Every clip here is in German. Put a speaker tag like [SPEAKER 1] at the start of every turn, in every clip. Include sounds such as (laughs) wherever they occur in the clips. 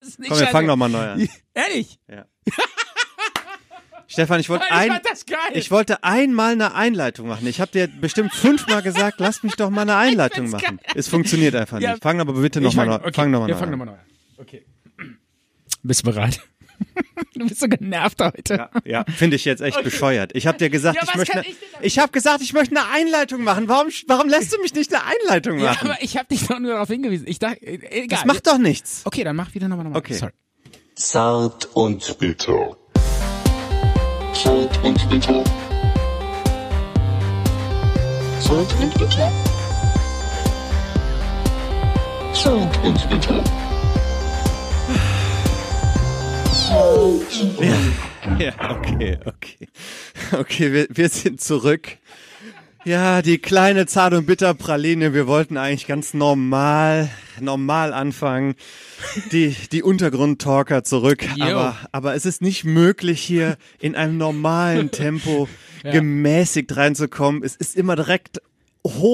[SPEAKER 1] Das ist nicht
[SPEAKER 2] Komm, wir
[SPEAKER 1] scheiße.
[SPEAKER 2] fangen nochmal neu an.
[SPEAKER 1] (laughs) Ehrlich?
[SPEAKER 2] (laughs) Stefan, ich wollte
[SPEAKER 1] Alter, ich
[SPEAKER 2] ein,
[SPEAKER 1] fand das geil.
[SPEAKER 2] ich wollte einmal eine Einleitung machen. Ich habe dir bestimmt fünfmal gesagt, lass mich doch
[SPEAKER 1] (laughs)
[SPEAKER 2] mal eine Einleitung
[SPEAKER 1] find's
[SPEAKER 2] machen. Es funktioniert einfach
[SPEAKER 1] Ja.
[SPEAKER 2] nicht. Fang aber bitte
[SPEAKER 1] Ich
[SPEAKER 2] nochmal
[SPEAKER 1] fang-
[SPEAKER 2] neu.
[SPEAKER 1] okay,
[SPEAKER 2] Fang nochmal
[SPEAKER 1] wir
[SPEAKER 2] neu.
[SPEAKER 1] fangen
[SPEAKER 2] an.
[SPEAKER 1] nochmal neu an. Okay. (clears throat) Bist du bereit? (laughs) du bist so genervt heute.
[SPEAKER 2] Ja, ja finde ich jetzt echt bescheuert. Ich habe dir gesagt,
[SPEAKER 1] Ja,
[SPEAKER 2] ich
[SPEAKER 1] was
[SPEAKER 2] möchte.
[SPEAKER 1] kann
[SPEAKER 2] Ich,
[SPEAKER 1] ich denn da-
[SPEAKER 2] ich habe gesagt, ich möchte eine Einleitung machen. Warum, warum lässt du mich nicht eine Einleitung
[SPEAKER 1] Ja,
[SPEAKER 2] machen?
[SPEAKER 1] aber ich habe dich doch nur darauf hingewiesen. Ich dachte, äh, egal.
[SPEAKER 2] das macht doch nichts.
[SPEAKER 1] okay, dann mach wieder nochmal nochmal.
[SPEAKER 2] Okay.
[SPEAKER 1] Sorry.
[SPEAKER 3] Zart und
[SPEAKER 4] bitter,
[SPEAKER 3] zart und bitter. Zart und bitter. Zart und bitter.
[SPEAKER 2] Ja, okay, okay. (laughs) Okay, wir, wir sind zurück. Ja, die kleine Zart- und Bitter-Praline, wir wollten eigentlich ganz normal, normal anfangen. Die, die Untergrundtalker zurück,
[SPEAKER 1] Yo.
[SPEAKER 2] aber, aber es ist nicht möglich, hier in einem (laughs) normalen Tempo gemäßigt reinzukommen. Es ist immer direkt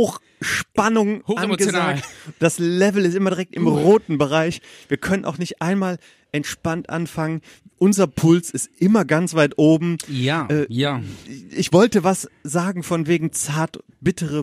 [SPEAKER 2] Hochspannung
[SPEAKER 1] Hochemotional.
[SPEAKER 2] angesagt. Das Level ist immer direkt im roten Bereich. Wir können auch nicht einmal entspannt anfangen. Unser Puls ist immer ganz weit oben.
[SPEAKER 1] Ja,
[SPEAKER 2] Äh,
[SPEAKER 1] ja.
[SPEAKER 2] Ich wollte was sagen von wegen zart bittere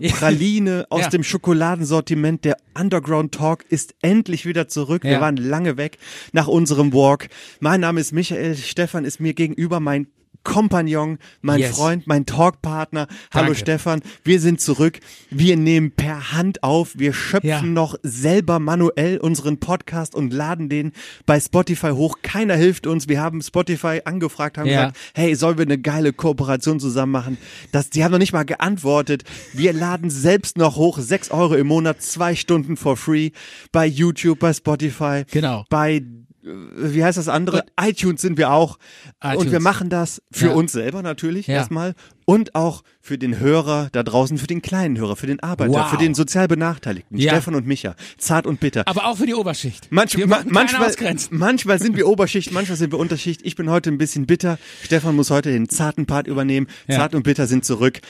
[SPEAKER 1] (laughs)
[SPEAKER 2] Praline aus
[SPEAKER 1] Ja.
[SPEAKER 2] dem Schokoladensortiment. Der Underground Talk ist endlich wieder zurück. Wir
[SPEAKER 1] Ja.
[SPEAKER 2] waren lange weg nach unserem Walk. Mein Name ist Michael. Stefan ist mir gegenüber mein Kompagnon, mein
[SPEAKER 1] Yes.
[SPEAKER 2] Freund, mein Talkpartner. Hallo
[SPEAKER 1] Danke.
[SPEAKER 2] Stefan, wir sind zurück. Wir nehmen per Hand auf. Wir schöpfen
[SPEAKER 1] Ja.
[SPEAKER 2] noch selber manuell unseren Podcast und laden den bei Spotify hoch. Keiner hilft uns. Wir haben Spotify angefragt, haben
[SPEAKER 1] Ja.
[SPEAKER 2] gesagt, hey, sollen wir eine geile Kooperation zusammen machen? Das, die haben noch nicht mal geantwortet. Wir laden selbst noch hoch, 6 Euro im Monat, zwei Stunden for free bei YouTube, bei Spotify,
[SPEAKER 1] Genau.
[SPEAKER 2] bei äh, wie heißt das andere? iTunes sind wir auch.
[SPEAKER 1] iTunes.
[SPEAKER 2] Und wir machen das für
[SPEAKER 1] Ja.
[SPEAKER 2] uns selber natürlich
[SPEAKER 1] Ja.
[SPEAKER 2] erstmal und auch für den Hörer da draußen, für den kleinen Hörer, für den Arbeiter,
[SPEAKER 1] Wow.
[SPEAKER 2] für den sozial Benachteiligten,
[SPEAKER 1] Ja.
[SPEAKER 2] Stefan und Micha. Zart und bitter.
[SPEAKER 1] Aber auch für die Oberschicht.
[SPEAKER 2] Manch,
[SPEAKER 1] Wir
[SPEAKER 2] ma
[SPEAKER 1] wollten keiner
[SPEAKER 2] manchmal,
[SPEAKER 1] ausgrenzen.
[SPEAKER 2] manchmal sind wir Oberschicht, manchmal sind wir Unterschicht. Ich bin heute ein bisschen bitter. Stefan muss heute den zarten Part übernehmen.
[SPEAKER 1] Ja. Oh.
[SPEAKER 2] Zart und bitter sind zurück.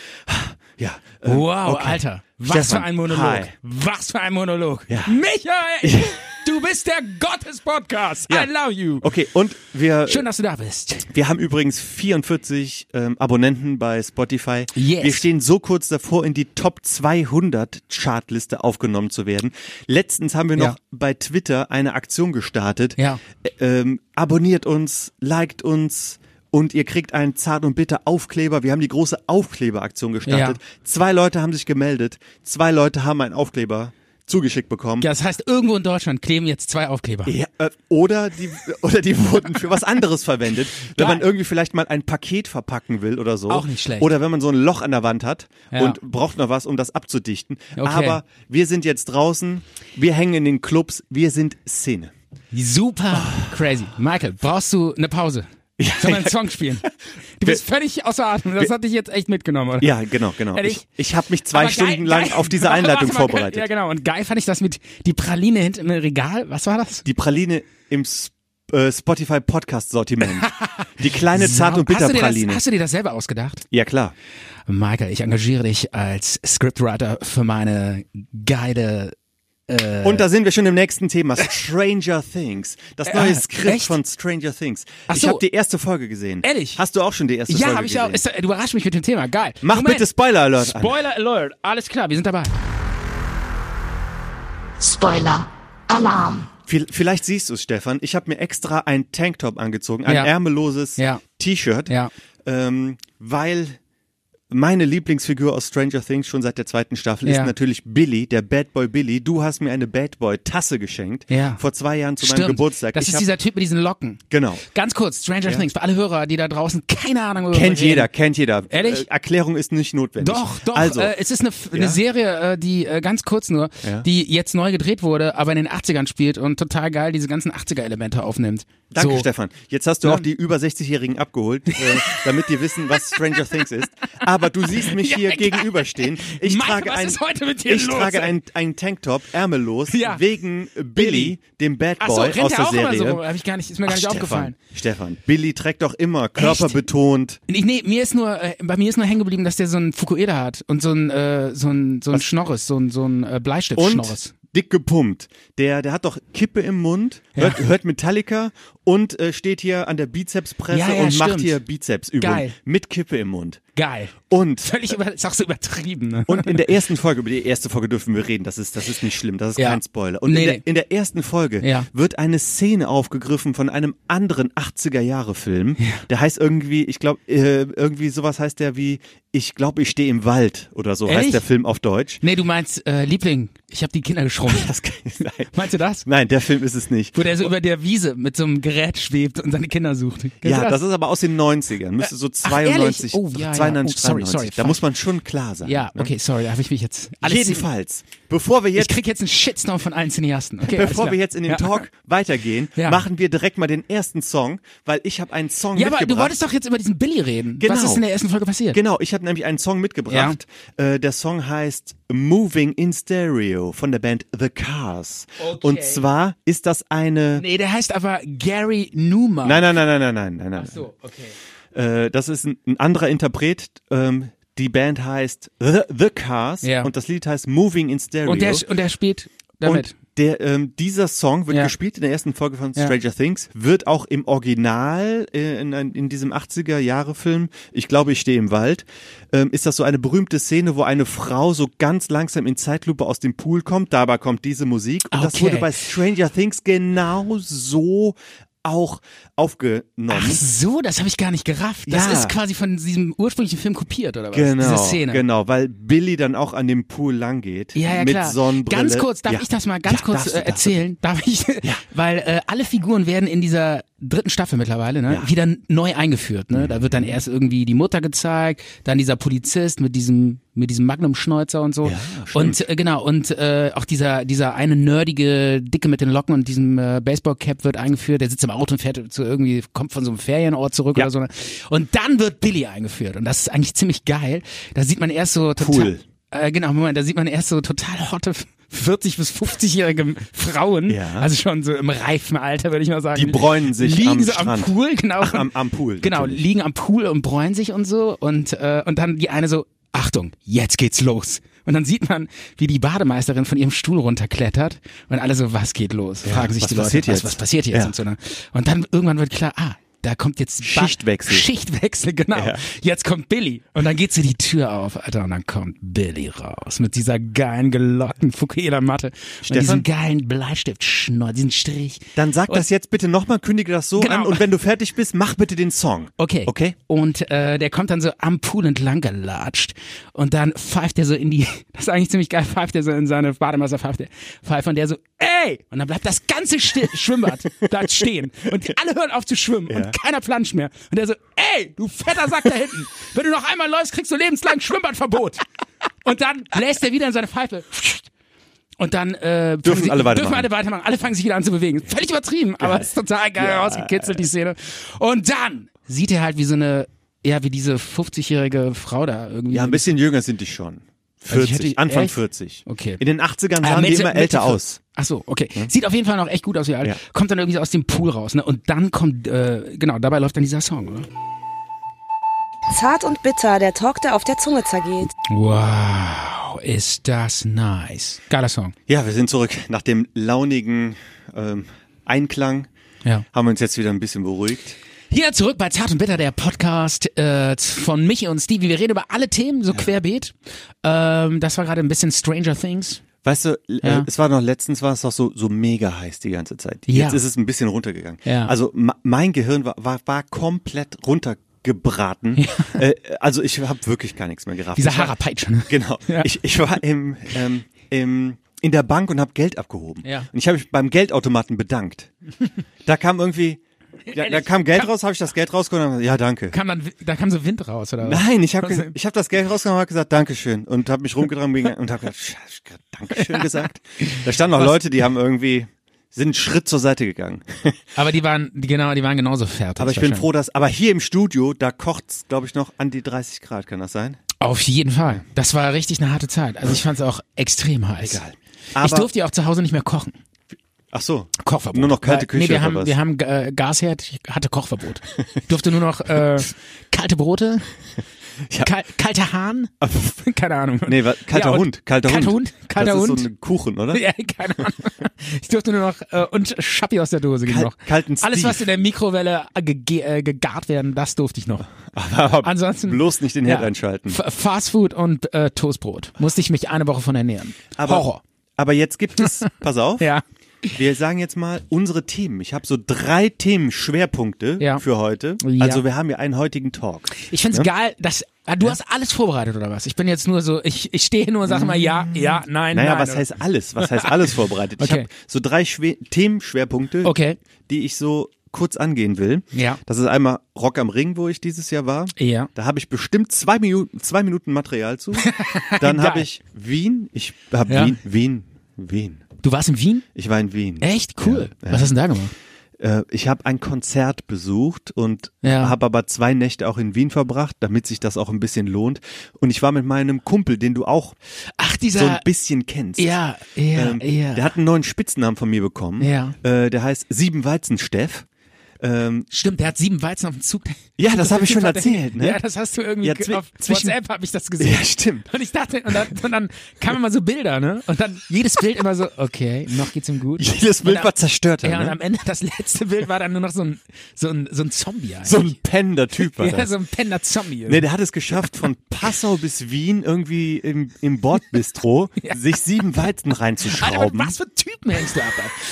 [SPEAKER 2] Ja. ähm,
[SPEAKER 1] Wow,
[SPEAKER 2] okay.
[SPEAKER 1] Alter. Was
[SPEAKER 2] Stefan,
[SPEAKER 1] für ein Monolog.
[SPEAKER 2] Hi.
[SPEAKER 1] Was für ein Monolog.
[SPEAKER 2] Ja.
[SPEAKER 1] Michael, du bist der Gott des Podcasts.
[SPEAKER 2] Ja.
[SPEAKER 1] I love you.
[SPEAKER 2] Okay, und wir,
[SPEAKER 1] Schön, dass du da bist.
[SPEAKER 2] wir haben übrigens 44 ähm, Abonnenten bei Spotify.
[SPEAKER 1] Yes.
[SPEAKER 2] Wir stehen so kurz davor, in die Top 200 Chartliste aufgenommen zu werden. Letztens haben wir noch
[SPEAKER 1] Ja.
[SPEAKER 2] bei Twitter eine Aktion gestartet.
[SPEAKER 1] Ja.
[SPEAKER 2] ähm, abonniert uns, liked uns und ihr kriegt einen zart und bitter Aufkleber. Wir haben die große Aufkleberaktion gestartet. Zwei Leute haben sich gemeldet, zwei Leute haben einen Aufkleber zugeschickt bekommen.
[SPEAKER 1] Ja, Das heißt, irgendwo in Deutschland kleben jetzt zwei Aufkleber.
[SPEAKER 2] Ja, äh, oder die (laughs) oder die wurden für was anderes verwendet, wenn
[SPEAKER 1] Geil.
[SPEAKER 2] man irgendwie vielleicht mal ein Paket verpacken will oder so.
[SPEAKER 1] Auch nicht schlecht.
[SPEAKER 2] Oder wenn man so ein Loch an der Wand hat
[SPEAKER 1] Ja.
[SPEAKER 2] und braucht noch was, um das abzudichten.
[SPEAKER 1] Okay.
[SPEAKER 2] Aber wir sind jetzt draußen, wir hängen in den Clubs, wir sind Szene.
[SPEAKER 1] Super crazy. Michael, brauchst du eine Pause? Sollen wir einen Song
[SPEAKER 2] (laughs)
[SPEAKER 1] spielen? Du bist völlig außer Atem. Das hat dich jetzt echt mitgenommen, oder?
[SPEAKER 2] Ja, genau, genau.
[SPEAKER 1] Ehrlich?
[SPEAKER 2] Ich, ich habe mich zwei
[SPEAKER 1] Aber geil-
[SPEAKER 2] Stunden lang
[SPEAKER 1] geil-
[SPEAKER 2] auf diese
[SPEAKER 1] Warte,
[SPEAKER 2] Einleitung
[SPEAKER 1] warte mal, (laughs)
[SPEAKER 2] vorbereitet.
[SPEAKER 1] Ja, genau. Und geil fand ich das mit die Praline hinten im Regal. Was war das?
[SPEAKER 2] Die Praline im Sp äh, Spotify
[SPEAKER 1] (laughs)
[SPEAKER 2] Podcast Sortiment. Die kleine Zart- und
[SPEAKER 1] hast, du dir
[SPEAKER 2] Bitterpraline.
[SPEAKER 1] das, hast du dir das selber ausgedacht?
[SPEAKER 2] Ja klar.
[SPEAKER 1] Michael, ich engagiere dich als Scriptwriter für meine geile...
[SPEAKER 2] Und da sind wir schon im nächsten Thema. Stranger Things. Das neue
[SPEAKER 1] Äh,
[SPEAKER 2] Skript
[SPEAKER 1] echt?
[SPEAKER 2] von Stranger Things.
[SPEAKER 1] Ach
[SPEAKER 2] Ich
[SPEAKER 1] so.
[SPEAKER 2] habe die erste Folge gesehen.
[SPEAKER 1] Ehrlich?
[SPEAKER 2] Hast du auch schon die erste
[SPEAKER 1] ja,
[SPEAKER 2] Folge
[SPEAKER 1] habe ich
[SPEAKER 2] gesehen?
[SPEAKER 1] auch. Ist, du überraschst mich mit dem Thema. Geil.
[SPEAKER 2] Mach
[SPEAKER 1] Moment.
[SPEAKER 2] bitte Spoiler Alert an.
[SPEAKER 1] Spoiler Alert. Alles klar, wir sind dabei.
[SPEAKER 5] Spoiler. Alarm.
[SPEAKER 2] Viel- Vielleicht siehst du es, Stefan. Ich habe mir extra ein Tanktop angezogen, ein
[SPEAKER 1] Ja.
[SPEAKER 2] ärmelloses
[SPEAKER 1] Ja.
[SPEAKER 2] T-Shirt,
[SPEAKER 1] Ja.
[SPEAKER 2] ähm, weil meine Lieblingsfigur aus Stranger Things schon seit der zweiten Staffel
[SPEAKER 1] Ja.
[SPEAKER 2] ist natürlich Billy, der Bad Boy Billy. Du hast mir eine Bad Boy Tasse geschenkt
[SPEAKER 1] Ja.
[SPEAKER 2] vor zwei Jahren zu
[SPEAKER 1] Stimmt.
[SPEAKER 2] meinem Geburtstag.
[SPEAKER 1] Das
[SPEAKER 2] ich
[SPEAKER 1] ist
[SPEAKER 2] hab-
[SPEAKER 1] dieser Typ mit diesen Locken.
[SPEAKER 2] genau.
[SPEAKER 1] Ganz kurz, Stranger Things, für alle Hörer, die da draußen keine Ahnung worüber
[SPEAKER 2] Kennt
[SPEAKER 1] reden.
[SPEAKER 2] jeder, kennt jeder.
[SPEAKER 1] Ehrlich?
[SPEAKER 2] Äh, Erklärung ist nicht notwendig.
[SPEAKER 1] Doch, doch.
[SPEAKER 2] Also,
[SPEAKER 1] äh, es ist eine, F- eine Serie, äh, die äh, ganz kurz nur,
[SPEAKER 2] Ja.
[SPEAKER 1] die jetzt neu gedreht wurde, aber in den 80ern spielt und total geil diese ganzen 80er-Elemente aufnimmt.
[SPEAKER 2] danke
[SPEAKER 1] so.
[SPEAKER 2] Stefan. Jetzt hast du
[SPEAKER 1] Ja.
[SPEAKER 2] auch die über 60-Jährigen abgeholt,
[SPEAKER 1] (laughs)
[SPEAKER 2] äh, damit die wissen, was Stranger Things ist. Aber du siehst mich hier gegenüberstehen. Ich
[SPEAKER 1] Mike,
[SPEAKER 2] trage
[SPEAKER 1] was
[SPEAKER 2] ein,
[SPEAKER 1] ist heute mit dir
[SPEAKER 2] ich
[SPEAKER 1] los,
[SPEAKER 2] trage
[SPEAKER 1] ey?
[SPEAKER 2] ein, ein Tanktop, ärmellos,
[SPEAKER 1] Ja.
[SPEAKER 2] wegen Billy, dem Bad
[SPEAKER 1] Ach so,
[SPEAKER 2] Boy
[SPEAKER 1] rennt
[SPEAKER 2] aus
[SPEAKER 1] er
[SPEAKER 2] der
[SPEAKER 1] auch
[SPEAKER 2] Serie.
[SPEAKER 1] immer so rum. Hab ich gar nicht, ist mir gar
[SPEAKER 2] Ach,
[SPEAKER 1] nicht
[SPEAKER 2] Stefan,
[SPEAKER 1] aufgefallen.
[SPEAKER 2] Stefan, Billy trägt doch immer körperbetont.
[SPEAKER 1] Nee, nee, mir ist nur, äh, bei mir ist nur hängen geblieben, dass der so einen Fukueda hat und so ein, äh, so ein, so ein Schnorres, so ein, so ein äh,
[SPEAKER 2] Und
[SPEAKER 1] Bleistift-Schnorres.
[SPEAKER 2] dick gepumpt. Der, der hat doch Kippe im Mund, hört, hört Metallica und äh, steht hier an der Bizepspresse
[SPEAKER 1] Ja, ja,
[SPEAKER 2] und macht
[SPEAKER 1] stimmt.
[SPEAKER 2] hier Bizepsübungen
[SPEAKER 1] Geil.
[SPEAKER 2] mit Kippe im Mund.
[SPEAKER 1] Geil.
[SPEAKER 2] Und
[SPEAKER 1] Völlig über, ist auch so übertrieben, ne?
[SPEAKER 2] und in der ersten Folge, über die erste Folge dürfen wir reden, das ist, das ist nicht schlimm, das ist
[SPEAKER 1] Ja.
[SPEAKER 2] kein Spoiler. Und in,
[SPEAKER 1] Nee,
[SPEAKER 2] der,
[SPEAKER 1] nee.
[SPEAKER 2] in der ersten Folge
[SPEAKER 1] Ja.
[SPEAKER 2] wird eine Szene aufgegriffen von einem anderen 80er-Jahre-Film. Der heißt irgendwie, ich glaube, äh, irgendwie sowas heißt der wie, ich glaube, ich stehe im Wald oder so, heißt
[SPEAKER 1] Echt?
[SPEAKER 2] der Film auf Deutsch.
[SPEAKER 1] nee, du meinst, äh, Liebling, ich habe die Kinder geschrumpft.
[SPEAKER 2] Das kann, nein.
[SPEAKER 1] Meinst du das?
[SPEAKER 2] nein, der Film ist es nicht.
[SPEAKER 1] Wo der so über der Wiese mit so einem Gerät schwebt und seine Kinder sucht. Kennst du
[SPEAKER 2] Ja, das ist aber aus den 90ern, müsste so
[SPEAKER 1] Ach, ehrlich?
[SPEAKER 2] 92,
[SPEAKER 1] Oh, ja, ja.
[SPEAKER 2] 92,
[SPEAKER 1] Oh, sorry,
[SPEAKER 2] 93.
[SPEAKER 1] sorry,
[SPEAKER 2] da
[SPEAKER 1] fuck.
[SPEAKER 2] muss man schon klar sein.
[SPEAKER 1] Ja,
[SPEAKER 2] ne?
[SPEAKER 1] okay, sorry, da habe ich mich jetzt. Alles
[SPEAKER 2] Jedenfalls, bevor wir
[SPEAKER 1] Ich
[SPEAKER 2] jetzt
[SPEAKER 1] krieg jetzt einen Shitstorm von allen Cineasten. Okay, alles
[SPEAKER 2] Bevor
[SPEAKER 1] klar.
[SPEAKER 2] wir jetzt in den
[SPEAKER 1] ja.
[SPEAKER 2] Talk weitergehen,
[SPEAKER 1] (laughs) Ja.
[SPEAKER 2] machen wir direkt mal den ersten Song, weil ich habe einen Song
[SPEAKER 1] Ja, aber
[SPEAKER 2] mitgebracht.
[SPEAKER 1] du wolltest doch jetzt über diesen Billy reden.
[SPEAKER 2] Genau.
[SPEAKER 1] Was ist in der ersten Folge passiert?
[SPEAKER 2] genau, ich habe nämlich einen Song mitgebracht. Äh, der Song heißt Moving in Stereo von der Band The Cars.
[SPEAKER 1] Okay.
[SPEAKER 2] Und zwar ist das eine
[SPEAKER 1] Nee, der heißt aber Gary Numa.
[SPEAKER 2] Nein, nein, nein, nein, nein, nein, nein, nein.
[SPEAKER 1] So, okay.
[SPEAKER 2] Äh, das ist ein, ein anderer Interpret. Ähm, die Band heißt The, The Cars
[SPEAKER 1] Ja.
[SPEAKER 2] und das Lied heißt Moving in Stereo.
[SPEAKER 1] Und der, und der spielt damit.
[SPEAKER 2] Und der, ähm, dieser Song wird
[SPEAKER 1] Ja.
[SPEAKER 2] gespielt in der ersten Folge von
[SPEAKER 1] Ja.
[SPEAKER 2] Stranger Things, wird auch im Original äh, in, ein- in diesem 80er-Jahre-Film, ich glaube, ich stehe im Wald, ähm, ist das so eine berühmte Szene, wo eine Frau so ganz langsam in Zeitlupe aus dem Pool kommt, dabei kommt diese Musik und das
[SPEAKER 1] Okay.
[SPEAKER 2] wurde bei Stranger Things genau so auch aufgenommen.
[SPEAKER 1] Ach so, das habe ich gar nicht gerafft. Das
[SPEAKER 2] Ja.
[SPEAKER 1] ist quasi von diesem ursprünglichen Film kopiert, oder was?
[SPEAKER 2] Genau,
[SPEAKER 1] Diese Szene.
[SPEAKER 2] genau, weil Billy dann auch an dem Pool lang geht.
[SPEAKER 1] Ja, ja,
[SPEAKER 2] mit
[SPEAKER 1] klar.
[SPEAKER 2] Sonnenbrille.
[SPEAKER 1] Ganz kurz, darf
[SPEAKER 2] Ja.
[SPEAKER 1] ich das mal ganz
[SPEAKER 2] Ja,
[SPEAKER 1] kurz
[SPEAKER 2] darfst
[SPEAKER 1] äh,
[SPEAKER 2] du, darfst du.
[SPEAKER 1] erzählen? Darf ich? (laughs) Weil äh, alle Figuren werden in dieser dritten Staffel mittlerweile ne,
[SPEAKER 2] Ja. Mhm.
[SPEAKER 1] wieder neu eingeführt. Ne? Da wird dann erst irgendwie die Mutter gezeigt, dann dieser Polizist mit diesem mit diesem Magnum-Schnäuzer und so. und äh, genau, und äh, auch dieser dieser eine nerdige Dicke mit den Locken und diesem äh, Baseball-Cap wird eingeführt. Der sitzt im Auto und fährt zu irgendwie, kommt von so einem Ferienort zurück
[SPEAKER 2] Ja.
[SPEAKER 1] oder so. ne? Und dann wird Billy eingeführt. Und das ist eigentlich ziemlich geil. Da sieht man erst so total,
[SPEAKER 2] Pool.
[SPEAKER 1] äh, genau, Moment, da sieht man erst so total hotte 40- bis 50-jährige Frauen,
[SPEAKER 2] Ja.
[SPEAKER 1] also schon so im reifen Alter, würde ich mal sagen.
[SPEAKER 2] Die bräunen sich
[SPEAKER 1] Liegen
[SPEAKER 2] am
[SPEAKER 1] so am
[SPEAKER 2] Strand.
[SPEAKER 1] Pool, genau.
[SPEAKER 2] Ach, am- am Pool,
[SPEAKER 1] Genau,
[SPEAKER 2] natürlich.
[SPEAKER 1] liegen am Pool und bräunen sich und so. Und, äh, und dann die eine so, Achtung, jetzt geht's los. Und dann sieht man, wie die Bademeisterin von ihrem Stuhl runterklettert und alle so, was geht los? Fragen sich
[SPEAKER 2] was
[SPEAKER 1] die Leute,
[SPEAKER 2] passiert jetzt?
[SPEAKER 1] Was, was passiert jetzt?
[SPEAKER 2] Ja.
[SPEAKER 1] Und, so, ne? und dann irgendwann wird klar, ah, da kommt jetzt Ba-
[SPEAKER 2] Schichtwechsel.
[SPEAKER 1] Schichtwechsel, genau.
[SPEAKER 2] Ja.
[SPEAKER 1] Jetzt kommt Billy. Und dann geht sie die Tür auf, Alter, und dann kommt Billy raus mit dieser geilen, gelockten Fukuela-Matte und
[SPEAKER 2] Stefan?
[SPEAKER 1] diesem geilen Bleistiftschnur, diesen Strich.
[SPEAKER 2] Dann sag
[SPEAKER 1] Und-
[SPEAKER 2] das jetzt bitte nochmal, kündige das so
[SPEAKER 1] Genau.
[SPEAKER 2] an und wenn du fertig bist, mach bitte den Song.
[SPEAKER 1] Okay.
[SPEAKER 2] Okay?
[SPEAKER 1] Und äh, der kommt dann so am Pool entlang gelatscht und dann pfeift er so in die, (laughs) das ist eigentlich ziemlich geil, pfeift er so in seine Bademeister, pfeift er, pfeift und der so, ey! Und dann bleibt das ganze Sti (laughs) Schwimmbad da stehen und alle hören auf zu schwimmen
[SPEAKER 2] Ja.
[SPEAKER 1] und keiner planscht mehr. Und der so, ey, du fetter Sack da hinten, wenn du noch einmal läufst, kriegst du lebenslang Schwimmbadverbot. Und dann bläst er wieder in seine Pfeife. Und dann äh, fangen sie,
[SPEAKER 2] alle weitermachen.
[SPEAKER 1] dürfen alle weitermachen. Alle fangen sich wieder an zu bewegen. Völlig übertrieben, aber es ist total geil rausgekitzelt, die Szene. Und dann sieht er halt wie so eine, ja, wie diese 50-jährige Frau da irgendwie.
[SPEAKER 2] Ja, ein bisschen jünger sind die schon.
[SPEAKER 1] Also ich
[SPEAKER 2] 40,
[SPEAKER 1] hätte-
[SPEAKER 2] Anfang
[SPEAKER 1] echt?
[SPEAKER 2] 40.
[SPEAKER 1] Okay.
[SPEAKER 2] In den 80ern
[SPEAKER 1] Ah,
[SPEAKER 2] sahen die
[SPEAKER 1] Mitte-
[SPEAKER 2] immer
[SPEAKER 1] Mitte-
[SPEAKER 2] älter aus.
[SPEAKER 1] Ach so, okay. Sieht auf jeden Fall noch echt gut aus, wie alt.
[SPEAKER 2] Ja.
[SPEAKER 1] Kommt dann irgendwie so aus dem Pool raus, ne? Und dann kommt, äh, genau, dabei läuft dann dieser Song, oder?
[SPEAKER 4] Zart und bitter, der Talk, der auf der Zunge zergeht.
[SPEAKER 1] Wow, ist das nice. Geiler Song.
[SPEAKER 2] Ja, wir sind zurück. Nach dem launigen ähm, Einklang
[SPEAKER 1] Ja.
[SPEAKER 2] haben wir uns jetzt wieder ein bisschen beruhigt.
[SPEAKER 1] Hier zurück bei Zart und Bitter, der Podcast äh, von Michi und Stevie. Wir reden über alle Themen, so querbeet. Ähm, das war gerade ein bisschen Stranger Things.
[SPEAKER 2] Weißt du, l-
[SPEAKER 1] Ja.
[SPEAKER 2] äh, es war noch letztens war es doch so so mega heiß die ganze Zeit.
[SPEAKER 1] Ja.
[SPEAKER 2] Jetzt ist es ein bisschen runtergegangen.
[SPEAKER 1] Ja.
[SPEAKER 2] Also ma- mein Gehirn war war, war komplett runtergebraten. Äh, also ich habe wirklich gar nichts mehr gerafft.
[SPEAKER 1] Diese
[SPEAKER 2] Ich war-
[SPEAKER 1] Haarpeitsche. Ne?
[SPEAKER 2] Genau.
[SPEAKER 1] Ja.
[SPEAKER 2] Ich, ich war im, ähm, im, in der Bank und habe Geld abgehoben.
[SPEAKER 1] Ja.
[SPEAKER 2] Und ich habe mich beim Geldautomaten bedankt. Da kam irgendwie,
[SPEAKER 1] (laughs)
[SPEAKER 2] da, da
[SPEAKER 1] Ehrlich?
[SPEAKER 2] kam Geld raus, habe ich das Geld rausgenommen und hab gesagt, ja, danke.
[SPEAKER 1] Kam dann, da kam so Wind raus, oder was?
[SPEAKER 2] Nein, ich habe ich hab das Geld rausgenommen und habe gesagt, Dankeschön. Und habe mich rumgedrängt gegangen und habe gesagt, hab ich gerade
[SPEAKER 1] (laughs)
[SPEAKER 2] Dankeschön gesagt. Da standen auch Leute, die haben irgendwie, sind einen Schritt zur Seite gegangen. (laughs)
[SPEAKER 1] Aber die waren, die, genau, die waren genauso fertig.
[SPEAKER 2] Aber ich bin
[SPEAKER 1] wahrscheinlich.
[SPEAKER 2] froh, dass, aber hier im Studio, da kocht's, glaube ich, noch an die 30 Grad, kann das sein?
[SPEAKER 1] Auf jeden Fall. Das war richtig eine harte Zeit. Also ich fand es auch extrem heiß.
[SPEAKER 2] Egal.
[SPEAKER 1] ich
[SPEAKER 2] Aber-
[SPEAKER 1] durfte ja auch zu Hause nicht mehr kochen.
[SPEAKER 2] Ach so.
[SPEAKER 1] Kochverbot.
[SPEAKER 2] Nur noch kalte Küche
[SPEAKER 1] Nee, wir
[SPEAKER 2] oder
[SPEAKER 1] haben,
[SPEAKER 2] was?
[SPEAKER 1] wir haben äh, Gasherd, ich hatte Kochverbot. Ich durfte nur noch
[SPEAKER 2] (laughs)
[SPEAKER 1] äh, kalte Brote, kal kalter
[SPEAKER 2] (laughs)
[SPEAKER 1] Hahn, keine Ahnung.
[SPEAKER 2] Nee, wa- kalter
[SPEAKER 1] und-
[SPEAKER 2] Hund, kalter,
[SPEAKER 1] kalter Hund. kalter
[SPEAKER 2] das
[SPEAKER 1] Hund.
[SPEAKER 2] ist so ein Kuchen, oder?
[SPEAKER 1] (laughs) ja, keine Ahnung. Ich durfte nur noch äh, und Schappi aus der Dose ging
[SPEAKER 2] Kal-
[SPEAKER 1] noch.
[SPEAKER 2] kalten
[SPEAKER 1] Alles,
[SPEAKER 2] Steve.
[SPEAKER 1] was in der Mikrowelle äh, gege äh, gegart werden, das durfte ich noch.
[SPEAKER 2] Aber
[SPEAKER 1] Ansonsten
[SPEAKER 2] bloß nicht den Herd
[SPEAKER 1] ja,
[SPEAKER 2] einschalten.
[SPEAKER 1] F- Fastfood und äh, Toastbrot musste ich mich eine Woche von ernähren.
[SPEAKER 2] Aber,
[SPEAKER 1] Horror.
[SPEAKER 2] aber jetzt
[SPEAKER 1] (laughs)
[SPEAKER 2] gibt es, pass auf,
[SPEAKER 1] Ja.
[SPEAKER 2] wir sagen jetzt mal unsere Themen. Ich habe so drei Themenschwerpunkte
[SPEAKER 1] Ja.
[SPEAKER 2] für heute.
[SPEAKER 1] Ja.
[SPEAKER 2] Also wir haben hier einen heutigen Talk.
[SPEAKER 1] Ich find's geil, dass ah, du hast alles vorbereitet oder was? Ich bin jetzt nur so, ich, ich stehe nur, und sag mal ja, ja, nein,
[SPEAKER 2] Naja,
[SPEAKER 1] nein.
[SPEAKER 2] was
[SPEAKER 1] oder-
[SPEAKER 2] heißt alles? Was heißt alles vorbereitet?
[SPEAKER 1] (laughs)
[SPEAKER 2] Ich
[SPEAKER 1] Okay.
[SPEAKER 2] habe so drei Schwe Themenschwerpunkte,
[SPEAKER 1] Okay.
[SPEAKER 2] die ich so kurz angehen will.
[SPEAKER 1] Ja.
[SPEAKER 2] Das ist einmal Rock am Ring, wo ich dieses Jahr war.
[SPEAKER 1] Ja.
[SPEAKER 2] Da habe ich bestimmt zwei Minuten, zwei Minuten Material
[SPEAKER 1] (laughs)
[SPEAKER 2] zu. Dann habe
[SPEAKER 1] Geil.
[SPEAKER 2] ich Wien. Ich habe
[SPEAKER 1] Ja.
[SPEAKER 2] Wien, Wien, Wien.
[SPEAKER 1] Du warst in Wien?
[SPEAKER 2] Ich war in Wien.
[SPEAKER 1] Echt cool.
[SPEAKER 2] Ja, ja.
[SPEAKER 1] Was hast du denn da gemacht?
[SPEAKER 2] Äh, ich habe ein Konzert besucht und
[SPEAKER 1] Ja.
[SPEAKER 2] habe aber zwei Nächte auch in Wien verbracht, damit sich das auch ein bisschen lohnt. Und ich war mit meinem Kumpel, den du auch
[SPEAKER 1] Ach, dieser
[SPEAKER 2] so ein bisschen kennst.
[SPEAKER 1] Ja, ja,
[SPEAKER 2] Ähm,
[SPEAKER 1] ja.
[SPEAKER 2] Der hat einen neuen Spitznamen von mir bekommen.
[SPEAKER 1] Ja.
[SPEAKER 2] Äh, der heißt Sieben Weizensteff. Ähm,
[SPEAKER 1] Stimmt, der hat sieben Weizen auf dem Zug.
[SPEAKER 2] Ja, das hab ich schon erzählt, ne?
[SPEAKER 1] Ja, das hast du irgendwie
[SPEAKER 2] Ja, zwi-
[SPEAKER 1] auf
[SPEAKER 2] zwischen-
[SPEAKER 1] WhatsApp habe ich das gesehen.
[SPEAKER 2] ja, stimmt.
[SPEAKER 1] Und ich dachte, und dann, und dann kamen immer so Bilder, ne? Und dann jedes Bild immer so, okay, noch geht's ihm
[SPEAKER 2] (laughs)
[SPEAKER 1] gut.
[SPEAKER 2] Jedes
[SPEAKER 1] Und
[SPEAKER 2] Bild
[SPEAKER 1] am-
[SPEAKER 2] war zerstört.
[SPEAKER 1] Ja, und
[SPEAKER 2] ne?
[SPEAKER 1] am Ende, das letzte Bild war dann nur noch so ein, so ein, so ein Zombie eigentlich.
[SPEAKER 2] So ein pennender Typ war
[SPEAKER 1] ja,
[SPEAKER 2] das.
[SPEAKER 1] so ein penner Zombie.
[SPEAKER 2] Nee, der hat es geschafft, von Passau bis Wien irgendwie im,
[SPEAKER 1] (laughs)
[SPEAKER 2] im Bordbistro sich sieben
[SPEAKER 1] Alter,
[SPEAKER 2] Weizen
[SPEAKER 1] mit
[SPEAKER 2] reinzuschrauben.
[SPEAKER 1] was für Typen hängst du ab?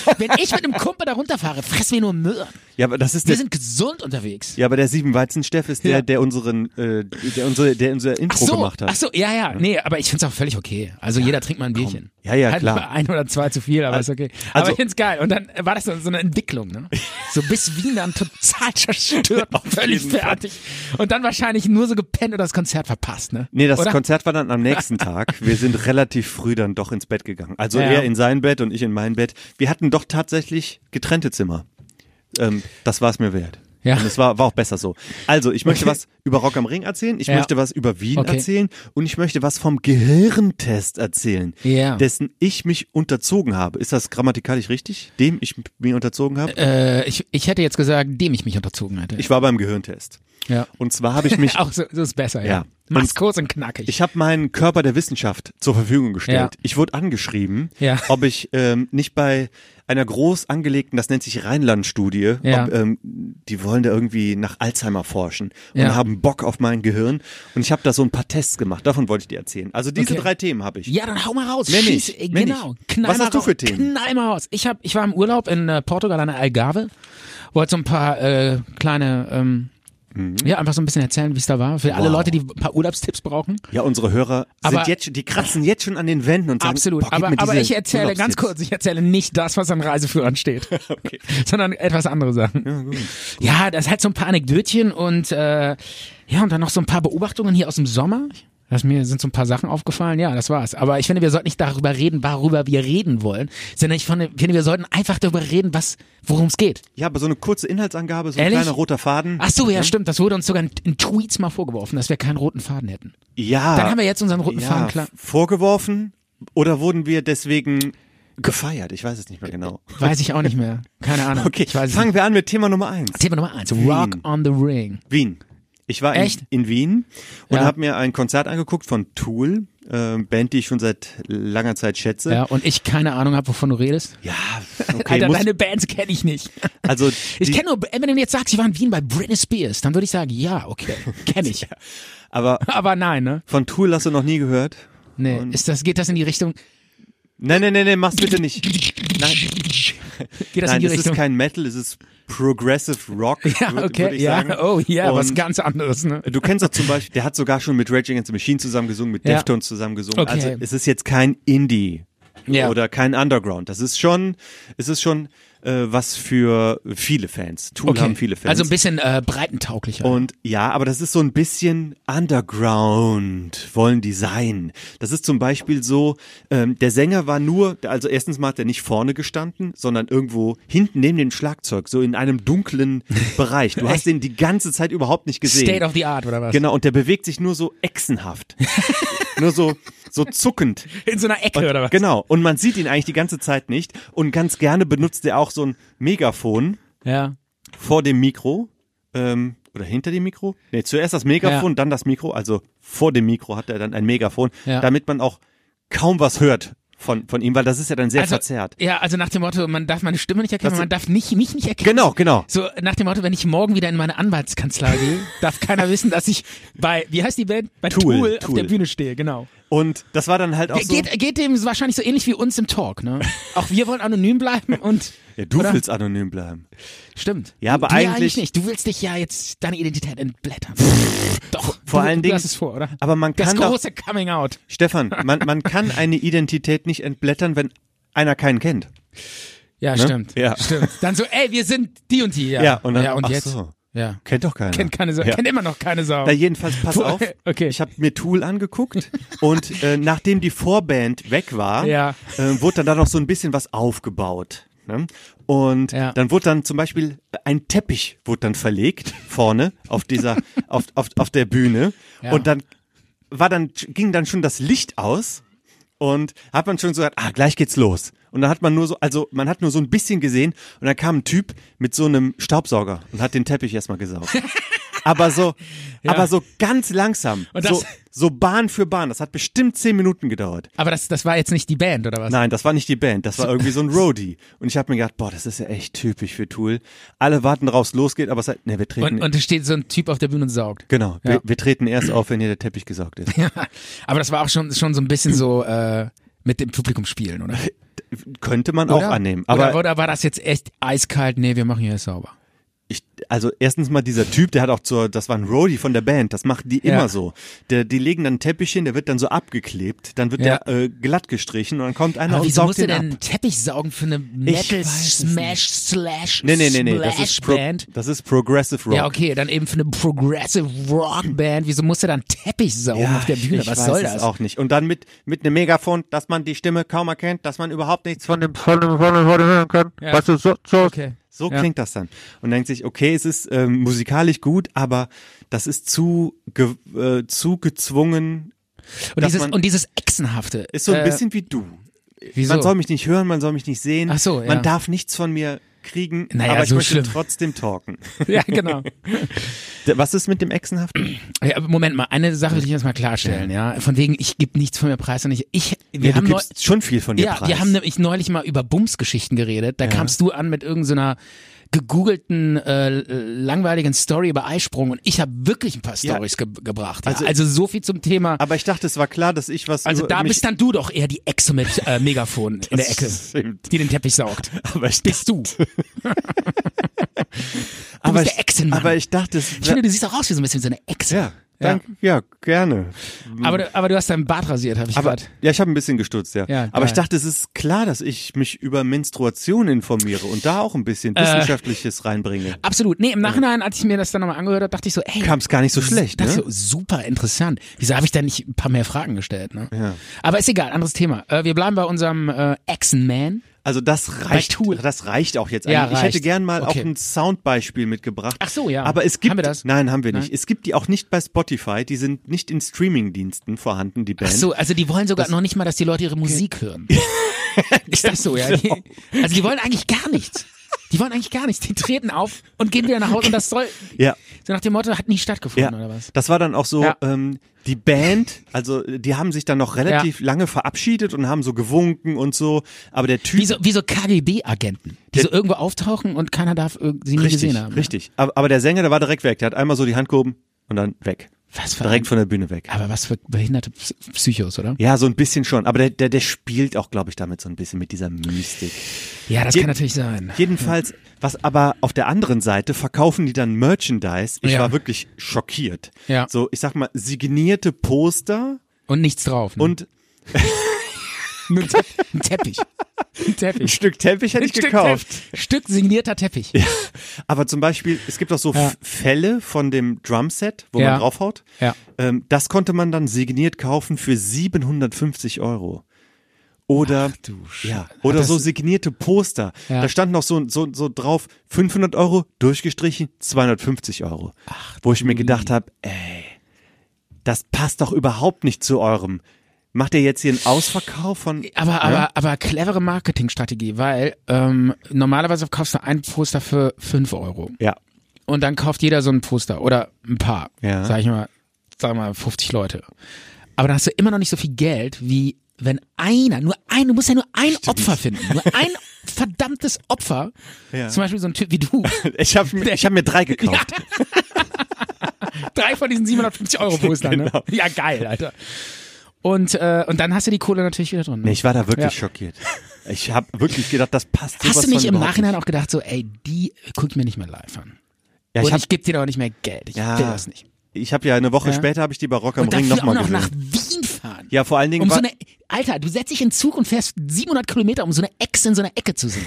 [SPEAKER 1] Alter? Wenn ich mit einem Kumpel da runterfahre, fressen wir nur Müll.
[SPEAKER 2] Ja, aber das ist
[SPEAKER 1] Wir
[SPEAKER 2] der,
[SPEAKER 1] sind gesund unterwegs.
[SPEAKER 2] ja, aber der sieben Weizensteff ist der,
[SPEAKER 1] Ja.
[SPEAKER 2] der unseren, äh, der unsere, der unser
[SPEAKER 1] Ach
[SPEAKER 2] Intro
[SPEAKER 1] so,
[SPEAKER 2] gemacht hat.
[SPEAKER 1] ach so, ja, ja, nee, aber ich find's auch völlig okay. Also jeder trinkt mal ein Bierchen.
[SPEAKER 2] Ja, ja,
[SPEAKER 1] halt
[SPEAKER 2] klar.
[SPEAKER 1] mal Ein oder zwei zu viel, aber
[SPEAKER 2] Also-
[SPEAKER 1] ist okay. Aber
[SPEAKER 2] also-
[SPEAKER 1] ich find's geil. Und dann war das so so eine Entwicklung, ne? So bis Wien dann total (laughs) zerstört, völlig
[SPEAKER 2] jeden Fall.
[SPEAKER 1] fertig. Und dann wahrscheinlich nur so gepennt oder das Konzert verpasst, ne?
[SPEAKER 2] Nee, das
[SPEAKER 1] oder?
[SPEAKER 2] Konzert war dann am nächsten Tag. Wir sind relativ früh dann doch ins Bett gegangen. Also
[SPEAKER 1] Ja.
[SPEAKER 2] er in sein Bett und ich in mein Bett. Wir hatten doch tatsächlich getrennte Zimmer. Ähm, das war es mir wert.
[SPEAKER 1] Ja.
[SPEAKER 2] Und es war, war auch besser so. Also, ich möchte
[SPEAKER 1] Okay.
[SPEAKER 2] was über Rock am Ring erzählen, ich
[SPEAKER 1] Ja.
[SPEAKER 2] möchte was über Wien
[SPEAKER 1] Okay.
[SPEAKER 2] erzählen und ich möchte was vom Gehirntest erzählen,
[SPEAKER 1] Ja.
[SPEAKER 2] dessen ich mich unterzogen habe. Ist das grammatikalisch richtig? Dem ich mir unterzogen habe?
[SPEAKER 1] Äh, ich, ich hätte jetzt gesagt, dem ich mich unterzogen hätte.
[SPEAKER 2] Ich war beim Gehirntest.
[SPEAKER 1] ja.
[SPEAKER 2] Und zwar habe ich mich
[SPEAKER 1] (laughs) Auch so, so ist besser, ja.
[SPEAKER 2] Ja.
[SPEAKER 1] Mach's
[SPEAKER 2] Und-
[SPEAKER 1] kurz und knackig.
[SPEAKER 2] Ich habe meinen Körper der Wissenschaft zur Verfügung gestellt.
[SPEAKER 1] Ja.
[SPEAKER 2] Ich wurde angeschrieben,
[SPEAKER 1] Ja.
[SPEAKER 2] ob ich ähm, nicht bei einer groß angelegten, das nennt sich Rheinland-Studie,
[SPEAKER 1] Ja.
[SPEAKER 2] ob, ähm, die wollen da irgendwie nach Alzheimer forschen und
[SPEAKER 1] Ja.
[SPEAKER 2] haben Bock auf mein Gehirn. Und ich habe da so ein paar Tests gemacht. Davon wollte ich dir erzählen. Also diese
[SPEAKER 1] Okay.
[SPEAKER 2] drei Themen habe ich.
[SPEAKER 1] Ja, dann hau mal raus.
[SPEAKER 2] Mehr
[SPEAKER 1] Schieß,
[SPEAKER 2] nicht,
[SPEAKER 1] äh,
[SPEAKER 2] mehr
[SPEAKER 1] genau.
[SPEAKER 2] nicht.
[SPEAKER 1] Knall
[SPEAKER 2] Was
[SPEAKER 1] mal
[SPEAKER 2] hast du
[SPEAKER 1] raus.
[SPEAKER 2] für Themen?
[SPEAKER 1] Knall mal raus. Ich, hab, ich war im Urlaub in äh, Portugal an der Algarve. Wollte so ein paar äh, kleine, ähm, ja, einfach so ein bisschen erzählen, wie es da war. Für alle
[SPEAKER 2] Mhm. Wow.
[SPEAKER 1] Leute, die ein paar Urlaubstipps brauchen.
[SPEAKER 2] Ja, unsere Hörer
[SPEAKER 1] Aber-
[SPEAKER 2] sind jetzt, schon- die kratzen jetzt schon an den Wänden und sagen,
[SPEAKER 1] Absolut.
[SPEAKER 2] boah, gib
[SPEAKER 1] aber
[SPEAKER 2] mir
[SPEAKER 1] aber
[SPEAKER 2] diese
[SPEAKER 1] ich erzähle ganz
[SPEAKER 2] Urlaubstipps.
[SPEAKER 1] kurz, ich erzähle nicht das, was am Reiseführern steht, sondern etwas andere Sachen. Ja, gut. ja, das hat so ein paar Anekdötchen und äh, ja, und dann noch so ein paar Beobachtungen hier aus dem Sommer. Das mir sind so ein paar Sachen aufgefallen, ja, das war's. Aber ich finde, wir sollten nicht darüber reden, worüber wir reden wollen, sondern ich finde, finde, wir sollten einfach darüber reden, was, worum es geht.
[SPEAKER 2] Ja, aber so eine kurze Inhaltsangabe, so ein
[SPEAKER 1] Ehrlich?
[SPEAKER 2] kleiner roter Faden.
[SPEAKER 1] Ach so, ja, stimmt, das wurde uns sogar in, in Tweets mal vorgeworfen, dass wir keinen roten Faden hätten.
[SPEAKER 2] Ja.
[SPEAKER 1] Dann haben wir jetzt unseren roten Faden klar.
[SPEAKER 2] Vorgeworfen oder wurden wir deswegen gefeiert? Ich weiß es nicht
[SPEAKER 1] (laughs)
[SPEAKER 2] mehr genau.
[SPEAKER 1] Weiß ich auch nicht mehr. Keine Ahnung.
[SPEAKER 2] Okay,
[SPEAKER 1] ich weiß es
[SPEAKER 2] fangen wir an mit Thema Nummer eins.
[SPEAKER 1] nicht. Thema Nummer eins. Rock on the Ring.
[SPEAKER 2] Wien. Ich war in,
[SPEAKER 1] Echt?
[SPEAKER 2] in Wien und
[SPEAKER 1] Ja.
[SPEAKER 2] habe mir ein Konzert angeguckt von Tool, äh, Band, die ich schon seit langer Zeit schätze.
[SPEAKER 1] Ja, und ich keine Ahnung habe, wovon du redest. (laughs)
[SPEAKER 2] Ja, okay.
[SPEAKER 1] Alter,
[SPEAKER 2] muss,
[SPEAKER 1] deine Bands kenne ich nicht.
[SPEAKER 2] also
[SPEAKER 1] (laughs) Ich
[SPEAKER 2] die-
[SPEAKER 1] kenne nur, wenn du jetzt sagst, ich war in Wien bei Britney Spears, dann würde ich sagen, ja, okay, kenne
[SPEAKER 2] (laughs)
[SPEAKER 1] ich.
[SPEAKER 2] aber
[SPEAKER 1] Aber nein, ne?
[SPEAKER 2] von Tool hast du noch nie gehört?
[SPEAKER 1] Nee, ist das, geht das in die Richtung,
[SPEAKER 2] Nein, nein, nein, nein, mach's bitte
[SPEAKER 1] (laughs)
[SPEAKER 2] nicht. Nein,
[SPEAKER 1] geht das
[SPEAKER 2] nein,
[SPEAKER 1] in die
[SPEAKER 2] es ist
[SPEAKER 1] Richtung?
[SPEAKER 2] kein Metal, es ist Progressive Rock,
[SPEAKER 1] (laughs) ja,
[SPEAKER 2] würd-
[SPEAKER 1] okay,
[SPEAKER 2] würd ich
[SPEAKER 1] ja,
[SPEAKER 2] sagen.
[SPEAKER 1] oh ja, was
[SPEAKER 2] Und-
[SPEAKER 1] ganz anderes, ne?
[SPEAKER 2] Du kennst doch zum Beispiel, der hat sogar schon mit Rage Against the Machine zusammengesungen, mit
[SPEAKER 1] Ja.
[SPEAKER 2] Deftones zusammengesungen.
[SPEAKER 1] Okay.
[SPEAKER 2] Also es ist jetzt kein Indie
[SPEAKER 1] Ja.
[SPEAKER 2] oder kein Underground. Das ist schon, es ist schon äh, was für viele Fans. Tool
[SPEAKER 1] Okay.
[SPEAKER 2] haben viele Fans.
[SPEAKER 1] Also ein bisschen äh, breitentauglicher.
[SPEAKER 2] und ja, aber das ist so ein bisschen Underground, wollen die sein. Das ist zum Beispiel so, ähm, der Sänger war nur, also erstens mal hat er nicht vorne gestanden, sondern irgendwo hinten neben dem Schlagzeug, so in
[SPEAKER 1] (laughs)
[SPEAKER 2] einem dunklen Bereich. Du hast den die ganze Zeit überhaupt nicht gesehen.
[SPEAKER 1] Also State of the Art, oder was? (laughs)
[SPEAKER 2] Genau, und der bewegt sich nur so echsenhaft. Nur so, so zuckend.
[SPEAKER 1] In so einer Ecke
[SPEAKER 2] Und,
[SPEAKER 1] (laughs) oder was?
[SPEAKER 2] Genau. Und man sieht ihn eigentlich die ganze Zeit nicht. Und ganz gerne benutzt er auch so ein Megafon
[SPEAKER 1] Ja.
[SPEAKER 2] vor dem Mikro. Ähm, oder hinter dem Mikro? Nee, zuerst das Megafon, dann das Mikro. Also vor dem Mikro hat er dann ein Megafon,
[SPEAKER 1] Ja.
[SPEAKER 2] damit man auch kaum was hört von, von ihm, weil das ist ja dann sehr
[SPEAKER 1] Also,
[SPEAKER 2] verzerrt.
[SPEAKER 1] Ja, also nach dem Motto, man darf meine Stimme nicht erkennen,
[SPEAKER 2] Das-
[SPEAKER 1] man darf nicht, mich nicht erkennen.
[SPEAKER 2] Genau, genau.
[SPEAKER 1] So nach dem Motto, wenn ich morgen wieder in meine Anwaltskanzlei gehe, darf keiner wissen, dass ich bei, wie heißt die Band? Bei
[SPEAKER 2] Tool,
[SPEAKER 1] auf
[SPEAKER 2] Tool.
[SPEAKER 1] der Bühne stehe, genau.
[SPEAKER 2] Und das war dann halt auch
[SPEAKER 1] Ge-
[SPEAKER 2] so.
[SPEAKER 1] geht, geht dem wahrscheinlich so ähnlich wie uns im Talk, ne? Auch wir wollen anonym bleiben und.
[SPEAKER 2] Ja, du
[SPEAKER 1] oder?
[SPEAKER 2] willst anonym bleiben.
[SPEAKER 1] Stimmt.
[SPEAKER 2] Ja, aber
[SPEAKER 1] du,
[SPEAKER 2] eigentlich-
[SPEAKER 1] Ja, eigentlich nicht. Du willst dich ja jetzt deine Identität entblättern. Doch.
[SPEAKER 2] vor
[SPEAKER 1] du,
[SPEAKER 2] allen
[SPEAKER 1] du
[SPEAKER 2] Dingen-
[SPEAKER 1] lass es vor, oder?
[SPEAKER 2] aber man
[SPEAKER 1] das
[SPEAKER 2] kann doch-
[SPEAKER 1] große Coming Out.
[SPEAKER 2] Stefan, man, man kann eine Identität nicht entblättern, wenn einer keinen kennt.
[SPEAKER 1] Ja, stimmt.
[SPEAKER 2] Ne? Ja.
[SPEAKER 1] Stimmt. Dann so, ey, wir sind die und die. Ja,
[SPEAKER 2] Ja, und dann-
[SPEAKER 1] ja, und
[SPEAKER 2] ach
[SPEAKER 1] jetzt.
[SPEAKER 2] so.
[SPEAKER 1] Ja.
[SPEAKER 2] Kennt doch keiner.
[SPEAKER 1] Kennt keine Sau.
[SPEAKER 2] Ja.
[SPEAKER 1] Kennt immer noch keine Sau.
[SPEAKER 2] Da jedenfalls,
[SPEAKER 1] (laughs)
[SPEAKER 2] pass
[SPEAKER 1] Puh,
[SPEAKER 2] auf,
[SPEAKER 1] okay.
[SPEAKER 2] ich habe mir Tool angeguckt und äh, nachdem die Vorband weg war,
[SPEAKER 1] Ja.
[SPEAKER 2] äh, wurde dann da noch so ein bisschen was aufgebaut. Ne? Und
[SPEAKER 1] Ja.
[SPEAKER 2] dann wurde dann zum Beispiel ein Teppich wurde dann verlegt vorne
[SPEAKER 1] (laughs)
[SPEAKER 2] auf dieser auf, auf, auf der Bühne
[SPEAKER 1] Ja.
[SPEAKER 2] und dann war dann ging dann schon das Licht aus und hat man schon so gesagt, ah gleich geht's los und dann hat man nur so also man hat nur so ein bisschen gesehen und dann kam ein Typ mit so einem Staubsauger und hat den Teppich
[SPEAKER 1] (laughs)
[SPEAKER 2] erstmal gesaugt. aber so aber so ganz langsam
[SPEAKER 1] Und das-
[SPEAKER 2] so so Bahn für Bahn, das hat bestimmt zehn Minuten gedauert.
[SPEAKER 1] Aber das, das war jetzt nicht die Band, oder was?
[SPEAKER 2] Nein, das war nicht die Band, das war irgendwie so ein Roadie. Und ich habe mir gedacht, boah, das ist ja echt typisch für Tool. Alle warten drauf, es losgeht, aber es hat, ne, wir treten.
[SPEAKER 1] Und, und es steht so ein Typ auf der Bühne und saugt.
[SPEAKER 2] genau,
[SPEAKER 1] Ja.
[SPEAKER 2] wir, wir treten erst auf, wenn hier der Teppich gesaugt ist.
[SPEAKER 1] (laughs) Aber das war auch schon, schon so ein bisschen so äh, mit dem Publikum spielen, oder?
[SPEAKER 2] Könnte man
[SPEAKER 1] Oder?
[SPEAKER 2] auch annehmen.
[SPEAKER 1] oder,
[SPEAKER 2] Aber
[SPEAKER 1] oder war das jetzt echt eiskalt? Nee, wir machen hier sauber.
[SPEAKER 2] ich, also erstens mal dieser Typ, der hat auch zur, das war ein Roadie von der Band, das machen die
[SPEAKER 1] Ja.
[SPEAKER 2] immer so. Der, die legen dann einen Teppich hin, der wird dann so abgeklebt, dann wird
[SPEAKER 1] Ja.
[SPEAKER 2] der äh, glatt gestrichen und dann kommt einer
[SPEAKER 1] Aber
[SPEAKER 2] und
[SPEAKER 1] wieso
[SPEAKER 2] saugt
[SPEAKER 1] musst du
[SPEAKER 2] den
[SPEAKER 1] denn
[SPEAKER 2] ab.
[SPEAKER 1] einen Teppich saugen für eine Metal
[SPEAKER 2] weiß es
[SPEAKER 1] Smash Slash
[SPEAKER 2] Nee, nee, nee, nee,
[SPEAKER 1] Splash
[SPEAKER 2] das ist, Pro,
[SPEAKER 1] Band?
[SPEAKER 2] das ist Progressive Rock.
[SPEAKER 1] Ja, okay, dann eben für eine Progressive Rock Band. Wieso musst du dann Teppich saugen auf der
[SPEAKER 2] ich-
[SPEAKER 1] Bühne?
[SPEAKER 2] Ich
[SPEAKER 1] Was
[SPEAKER 2] weiß
[SPEAKER 1] soll
[SPEAKER 2] es
[SPEAKER 1] das?
[SPEAKER 2] auch nicht. Und dann mit, mit einem Megafon, dass man die Stimme kaum erkennt, dass man überhaupt nichts von dem, von dem, von dem, von dem hören kann.
[SPEAKER 1] Ja.
[SPEAKER 2] Weißt du, so, so,
[SPEAKER 1] Okay.
[SPEAKER 2] so
[SPEAKER 1] Ja.
[SPEAKER 2] klingt das dann. Und denkt sich, okay, es ist ähm, musikalisch gut, aber das ist zu, ge, äh, zu gezwungen.
[SPEAKER 1] Und
[SPEAKER 2] dass
[SPEAKER 1] dieses,
[SPEAKER 2] man-
[SPEAKER 1] und dieses Echsenhafte.
[SPEAKER 2] Ist so ein
[SPEAKER 1] äh,
[SPEAKER 2] bisschen wie du.
[SPEAKER 1] Wieso?
[SPEAKER 2] Man soll mich nicht hören, man soll mich nicht sehen.
[SPEAKER 1] Ach so, ja.
[SPEAKER 2] Man darf nichts von mir kriegen,
[SPEAKER 1] Naja,
[SPEAKER 2] aber ich
[SPEAKER 1] so
[SPEAKER 2] möchte
[SPEAKER 1] schlimm. (laughs)
[SPEAKER 2] trotzdem talken.
[SPEAKER 1] (laughs) ja, genau.
[SPEAKER 2] D- Was ist mit dem Echsenhaften?
[SPEAKER 1] Ja, aber Moment mal, eine Sache will ich erstmal klarstellen, ja. Von wegen, ich gebe nichts von mir preis und ich, ich, wir
[SPEAKER 2] Ja, du
[SPEAKER 1] haben neu-
[SPEAKER 2] gibst schon viel von dir
[SPEAKER 1] ja,
[SPEAKER 2] preis.
[SPEAKER 1] wir haben ne- nämlich neulich mal über Bumsgeschichten geredet. Da kamst du an mit irgendeiner gegoogelten äh, langweiligen Story über Eisprung und ich habe wirklich ein paar
[SPEAKER 2] Ja.
[SPEAKER 1] Stories ge gebracht. Ja. Also,
[SPEAKER 2] Also-
[SPEAKER 1] so viel zum Thema.
[SPEAKER 2] aber ich dachte, es war klar, dass ich was
[SPEAKER 1] Also
[SPEAKER 2] über
[SPEAKER 1] da
[SPEAKER 2] mich
[SPEAKER 1] bist dann du doch eher die Echse mit äh,
[SPEAKER 2] (laughs)
[SPEAKER 1] Megafon in der Ecke,
[SPEAKER 2] stimmt.
[SPEAKER 1] die den Teppich saugt.
[SPEAKER 2] (laughs) Aber ich
[SPEAKER 1] Bist du? du
[SPEAKER 2] aber
[SPEAKER 1] bist der Echsenmann.
[SPEAKER 2] Aber ich dachte, es
[SPEAKER 1] Ich
[SPEAKER 2] wär,
[SPEAKER 1] finde, du siehst auch aus wie so ein bisschen so eine Echse.
[SPEAKER 2] ja, danke, ja. gerne.
[SPEAKER 1] Aber, du- aber du hast deinen Bart rasiert, habe ich
[SPEAKER 2] Hm. Aber
[SPEAKER 1] gehört.
[SPEAKER 2] ja, ich habe ein bisschen gestutzt, ja.
[SPEAKER 1] Ja,
[SPEAKER 2] aber ich
[SPEAKER 1] geil.
[SPEAKER 2] dachte, es ist klar, dass ich mich über Menstruation informiere und da auch ein bisschen
[SPEAKER 1] Äh.
[SPEAKER 2] wissenschaftliches reinbringe.
[SPEAKER 1] Absolut. Nee, im Nachhinein, als ich mir das dann nochmal angehört habe, dachte ich so, ey,
[SPEAKER 2] Äh. Kam es gar nicht so schlecht,
[SPEAKER 1] Das
[SPEAKER 2] ne?
[SPEAKER 1] ist super interessant. Wieso habe ich da nicht ein paar mehr Fragen gestellt? Ne? Aber ist egal, anderes Thema. Äh, wir bleiben bei unserem äh, Echsenman.
[SPEAKER 2] Also das reicht,
[SPEAKER 1] Tool.
[SPEAKER 2] das reicht auch jetzt.
[SPEAKER 1] Ja,
[SPEAKER 2] eigentlich. ich hätte
[SPEAKER 1] reicht.
[SPEAKER 2] gern mal
[SPEAKER 1] Okay.
[SPEAKER 2] auch ein Soundbeispiel mitgebracht.
[SPEAKER 1] Ach so, ja.
[SPEAKER 2] Aber es gibt
[SPEAKER 1] Haben wir das?
[SPEAKER 2] Nein, haben wir nicht. Es gibt die auch nicht bei Spotify. Die sind nicht in Streamingdiensten vorhanden. Die Band.
[SPEAKER 1] Ach so, also die wollen sogar noch nicht mal, dass die Leute ihre Musik
[SPEAKER 2] (laughs)
[SPEAKER 1] hören. ist das so, ja?
[SPEAKER 2] Genau.
[SPEAKER 1] Die, also die wollen eigentlich gar nichts. Die wollen eigentlich gar nichts. Die treten auf und gehen wieder nach Hause und das soll.
[SPEAKER 2] Ja.
[SPEAKER 1] So nach dem Motto, hat nicht stattgefunden oder was?
[SPEAKER 2] Das war dann auch so,
[SPEAKER 1] Ja.
[SPEAKER 2] ähm, die Band, also die haben sich dann noch relativ lange verabschiedet und haben so gewunken und so, aber der Typ.
[SPEAKER 1] Wie so, wie so KGB-Agenten, die so irgendwo auftauchen und keiner darf irg- sie nie
[SPEAKER 2] richtig,
[SPEAKER 1] gesehen haben.
[SPEAKER 2] richtig. Aber, aber der Sänger, der war direkt weg. Der hat einmal so die Hand gehoben und dann weg.
[SPEAKER 1] Was für
[SPEAKER 2] Direkt
[SPEAKER 1] ein-
[SPEAKER 2] von der Bühne weg.
[SPEAKER 1] Aber was für behinderte Psy- Psychos, oder?
[SPEAKER 2] Ja, so ein bisschen schon. Aber der, der, der spielt auch, glaube ich, damit so ein bisschen mit dieser Mystik.
[SPEAKER 1] Ja, das
[SPEAKER 2] Je-
[SPEAKER 1] kann natürlich sein.
[SPEAKER 2] Jedenfalls, was aber auf der anderen Seite verkaufen die dann Merchandise. Ich
[SPEAKER 1] Ja.
[SPEAKER 2] war wirklich schockiert.
[SPEAKER 1] Ja.
[SPEAKER 2] So, ich sag mal, signierte Poster
[SPEAKER 1] Und nichts drauf. Ne?
[SPEAKER 2] und
[SPEAKER 1] Nur ein, Te (laughs) ein Teppich. Ein
[SPEAKER 2] ein (laughs)
[SPEAKER 1] Teppich.
[SPEAKER 2] Stück Teppich hätte ich gekauft.
[SPEAKER 1] Tepp- Stück signierter Teppich. Ja.
[SPEAKER 2] Aber zum Beispiel, es gibt auch so
[SPEAKER 1] Ja.
[SPEAKER 2] F- Fälle von dem Drumset, wo
[SPEAKER 1] Ja.
[SPEAKER 2] man draufhaut.
[SPEAKER 1] Ja.
[SPEAKER 2] Ähm, das konnte man dann signiert kaufen für 750 Euro. Oder, ja, oder
[SPEAKER 1] Das-
[SPEAKER 2] so signierte Poster.
[SPEAKER 1] Ja.
[SPEAKER 2] Da stand noch so, so, so drauf 500 Euro, durchgestrichen 250 Euro. Ach, wo ich mir gedacht habe, ey, das passt doch überhaupt nicht zu eurem. Macht ihr jetzt hier einen Ausverkauf von.
[SPEAKER 1] Aber, aber,
[SPEAKER 2] Ja?
[SPEAKER 1] aber clevere Marketingstrategie, weil ähm, normalerweise kaufst du ein Poster für 5 Euro
[SPEAKER 2] Ja.
[SPEAKER 1] und dann kauft jeder so ein Poster oder ein paar,
[SPEAKER 2] Ja.
[SPEAKER 1] sag ich mal, sag mal 50 Leute. Aber da hast du immer noch nicht so viel Geld, wie wenn einer, nur ein, du musst ja nur ein Opfer finden, nur ein verdammtes Opfer,
[SPEAKER 2] Ja.
[SPEAKER 1] zum Beispiel so ein Typ wie
[SPEAKER 2] (laughs)
[SPEAKER 1] du,
[SPEAKER 2] Ich habe ich hab mir drei gekauft.
[SPEAKER 1] drei von diesen 750 Euro Postern,
[SPEAKER 2] Genau.
[SPEAKER 1] ne? ja geil, Alter. Und, äh, und dann hast du die Kohle natürlich wieder drin. ne?
[SPEAKER 2] Nee, ich war da wirklich
[SPEAKER 1] Ja.
[SPEAKER 2] schockiert. Ich habe wirklich gedacht, das passt
[SPEAKER 1] Hast
[SPEAKER 2] sowas
[SPEAKER 1] du nicht
[SPEAKER 2] von
[SPEAKER 1] im
[SPEAKER 2] überhaupt
[SPEAKER 1] Nachhinein auch gedacht, so, ey, die guck ich mir nicht mehr live an.
[SPEAKER 2] Ja, ich
[SPEAKER 1] und
[SPEAKER 2] habe
[SPEAKER 1] ich geb dir doch nicht mehr Geld. Ich
[SPEAKER 2] Ja.
[SPEAKER 1] will das nicht.
[SPEAKER 2] ich hab ja eine Woche
[SPEAKER 1] Ja.
[SPEAKER 2] später habe ich die Barock am
[SPEAKER 1] Und
[SPEAKER 2] Ring
[SPEAKER 1] dafür auch
[SPEAKER 2] nochmal
[SPEAKER 1] noch
[SPEAKER 2] gesehen.
[SPEAKER 1] nach Wien fahren.
[SPEAKER 2] ja, vor allen Dingen
[SPEAKER 1] Um so
[SPEAKER 2] war,
[SPEAKER 1] eine, Alter, du setzt dich in den Zug und fährst 700 Kilometer, um so eine Echse in so einer Ecke zu
[SPEAKER 2] (laughs)
[SPEAKER 1] sehen.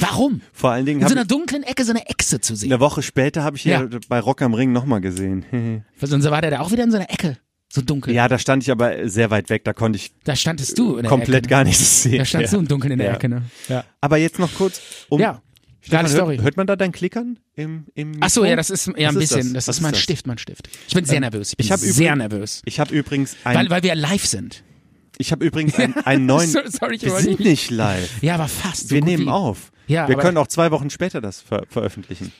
[SPEAKER 1] Warum?
[SPEAKER 2] vor allen Dingen
[SPEAKER 1] In um so
[SPEAKER 2] habe
[SPEAKER 1] einer dunklen Ecke so eine Echse zu sehen.
[SPEAKER 2] Eine Woche später habe ich hier
[SPEAKER 1] Ja.
[SPEAKER 2] bei Rock am Ring nochmal gesehen.
[SPEAKER 1] Sonst war der da auch wieder in so einer Ecke. So dunkel.
[SPEAKER 2] Ja, da stand ich aber sehr weit weg, da konnte ich
[SPEAKER 1] Da standest du in der Ecke.
[SPEAKER 2] komplett
[SPEAKER 1] ne?
[SPEAKER 2] gar nichts sehen.
[SPEAKER 1] Da standst
[SPEAKER 2] ja.
[SPEAKER 1] du im Dunkeln in der
[SPEAKER 2] Ja.
[SPEAKER 1] Ecke, ne? Ja.
[SPEAKER 2] Aber jetzt noch kurz, um
[SPEAKER 1] Ja.
[SPEAKER 2] Stefan,
[SPEAKER 1] Geile Story.
[SPEAKER 2] Hört, hört man da dein Klickern im, im
[SPEAKER 1] Ach so,
[SPEAKER 2] Mikro?
[SPEAKER 1] ja, das ist ja
[SPEAKER 2] Was
[SPEAKER 1] ein bisschen.
[SPEAKER 2] das?
[SPEAKER 1] Das,
[SPEAKER 2] Was
[SPEAKER 1] ist mein
[SPEAKER 2] das? Ähm,
[SPEAKER 1] Stift, mein Stift. Ich bin sehr nervös. Ich bin
[SPEAKER 2] ich hab
[SPEAKER 1] sehr
[SPEAKER 2] übrigens-
[SPEAKER 1] nervös.
[SPEAKER 2] Ich habe übrigens
[SPEAKER 1] Weil,
[SPEAKER 2] ein,
[SPEAKER 1] weil wir live sind.
[SPEAKER 2] ich habe übrigens ein,
[SPEAKER 1] (laughs)
[SPEAKER 2] einen neuen
[SPEAKER 1] So- sorry, ich
[SPEAKER 2] Wir
[SPEAKER 1] wollte
[SPEAKER 2] sind nicht live.
[SPEAKER 1] Ja, aber fast. So
[SPEAKER 2] wir
[SPEAKER 1] gut
[SPEAKER 2] nehmen
[SPEAKER 1] wie.
[SPEAKER 2] auf.
[SPEAKER 1] Ja,
[SPEAKER 2] wir
[SPEAKER 1] aber-
[SPEAKER 2] können auch zwei Wochen später das ver veröffentlichen.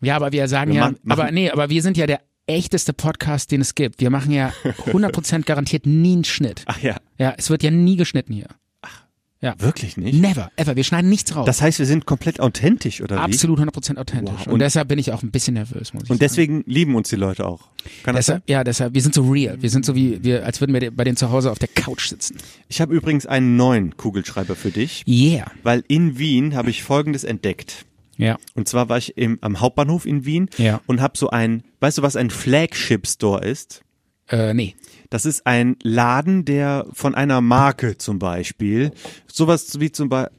[SPEAKER 1] Ja, aber wir sagen
[SPEAKER 2] Wir
[SPEAKER 1] ja,
[SPEAKER 2] machen- machen-
[SPEAKER 1] aber nee, aber wir sind ja der echteste Podcast, den es gibt. Wir machen
[SPEAKER 2] (laughs)
[SPEAKER 1] ja 100% garantiert nie einen Schnitt.
[SPEAKER 2] Ach ja,
[SPEAKER 1] Ja, es wird ja nie geschnitten hier.
[SPEAKER 2] wirklich nicht?
[SPEAKER 1] Never, ever. Wir schneiden nichts raus.
[SPEAKER 2] Das heißt, wir sind komplett authentisch, oder wie?
[SPEAKER 1] Absolut 100% authentisch.
[SPEAKER 2] Wow.
[SPEAKER 1] Und,
[SPEAKER 2] Und-
[SPEAKER 1] deshalb bin ich auch ein bisschen nervös, muss ich
[SPEAKER 2] Und
[SPEAKER 1] sagen.
[SPEAKER 2] deswegen lieben uns die Leute auch. Kann das sein?
[SPEAKER 1] Deshalb, ja, deshalb, wir sind so real. Wir sind so wie, wir, als würden wir bei denen zu Hause auf der Couch sitzen.
[SPEAKER 2] Ich habe übrigens einen neuen Kugelschreiber für dich,
[SPEAKER 1] Yeah.
[SPEAKER 2] weil in Wien habe ich Folgendes entdeckt.
[SPEAKER 1] Ja.
[SPEAKER 2] Und zwar war ich im, am Hauptbahnhof in Wien
[SPEAKER 1] Ja.
[SPEAKER 2] und habe so ein, weißt du, was ein Flagship Store ist?
[SPEAKER 1] Äh, nee.
[SPEAKER 2] Das ist ein Laden, der von einer Marke zum Beispiel, sowas wie zum Beispiel,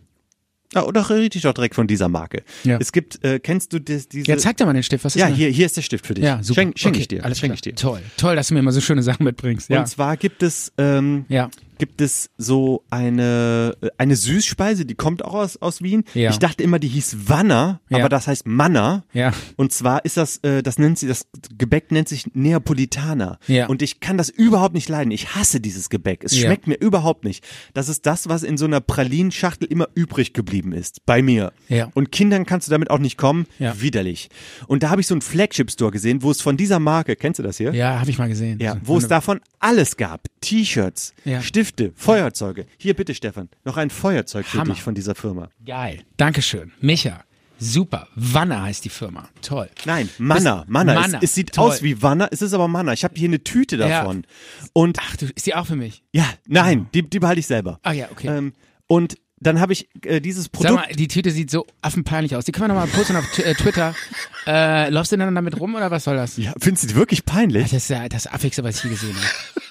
[SPEAKER 2] ja, oder rede ich doch direkt von dieser Marke.
[SPEAKER 1] Ja.
[SPEAKER 2] Es gibt, äh, kennst du das, diese,
[SPEAKER 1] Ja, zeig dir mal den Stift. Was ist
[SPEAKER 2] ja
[SPEAKER 1] denn-
[SPEAKER 2] hier, hier ist der Stift für dich.
[SPEAKER 1] Ja, super.
[SPEAKER 2] Schenk, schenk
[SPEAKER 1] okay,
[SPEAKER 2] ich dir.
[SPEAKER 1] Alles
[SPEAKER 2] schenk
[SPEAKER 1] klar.
[SPEAKER 2] ich dir.
[SPEAKER 1] Toll. Toll, dass du mir immer so schöne Sachen mitbringst. Ja.
[SPEAKER 2] Und zwar gibt es, ähm,
[SPEAKER 1] ja.
[SPEAKER 2] gibt es so eine, eine Süßspeise, die kommt auch aus, aus Wien.
[SPEAKER 1] Ja.
[SPEAKER 2] Ich dachte immer, die hieß Wanner,
[SPEAKER 1] Ja.
[SPEAKER 2] aber das heißt Manna.
[SPEAKER 1] Ja.
[SPEAKER 2] Und zwar ist das, äh, das nennt sie, das Gebäck nennt sich Neapolitaner.
[SPEAKER 1] Ja.
[SPEAKER 2] Und ich kann das überhaupt nicht leiden. Ich hasse dieses Gebäck. Es
[SPEAKER 1] Ja.
[SPEAKER 2] schmeckt mir überhaupt nicht. Das ist das, was in so einer Pralinschachtel immer übrig geblieben ist. Bei mir.
[SPEAKER 1] Ja.
[SPEAKER 2] Und Kindern kannst du damit auch nicht kommen.
[SPEAKER 1] Ja.
[SPEAKER 2] Widerlich. Und da habe ich so einen Flagship-Store gesehen, wo es von dieser Marke, kennst du das hier?
[SPEAKER 1] Ja, habe ich mal gesehen.
[SPEAKER 2] Ja,
[SPEAKER 1] So,
[SPEAKER 2] wo es davon alles gab. T-Shirts,
[SPEAKER 1] Ja.
[SPEAKER 2] Stifte, Feuerzeuge. Hier bitte, Stefan, noch ein Feuerzeug für
[SPEAKER 1] Hammer.
[SPEAKER 2] dich von dieser Firma.
[SPEAKER 1] Geil. Dankeschön. Micha. Super. Wanne heißt die Firma. Toll.
[SPEAKER 2] Nein, Manna, Manna.
[SPEAKER 1] Manna,
[SPEAKER 2] Es, es sieht
[SPEAKER 1] toll.
[SPEAKER 2] aus wie Wanna, es ist aber Manna. Ich habe hier eine Tüte
[SPEAKER 1] Ja.
[SPEAKER 2] davon. Und
[SPEAKER 1] Ach, du, ist die auch für mich?
[SPEAKER 2] ja, nein, die, die behalte ich selber.
[SPEAKER 1] Ah ja, okay.
[SPEAKER 2] Ähm, und dann habe ich äh, dieses
[SPEAKER 1] Sag
[SPEAKER 2] Produkt.
[SPEAKER 1] mal, die Tüte sieht so affenpeinlich aus. Die können wir nochmal posten auf Tw- äh,
[SPEAKER 2] (laughs)
[SPEAKER 1] Twitter. Äh, läufst du denn damit rum oder was soll das?
[SPEAKER 2] ja, findest du die wirklich peinlich?
[SPEAKER 1] Das ist ja das Affigste, was ich je gesehen habe.
[SPEAKER 2] (laughs)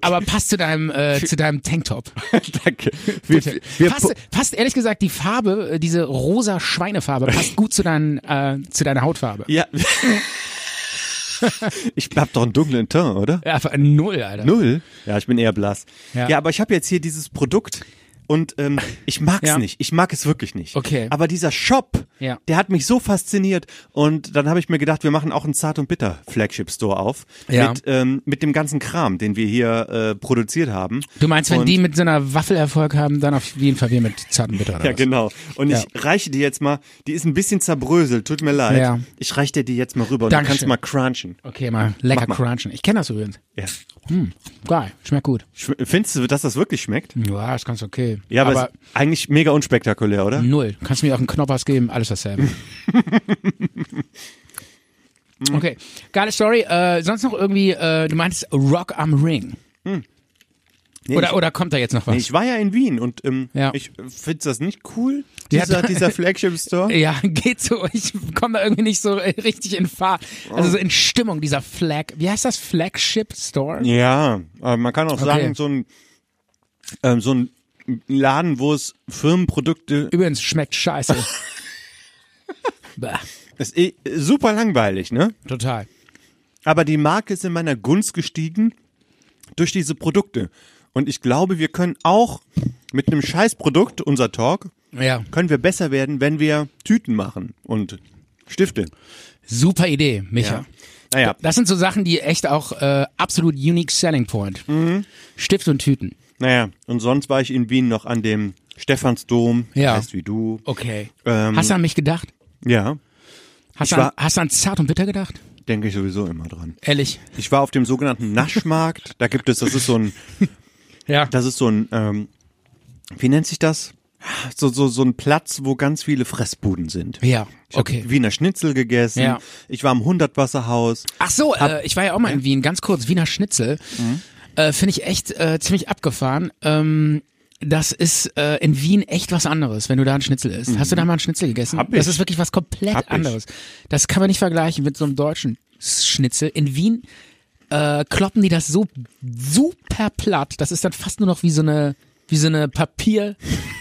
[SPEAKER 1] Aber passt zu deinem, äh, zu deinem Tanktop.
[SPEAKER 2] Danke. Wir, wir, wir,
[SPEAKER 1] passt, passt ehrlich gesagt die Farbe, äh, diese rosa Schweinefarbe, passt gut zu, deinen, äh, zu deiner Hautfarbe.
[SPEAKER 2] ja. (laughs) ich hab doch einen dunklen Ton, oder?
[SPEAKER 1] Ja, aber null, Alter.
[SPEAKER 2] Null? Ja, ich bin eher blass. Ja,
[SPEAKER 1] Ja.
[SPEAKER 2] aber ich habe jetzt hier dieses Produkt und ähm, ich mag es
[SPEAKER 1] Ja.
[SPEAKER 2] nicht. Ich mag es wirklich nicht.
[SPEAKER 1] Okay.
[SPEAKER 2] Aber dieser Shop,
[SPEAKER 1] Ja.
[SPEAKER 2] der hat mich so fasziniert und dann habe ich mir gedacht, wir machen auch einen Zart und Bitter Flagship Store auf
[SPEAKER 1] Ja.
[SPEAKER 2] mit ähm, mit dem ganzen Kram, den wir hier äh, produziert haben.
[SPEAKER 1] Du meinst, wenn
[SPEAKER 2] und,
[SPEAKER 1] die mit so einer Waffel Erfolg haben, dann auf jeden Fall wir mit zarten Bitter. oder
[SPEAKER 2] ja,
[SPEAKER 1] was?
[SPEAKER 2] genau. Und
[SPEAKER 1] Ja.
[SPEAKER 2] ich reiche dir jetzt mal, die ist ein bisschen zerbröselt, tut mir leid.
[SPEAKER 1] Ja.
[SPEAKER 2] Ich reiche dir die jetzt mal rüber und du kannst
[SPEAKER 1] Dankeschön.
[SPEAKER 2] mal crunchen.
[SPEAKER 1] Okay, mal lecker
[SPEAKER 2] mal.
[SPEAKER 1] crunchen. Ich kenne das übrigens.
[SPEAKER 2] Ja.
[SPEAKER 1] Geil, schmeckt gut.
[SPEAKER 2] Schme- Findest du, dass das wirklich schmeckt?
[SPEAKER 1] Ja, ist ganz okay.
[SPEAKER 2] Ja, aber,
[SPEAKER 1] aber
[SPEAKER 2] ist eigentlich mega unspektakulär, oder?
[SPEAKER 1] null. Kannst mir auch einen Knoppers geben, alles
[SPEAKER 2] (laughs)
[SPEAKER 1] dasselbe. okay, geile Story. Äh, sonst noch irgendwie, äh, du meinst Rock am Ring.
[SPEAKER 2] Nee,
[SPEAKER 1] Oder,
[SPEAKER 2] ich-
[SPEAKER 1] oder kommt da jetzt noch was?
[SPEAKER 2] Nee, ich war ja in Wien und ähm,
[SPEAKER 1] Ja.
[SPEAKER 2] ich finde das nicht cool,
[SPEAKER 1] Ja,
[SPEAKER 2] dieser,
[SPEAKER 1] da- (laughs)
[SPEAKER 2] dieser Flagship-Store.
[SPEAKER 1] ja, geht so. Ich komme da irgendwie nicht so richtig in Fahrt. Also so in Stimmung, dieser Flag. Wie heißt das? Flagship Store?
[SPEAKER 2] Ja, aber man kann auch sagen, so ein, ähm, so ein Laden, wo es Firmenprodukte,
[SPEAKER 1] Übrigens, schmeckt scheiße.
[SPEAKER 2] (laughs)
[SPEAKER 1] Bäh,
[SPEAKER 2] ist eh super langweilig, ne?
[SPEAKER 1] total.
[SPEAKER 2] Aber die Marke ist in meiner Gunst gestiegen durch diese Produkte. Und ich glaube, wir können auch mit einem Scheißprodukt, unser Talk,
[SPEAKER 1] Ja.
[SPEAKER 2] können wir besser werden, wenn wir Tüten machen und Stifte.
[SPEAKER 1] Super Idee, Micha.
[SPEAKER 2] Naja,
[SPEAKER 1] Das sind so Sachen, die echt auch äh, absolut unique selling point.
[SPEAKER 2] Mhm.
[SPEAKER 1] Stift und Tüten.
[SPEAKER 2] naja. Und sonst war ich in Wien noch an dem Stephansdom,
[SPEAKER 1] Ja.
[SPEAKER 2] heißt wie du.
[SPEAKER 1] Okay.
[SPEAKER 2] Ähm,
[SPEAKER 1] hast du an mich gedacht?
[SPEAKER 2] Ja,
[SPEAKER 1] Hast,
[SPEAKER 2] Ich
[SPEAKER 1] du an,
[SPEAKER 2] war-
[SPEAKER 1] hast du an zart und bitter gedacht?
[SPEAKER 2] denke ich sowieso immer dran.
[SPEAKER 1] Ehrlich.
[SPEAKER 2] Ich war auf dem sogenannten Naschmarkt. Da gibt es, das ist so ein,
[SPEAKER 1] Ja.
[SPEAKER 2] das ist so ein, ähm, wie nennt sich das? So, so, so ein Platz, wo ganz viele Fressbuden sind.
[SPEAKER 1] Ja,
[SPEAKER 2] Ich hab
[SPEAKER 1] okay.
[SPEAKER 2] Wiener Schnitzel gegessen.
[SPEAKER 1] Ja.
[SPEAKER 2] Ich war im Hundertwasserhaus.
[SPEAKER 1] Ach so, äh, ich war ja auch mal in Wien, ganz kurz, Wiener Schnitzel.
[SPEAKER 2] Mhm.
[SPEAKER 1] Äh, Finde ich echt äh, ziemlich abgefahren. Ähm, das ist äh, in Wien echt was anderes, wenn du da einen Schnitzel isst. Hast du da mal einen Schnitzel gegessen?
[SPEAKER 2] Mhm. Hab ich.
[SPEAKER 1] Das ist wirklich was komplett
[SPEAKER 2] Hab ich.
[SPEAKER 1] anderes. Das kann man nicht vergleichen mit so einem deutschen Schnitzel. In Wien äh, kloppen die das so super platt. Das ist dann fast nur noch wie so eine, wie so eine Papier,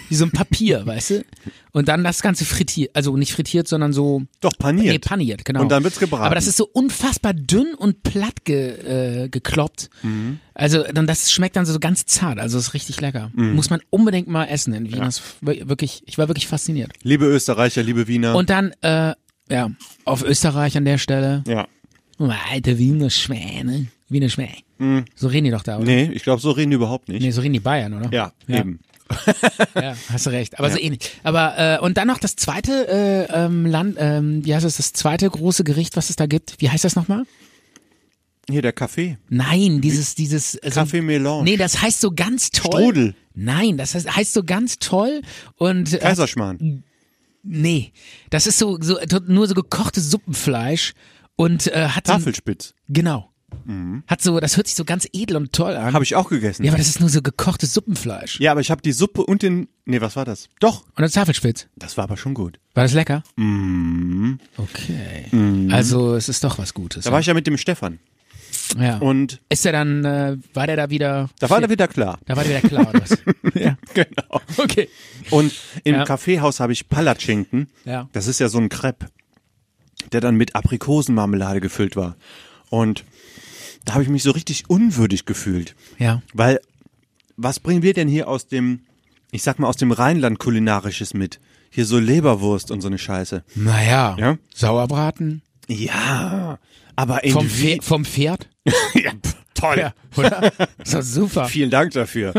[SPEAKER 1] wie so ein Papier, (laughs) weißt du? Und dann das Ganze frittiert, also nicht frittiert, sondern so
[SPEAKER 2] Doch, paniert.
[SPEAKER 1] Nee, paniert, genau.
[SPEAKER 2] Und dann wird's gebraten.
[SPEAKER 1] Aber das ist so unfassbar dünn und platt ge, äh, gekloppt.
[SPEAKER 2] Mhm.
[SPEAKER 1] Also dann das schmeckt dann so ganz zart, also ist richtig lecker.
[SPEAKER 2] Mhm.
[SPEAKER 1] Muss man unbedingt mal essen in Wien. Das ist wirklich, ich war wirklich fasziniert.
[SPEAKER 2] Liebe Österreicher, liebe Wiener.
[SPEAKER 1] Und dann äh, ja, auf Österreich an der Stelle.
[SPEAKER 2] ja.
[SPEAKER 1] Oh, Alter, Wiener Schwäne, Wiener Schwäne. So reden die doch da, oder?
[SPEAKER 2] Mhm. Nee, ich glaube, so reden die überhaupt nicht.
[SPEAKER 1] Nee, so reden die Bayern, oder?
[SPEAKER 2] Ja, eben.
[SPEAKER 1] Ja, hast du recht. Aber so ähnlich. Aber äh, und dann noch das zweite äh, ähm, Land, ähm, wie heißt das, das zweite große Gericht, was es da gibt. Wie heißt das nochmal?
[SPEAKER 2] Hier der Kaffee.
[SPEAKER 1] Nein, dieses, dieses. äh, so-
[SPEAKER 2] Kaffee Melange.
[SPEAKER 1] Nee, das heißt so ganz toll.
[SPEAKER 2] Strudel.
[SPEAKER 1] Nein, das heißt, heißt so ganz toll und. äh,
[SPEAKER 2] Kaiserschmarrn.
[SPEAKER 1] Nee, das ist so, so to- nur so gekochtes Suppenfleisch und äh, hat. so-
[SPEAKER 2] Tafelspitz.
[SPEAKER 1] Genau.
[SPEAKER 2] Mhm.
[SPEAKER 1] Hat so, das hört sich so ganz edel und toll an.
[SPEAKER 2] Habe ich auch gegessen.
[SPEAKER 1] ja, aber das ist nur so gekochtes Suppenfleisch.
[SPEAKER 2] Ja, aber ich habe die Suppe und den. Nee, was war das? Doch.
[SPEAKER 1] Und das Tafelspitz.
[SPEAKER 2] Das war aber schon gut.
[SPEAKER 1] War das lecker? Mm. Okay. Also es ist doch was Gutes.
[SPEAKER 2] Mhm. Da war ich ja mit dem Stefan.
[SPEAKER 1] ja.
[SPEAKER 2] Und
[SPEAKER 1] ist er dann, äh, war der da wieder?
[SPEAKER 2] da war er
[SPEAKER 1] (laughs)
[SPEAKER 2] wieder klar.
[SPEAKER 1] Da war der wieder klar, oder
[SPEAKER 2] (laughs)
[SPEAKER 1] was?
[SPEAKER 2] Ja, genau.
[SPEAKER 1] Okay.
[SPEAKER 2] Und im
[SPEAKER 1] Ja.
[SPEAKER 2] Kaffeehaus habe ich Palatschinken.
[SPEAKER 1] Ja.
[SPEAKER 2] Das ist ja so ein Crepe, der dann mit Aprikosenmarmelade gefüllt war. Und da habe ich mich so richtig unwürdig gefühlt.
[SPEAKER 1] Ja.
[SPEAKER 2] Weil, was bringen wir denn hier aus dem, ich sag mal, aus dem Rheinland kulinarisches mit? Hier so Leberwurst und so eine Scheiße.
[SPEAKER 1] Naja,
[SPEAKER 2] Ja?
[SPEAKER 1] Sauerbraten
[SPEAKER 2] Ja, aber in
[SPEAKER 1] vom,
[SPEAKER 2] Wien-
[SPEAKER 1] Pfer vom Pferd.
[SPEAKER 2] ja, pf, toll.
[SPEAKER 1] Ja, oder? Ist doch super.
[SPEAKER 2] Vielen
[SPEAKER 1] (laughs)
[SPEAKER 2] Dank dafür.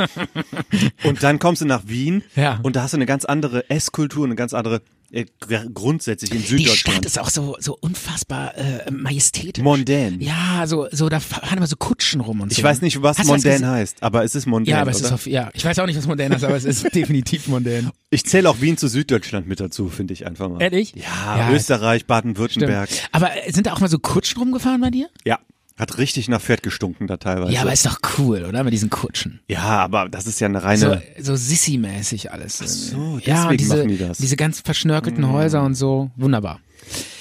[SPEAKER 2] und dann kommst du nach Wien
[SPEAKER 1] Ja.
[SPEAKER 2] und da hast du eine ganz andere Esskultur, eine ganz andere äh, gr- grundsätzlich in
[SPEAKER 1] Die
[SPEAKER 2] Süddeutschland.
[SPEAKER 1] Stadt ist auch so, so unfassbar äh, majestätisch.
[SPEAKER 2] Mondän.
[SPEAKER 1] Ja, so, so da fahren immer so Kutschen rum und so.
[SPEAKER 2] Ich weiß nicht, was
[SPEAKER 1] Hast du das
[SPEAKER 2] mondän
[SPEAKER 1] gesehen?
[SPEAKER 2] heißt, aber es ist mondän.
[SPEAKER 1] Ja, aber es
[SPEAKER 2] oder?
[SPEAKER 1] ist auf, ja, ich weiß auch nicht, was modern ist, aber es
[SPEAKER 2] (laughs)
[SPEAKER 1] ist definitiv modern.
[SPEAKER 2] ich zähle auch Wien zu Süddeutschland mit dazu, finde ich einfach mal.
[SPEAKER 1] Ehrlich?
[SPEAKER 2] Ja,
[SPEAKER 1] Ja,
[SPEAKER 2] Österreich,
[SPEAKER 1] Stimmt.
[SPEAKER 2] Baden-Württemberg.
[SPEAKER 1] Aber sind da auch mal so Kutschen rumgefahren bei dir?
[SPEAKER 2] Ja, hat richtig nach Pferd gestunken da teilweise.
[SPEAKER 1] ja, aber ist doch cool, oder? Mit diesen Kutschen.
[SPEAKER 2] ja, aber das ist ja eine reine.
[SPEAKER 1] So, so Sissi-mäßig alles. Ach
[SPEAKER 2] so,
[SPEAKER 1] ja,
[SPEAKER 2] deswegen
[SPEAKER 1] und diese,
[SPEAKER 2] machen die das. Mm.
[SPEAKER 1] diese ganz verschnörkelten Häuser und so. Wunderbar.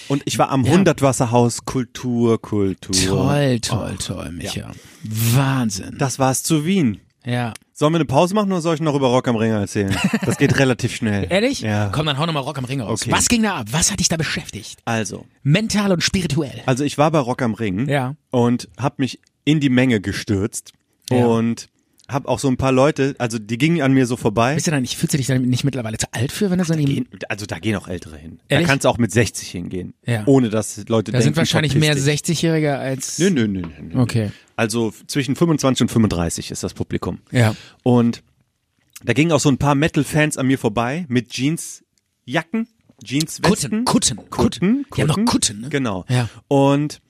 [SPEAKER 2] Und ich war am
[SPEAKER 1] Ja.
[SPEAKER 2] Hundertwasserhaus Kultur, Kultur.
[SPEAKER 1] Toll, toll,
[SPEAKER 2] Oh.
[SPEAKER 1] toll, Micha. Wahnsinn.
[SPEAKER 2] Das war's zu Wien.
[SPEAKER 1] Ja.
[SPEAKER 2] Sollen wir eine Pause machen oder soll ich noch über Rock am Ring erzählen?
[SPEAKER 1] (laughs)
[SPEAKER 2] Das geht relativ schnell.
[SPEAKER 1] Ehrlich?
[SPEAKER 2] Ja.
[SPEAKER 1] Komm, dann hau nochmal Rock am Ring raus.
[SPEAKER 2] Okay.
[SPEAKER 1] Was ging da ab? Was hat dich da beschäftigt?
[SPEAKER 2] Also,
[SPEAKER 1] Mental und spirituell.
[SPEAKER 2] also ich war bei Rock am Ring
[SPEAKER 1] Ja.
[SPEAKER 2] und habe mich in die Menge gestürzt
[SPEAKER 1] Ja.
[SPEAKER 2] und habe auch so ein paar Leute, also die gingen an mir so vorbei.
[SPEAKER 1] Bist du dann nicht, fühlst du dich dann nicht mittlerweile zu alt für, wenn du so in die,
[SPEAKER 2] Gehen- Also da gehen auch Ältere hin.
[SPEAKER 1] Ehrlich?
[SPEAKER 2] Da kannst du auch mit 60 hingehen,
[SPEAKER 1] Ja.
[SPEAKER 2] ohne dass Leute
[SPEAKER 1] da
[SPEAKER 2] denken,
[SPEAKER 1] sind wahrscheinlich mehr
[SPEAKER 2] verpiss dich.
[SPEAKER 1] 60-Jährige als,
[SPEAKER 2] Nö, nö, nö, nö, nö.
[SPEAKER 1] Okay.
[SPEAKER 2] Also f- zwischen 25 und 35 ist das Publikum.
[SPEAKER 1] Ja.
[SPEAKER 2] Und da gingen auch so ein paar Metal-Fans an mir vorbei mit Jeansjacken,
[SPEAKER 1] Kutten,
[SPEAKER 2] Jeanswesten.
[SPEAKER 1] Kutten,
[SPEAKER 2] Kutten,
[SPEAKER 1] Kutten. Die haben doch Kutten, ne?
[SPEAKER 2] Genau.
[SPEAKER 1] Ja.
[SPEAKER 2] Und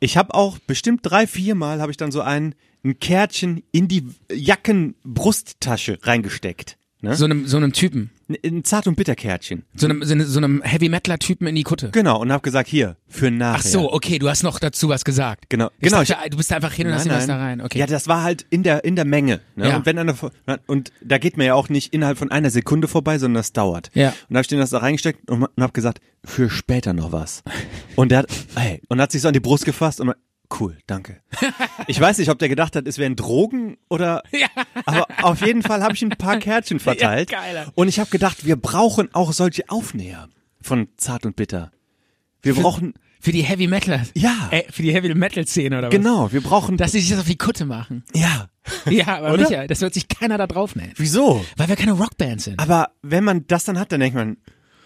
[SPEAKER 2] ich habe auch bestimmt drei, viermal habe ich dann so einen, ein Kärtchen in die Jackenbrusttasche reingesteckt. Ne?
[SPEAKER 1] so einem, so einem Typen.
[SPEAKER 2] Ein- ein Zart- und Bitterkärtchen.
[SPEAKER 1] So einem, so einem- so einem Heavy-Metaler-Typen in die Kutte.
[SPEAKER 2] Genau, und habe gesagt, hier, für nachher.
[SPEAKER 1] Ach so, okay, du hast noch dazu was gesagt.
[SPEAKER 2] Genau,
[SPEAKER 1] Ich
[SPEAKER 2] genau,
[SPEAKER 1] Dachte, du bist einfach hin und hast ihn das da rein. Okay.
[SPEAKER 2] Ja, das war halt in der, in der Menge. Ne?
[SPEAKER 1] Ja.
[SPEAKER 2] Und, wenn einer, vor- und da geht man ja auch nicht innerhalb von einer Sekunde vorbei, sondern das dauert.
[SPEAKER 1] Ja.
[SPEAKER 2] Und da habe ich denen das da reingesteckt und, und habe gesagt, für später noch was. Und
[SPEAKER 1] (laughs)
[SPEAKER 2] der hat, hey, und hat sich so an die Brust gefasst und meint, cool, danke. Ich weiß nicht, ob der gedacht hat, es wären Drogen
[SPEAKER 1] (laughs)
[SPEAKER 2] oder. Ja. Aber auf jeden Fall habe ich ein paar Kärtchen verteilt.
[SPEAKER 1] Ja, geiler.
[SPEAKER 2] Und ich habe gedacht, wir brauchen auch solche Aufnäher von Zart und Bitter. Wir brauchen.
[SPEAKER 1] Für die Heavy Metal.
[SPEAKER 2] Ja.
[SPEAKER 1] Äh, für die Heavy Metal Szene oder was?
[SPEAKER 2] Genau, wir brauchen.
[SPEAKER 1] Dass sie sich das auf die Kutte
[SPEAKER 2] (laughs)
[SPEAKER 1] machen.
[SPEAKER 2] ja.
[SPEAKER 1] Ja, aber
[SPEAKER 2] Oder?
[SPEAKER 1] Micha, das wird sich keiner da drauf nennen.
[SPEAKER 2] Wieso?
[SPEAKER 1] Weil wir keine Rockband sind.
[SPEAKER 2] Aber
[SPEAKER 1] (laughs)
[SPEAKER 2] wenn man das dann hat, dann denkt man,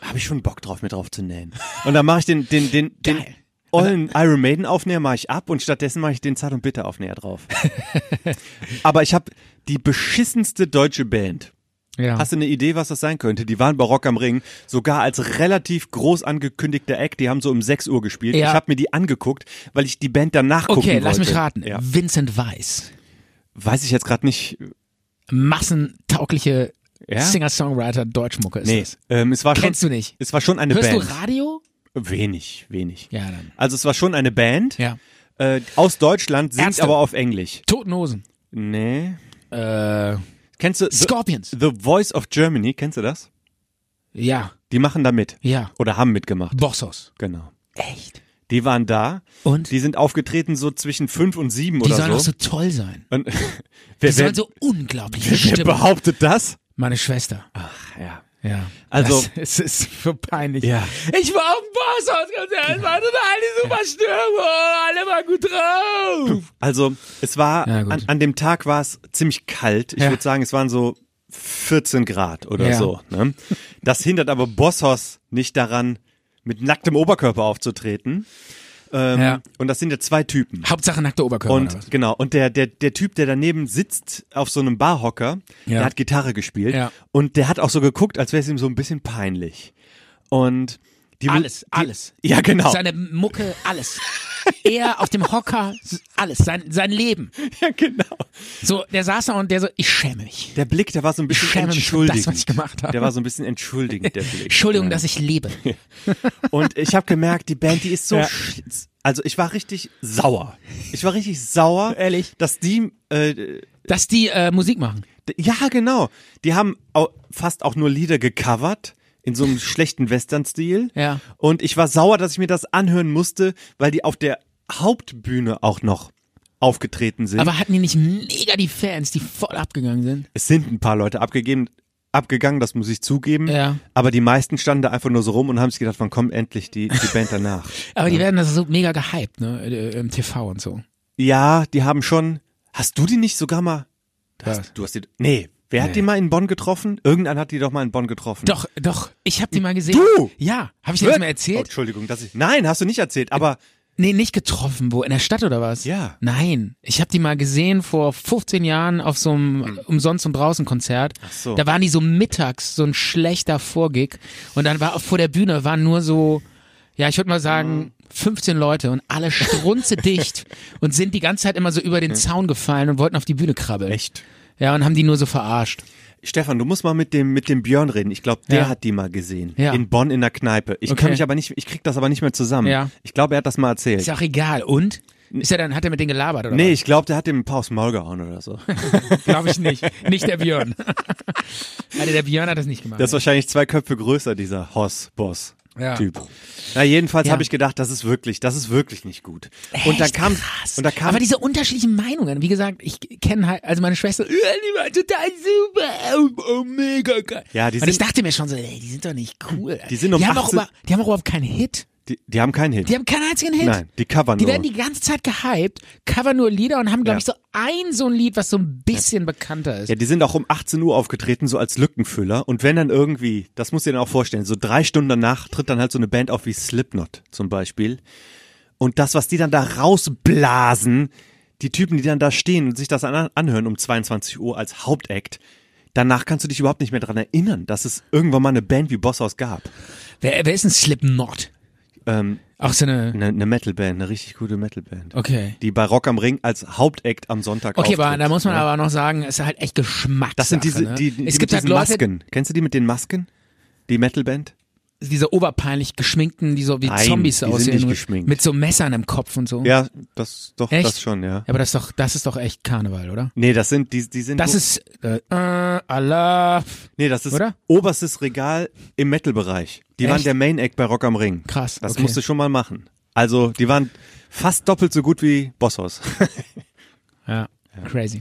[SPEAKER 2] habe ich schon Bock drauf, mir drauf zu nähen. Und dann mache ich den, den, den, den,
[SPEAKER 1] Geil.
[SPEAKER 2] ollen Iron Maiden Aufnäher mache ich ab und stattdessen mache ich den Zart und Bitter Aufnäher
[SPEAKER 1] (laughs)
[SPEAKER 2] drauf. Aber ich habe die beschissenste deutsche Band.
[SPEAKER 1] Ja.
[SPEAKER 2] Hast du eine Idee, was das sein könnte? Die waren bei Rock am Ring sogar als relativ groß angekündigter Act. Die haben so um 6 Uhr gespielt.
[SPEAKER 1] Ja.
[SPEAKER 2] Ich habe mir die angeguckt, weil ich die Band danach gucken
[SPEAKER 1] okay,
[SPEAKER 2] wollte.
[SPEAKER 1] lass mich raten.
[SPEAKER 2] Ja.
[SPEAKER 1] Vincent Weiss.
[SPEAKER 2] Weiß ich jetzt gerade nicht.
[SPEAKER 1] Massentaugliche
[SPEAKER 2] Ja?
[SPEAKER 1] Singer-Songwriter Deutschmucke ist
[SPEAKER 2] Nee,
[SPEAKER 1] das.
[SPEAKER 2] ähm, es war
[SPEAKER 1] Kennst
[SPEAKER 2] schon,
[SPEAKER 1] du nicht?
[SPEAKER 2] Es war schon eine
[SPEAKER 1] Hörst
[SPEAKER 2] Band.
[SPEAKER 1] du Radio?
[SPEAKER 2] Wenig, wenig.
[SPEAKER 1] Ja, dann.
[SPEAKER 2] Also es war schon eine Band
[SPEAKER 1] Ja.
[SPEAKER 2] äh, aus Deutschland, singt
[SPEAKER 1] Ärzte.
[SPEAKER 2] aber auf Englisch.
[SPEAKER 1] Toten Hosen.
[SPEAKER 2] Nee.
[SPEAKER 1] Äh,
[SPEAKER 2] Kennst du The,
[SPEAKER 1] Scorpions.
[SPEAKER 2] The Voice of Germany? Kennst du das?
[SPEAKER 1] Ja,
[SPEAKER 2] Die machen da mit.
[SPEAKER 1] ja.
[SPEAKER 2] Oder haben mitgemacht.
[SPEAKER 1] Bossos.
[SPEAKER 2] Genau.
[SPEAKER 1] Echt?
[SPEAKER 2] Die waren da.
[SPEAKER 1] Und?
[SPEAKER 2] Die sind aufgetreten so zwischen fünf und sieben
[SPEAKER 1] Die
[SPEAKER 2] oder
[SPEAKER 1] sollen
[SPEAKER 2] so.
[SPEAKER 1] doch so toll sein.
[SPEAKER 2] und, (laughs) wer,
[SPEAKER 1] Die sollen
[SPEAKER 2] wer,
[SPEAKER 1] so unglaublich
[SPEAKER 2] wer
[SPEAKER 1] Stimmen.
[SPEAKER 2] behauptet das?
[SPEAKER 1] Meine Schwester.
[SPEAKER 2] Ach, ja.
[SPEAKER 1] Ja.
[SPEAKER 2] Also-
[SPEAKER 1] Das, es ist für peinlich.
[SPEAKER 2] Ja.
[SPEAKER 1] Ich war auf dem Bosshaus, es war total die super Stimmung, alle waren gut drauf.
[SPEAKER 2] Also es war,
[SPEAKER 1] Ja, gut.
[SPEAKER 2] an, an dem Tag war es ziemlich kalt. Ich
[SPEAKER 1] Ja.
[SPEAKER 2] würde sagen, es waren so 14 Grad oder
[SPEAKER 1] Ja.
[SPEAKER 2] so. Ne? Das hindert aber Bossos nicht daran, mit nacktem Oberkörper aufzutreten. Ähm,
[SPEAKER 1] Ja.
[SPEAKER 2] Und das sind ja zwei Typen.
[SPEAKER 1] Hauptsache nackter Oberkörper. oder was?
[SPEAKER 2] Und genau, und der, der, der Typ, der daneben sitzt auf so einem Barhocker,
[SPEAKER 1] Ja.
[SPEAKER 2] der hat Gitarre gespielt
[SPEAKER 1] Ja.
[SPEAKER 2] und der hat auch so geguckt, als wäre es ihm so ein bisschen peinlich. Und die Mu-
[SPEAKER 1] Alles,
[SPEAKER 2] die,
[SPEAKER 1] alles.
[SPEAKER 2] Ja, genau.
[SPEAKER 1] Seine Mucke, alles. er auf dem Hocker, alles, sein, sein Leben.
[SPEAKER 2] (laughs) ja, genau.
[SPEAKER 1] So, der saß da und der so, ich schäme mich.
[SPEAKER 2] Der Blick, der war so ein bisschen
[SPEAKER 1] Ich schäme mich für das,
[SPEAKER 2] entschuldigend.
[SPEAKER 1] was ich gemacht habe.
[SPEAKER 2] Der war so ein bisschen
[SPEAKER 1] (laughs)
[SPEAKER 2] entschuldigend, der Blick.
[SPEAKER 1] Entschuldigung, dass ich lebe.
[SPEAKER 2] Und ich habe gemerkt, die Band, die ist so.
[SPEAKER 1] Ja.
[SPEAKER 2] sch- Also ich war richtig (laughs) sauer. Ich war richtig sauer,
[SPEAKER 1] Ehrlich?
[SPEAKER 2] dass die. Äh,
[SPEAKER 1] Dass die äh, Musik machen.
[SPEAKER 2] d- ja, genau. Die haben au fast auch nur Lieder gecovert
[SPEAKER 1] (laughs)
[SPEAKER 2] in so einem schlechten Western-Stil.
[SPEAKER 1] Ja.
[SPEAKER 2] Und ich war sauer, dass ich mir das anhören musste, weil die auf der Hauptbühne auch noch aufgetreten sind.
[SPEAKER 1] Aber hatten die nicht mega die Fans, die voll abgegangen sind?
[SPEAKER 2] es sind ein paar Leute abgegeben, abgegangen, das muss ich zugeben.
[SPEAKER 1] Ja.
[SPEAKER 2] Aber die meisten standen da einfach nur so rum und haben sich gedacht, wann kommt endlich die, die Band danach?
[SPEAKER 1] (laughs) Aber die werden das so mega gehypt, ne? äh, Im TV und so.
[SPEAKER 2] ja, die haben schon. Hast du die nicht sogar mal?
[SPEAKER 1] Was?
[SPEAKER 2] Du hast die. Nee. Wer hat die mal in Bonn getroffen? Irgendeiner hat die doch mal in Bonn getroffen.
[SPEAKER 1] Doch, doch. Ich hab die mal gesehen.
[SPEAKER 2] Du?
[SPEAKER 1] Ja. Habe ich dir
[SPEAKER 2] Wir-
[SPEAKER 1] das mal
[SPEAKER 2] Oh,
[SPEAKER 1] erzählt?
[SPEAKER 2] Entschuldigung, dass ich. Nein, hast du nicht erzählt, aber
[SPEAKER 1] Nee, nicht getroffen. Wo? In der Stadt oder was?
[SPEAKER 2] Ja.
[SPEAKER 1] Nein. Ich hab die mal gesehen vor 15 Jahren auf so einem Umsonst- und Draußen-Konzert. Ach
[SPEAKER 2] Hm. so.
[SPEAKER 1] Da waren die so mittags, so ein schlechter Vorgig. Und dann war vor der Bühne waren nur so, ja, ich würde mal
[SPEAKER 2] Hm.
[SPEAKER 1] sagen, 15 Leute und alle
[SPEAKER 2] (laughs)
[SPEAKER 1] strunze dicht und sind die ganze Zeit immer so über den Zaun gefallen und wollten auf die Bühne krabbeln.
[SPEAKER 2] Hm. echt.
[SPEAKER 1] Ja, und haben die nur so verarscht.
[SPEAKER 2] Stefan, du musst mal mit dem, mit dem Björn reden. Ich glaube, der
[SPEAKER 1] Ja.
[SPEAKER 2] hat die mal gesehen.
[SPEAKER 1] Ja.
[SPEAKER 2] In Bonn in der Kneipe. Ich
[SPEAKER 1] Okay.
[SPEAKER 2] kann mich aber nicht, ich krieg das aber nicht mehr zusammen.
[SPEAKER 1] Ja.
[SPEAKER 2] Ich glaube, er hat das mal erzählt.
[SPEAKER 1] Ist ja auch egal. Und? Ist er dann, hat er mit denen gelabert oder
[SPEAKER 2] Nee, ich glaube, der hat dem ein paar aufs Maul gehauen
[SPEAKER 1] (laughs)
[SPEAKER 2] oder so.
[SPEAKER 1] was? Glaube ich nicht. Nicht der
[SPEAKER 2] (laughs)
[SPEAKER 1] Björn. Alter, der Björn hat das nicht gemacht.
[SPEAKER 2] Der ist wahrscheinlich zwei Köpfe größer, dieser
[SPEAKER 1] Ja.
[SPEAKER 2] Hoss-Boss-Typ. Na, jedenfalls
[SPEAKER 1] Ja.
[SPEAKER 2] habe ich gedacht, das ist wirklich, das ist wirklich nicht gut. Und da
[SPEAKER 1] Echt
[SPEAKER 2] kam,
[SPEAKER 1] krass.
[SPEAKER 2] und da kam,
[SPEAKER 1] Aber diese unterschiedlichen Meinungen, wie gesagt, ich kenne halt, also meine Schwester, ja, die war total super, oh, oh, mega geil.
[SPEAKER 2] Ja, die
[SPEAKER 1] Und ich
[SPEAKER 2] sind-
[SPEAKER 1] dachte mir schon so, ey, die sind doch nicht cool.
[SPEAKER 2] Die sind um
[SPEAKER 1] die, haben auch
[SPEAKER 2] 18
[SPEAKER 1] über, die haben auch überhaupt keinen Hit.
[SPEAKER 2] die, die haben keinen Hit.
[SPEAKER 1] Die haben keinen einzigen Hit.
[SPEAKER 2] Nein, die covern
[SPEAKER 1] Die
[SPEAKER 2] nur.
[SPEAKER 1] werden die ganze Zeit gehypt, cover nur Lieder und haben, glaube
[SPEAKER 2] Ja.
[SPEAKER 1] ich, so ein so ein Lied, was so ein bisschen bekannter ist.
[SPEAKER 2] ja, die sind auch um 18 Uhr aufgetreten, so als Lückenfüller. Und wenn dann irgendwie, das musst du dir dann auch vorstellen, so drei Stunden danach tritt dann halt so eine Band auf wie Slipknot zum Beispiel. Und das, was die dann da rausblasen, die Typen, die dann da stehen und sich das an anhören um 22 Uhr als Hauptakt, danach kannst du dich überhaupt nicht mehr dran erinnern, dass es irgendwann mal eine Band wie Bosshaus gab.
[SPEAKER 1] Wer, wer ist ein Slipknot?
[SPEAKER 2] Ähm,
[SPEAKER 1] Auch so eine.
[SPEAKER 2] Eine, eine Metalband, eine richtig gute Metalband.
[SPEAKER 1] Okay.
[SPEAKER 2] Die bei Rock am Ring als Hauptact am Sonntag
[SPEAKER 1] Okay,
[SPEAKER 2] auftritt.
[SPEAKER 1] aber da muss man
[SPEAKER 2] Ja.
[SPEAKER 1] aber noch sagen, es ist halt echt Geschmack.
[SPEAKER 2] Das sind diese,
[SPEAKER 1] ne?
[SPEAKER 2] die, die,
[SPEAKER 1] es
[SPEAKER 2] die
[SPEAKER 1] gibt
[SPEAKER 2] mit
[SPEAKER 1] halt
[SPEAKER 2] diesen
[SPEAKER 1] Leute,
[SPEAKER 2] Masken. Kennst du die mit den Masken? Die Metalband?
[SPEAKER 1] diese oberpeinlich geschminkten, die so wie
[SPEAKER 2] Nein,
[SPEAKER 1] Zombies
[SPEAKER 2] die sind
[SPEAKER 1] aussehen.
[SPEAKER 2] nicht
[SPEAKER 1] mit-
[SPEAKER 2] geschminkt.
[SPEAKER 1] Mit so Messern im Kopf und so.
[SPEAKER 2] Ja, das doch,
[SPEAKER 1] Mhm. Echt?
[SPEAKER 2] das schon, ja.
[SPEAKER 1] Aber das ist doch, das ist doch echt Karneval, oder?
[SPEAKER 2] Nee, das sind, die, die sind.
[SPEAKER 1] Das
[SPEAKER 2] so,
[SPEAKER 1] ist äh, äh, Allah.
[SPEAKER 2] nee, das ist
[SPEAKER 1] oder?
[SPEAKER 2] oberstes Regal im Metalbereich. Die waren
[SPEAKER 1] Echt?
[SPEAKER 2] der Main Act bei Rock am Ring.
[SPEAKER 1] Krass,
[SPEAKER 2] Das
[SPEAKER 1] okay.
[SPEAKER 2] musst du schon mal machen. Also, die waren fast doppelt so gut wie Bosshaus.
[SPEAKER 1] Ja, crazy.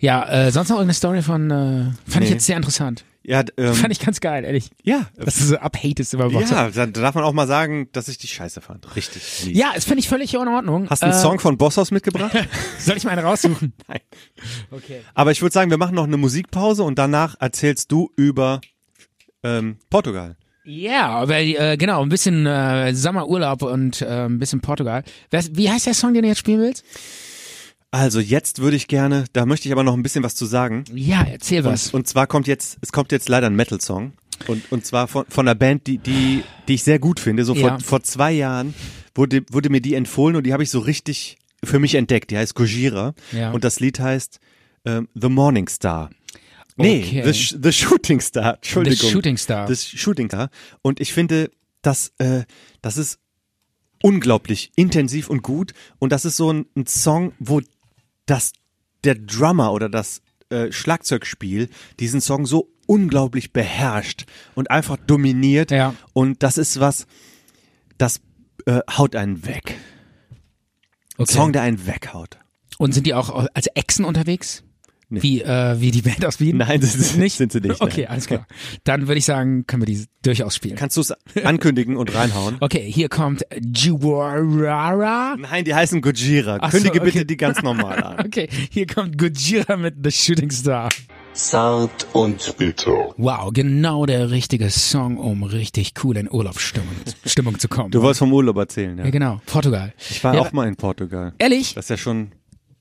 [SPEAKER 1] Ja, äh, sonst noch irgendeine Story von, äh, fand ich
[SPEAKER 2] Nee.
[SPEAKER 1] jetzt sehr interessant.
[SPEAKER 2] (laughs) ja, d- ähm,
[SPEAKER 1] Fand ich ganz geil, ehrlich.
[SPEAKER 2] ja.
[SPEAKER 1] Dass du so abhatest über Boxer.
[SPEAKER 2] Ja, da darf man auch mal sagen, dass ich die Scheiße fand. Richtig. mies.
[SPEAKER 1] Ja, das finde ich völlig in Ordnung.
[SPEAKER 2] Hast du einen
[SPEAKER 1] äh,
[SPEAKER 2] Song von Bosshaus mitgebracht?
[SPEAKER 1] Soll ich mal einen
[SPEAKER 2] (laughs)
[SPEAKER 1] raussuchen?
[SPEAKER 2] Nein.
[SPEAKER 1] Okay.
[SPEAKER 2] Aber ich würde sagen, wir machen noch eine Musikpause und danach erzählst du über ähm, Portugal.
[SPEAKER 1] Ja, weil, äh, genau, ein bisschen äh, Sommerurlaub und äh, ein bisschen Portugal. Was, wie heißt der Song, den du jetzt spielen willst?
[SPEAKER 2] Also jetzt würde ich gerne, da möchte ich aber noch ein bisschen was zu sagen.
[SPEAKER 1] Ja, erzähl was.
[SPEAKER 2] Und, und zwar kommt jetzt, es kommt jetzt leider ein Metal-Song. Und, und zwar von, von einer Band, die, die, die ich sehr gut finde. So vor,
[SPEAKER 1] Ja.
[SPEAKER 2] vor zwei Jahren wurde, wurde mir die empfohlen und die habe ich so richtig für mich entdeckt. Die heißt Gojira.
[SPEAKER 1] Ja.
[SPEAKER 2] Und das Lied heißt ähm, The Morning Star. Nee,
[SPEAKER 1] Okay.
[SPEAKER 2] the, Sh- the Shooting Star. Entschuldigung.
[SPEAKER 1] Shooting Star.
[SPEAKER 2] The Shooting Star. Und ich finde, das, äh, das ist unglaublich intensiv und gut. Und das ist so ein, ein Song, wo das, der Drummer oder das äh, Schlagzeugspiel diesen Song so unglaublich beherrscht und einfach dominiert.
[SPEAKER 1] Ja.
[SPEAKER 2] Und das ist was, das äh, haut einen weg.
[SPEAKER 1] okay.
[SPEAKER 2] Song, der einen weghaut.
[SPEAKER 1] Und sind die auch als Echsen unterwegs?
[SPEAKER 2] Nee.
[SPEAKER 1] Wie, äh, wie die Band aus Wien?
[SPEAKER 2] Nein, das ist,
[SPEAKER 1] Nicht?
[SPEAKER 2] sind sie nicht.
[SPEAKER 1] Okay,
[SPEAKER 2] nein.
[SPEAKER 1] alles klar. Dann würde ich sagen, können wir die durchaus spielen.
[SPEAKER 2] Kannst du es ankündigen und reinhauen?
[SPEAKER 1] Okay, hier kommt Juwarara.
[SPEAKER 2] Nein, die heißen Gojira.
[SPEAKER 1] Ach so,
[SPEAKER 2] Kündige
[SPEAKER 1] okay.
[SPEAKER 2] bitte die ganz normal an.
[SPEAKER 1] Okay, hier kommt Gojira mit The Shooting Star.
[SPEAKER 3] Zart und bitter.
[SPEAKER 1] Wow, genau der richtige Song, um richtig cool in Urlaubsstimmung Stimmung zu kommen.
[SPEAKER 2] Du wolltest vom Urlaub erzählen, ja.
[SPEAKER 1] ja, genau. Portugal.
[SPEAKER 2] Ich war
[SPEAKER 1] ja,
[SPEAKER 2] auch mal in Portugal.
[SPEAKER 1] Ehrlich?
[SPEAKER 2] Das ist ja schon.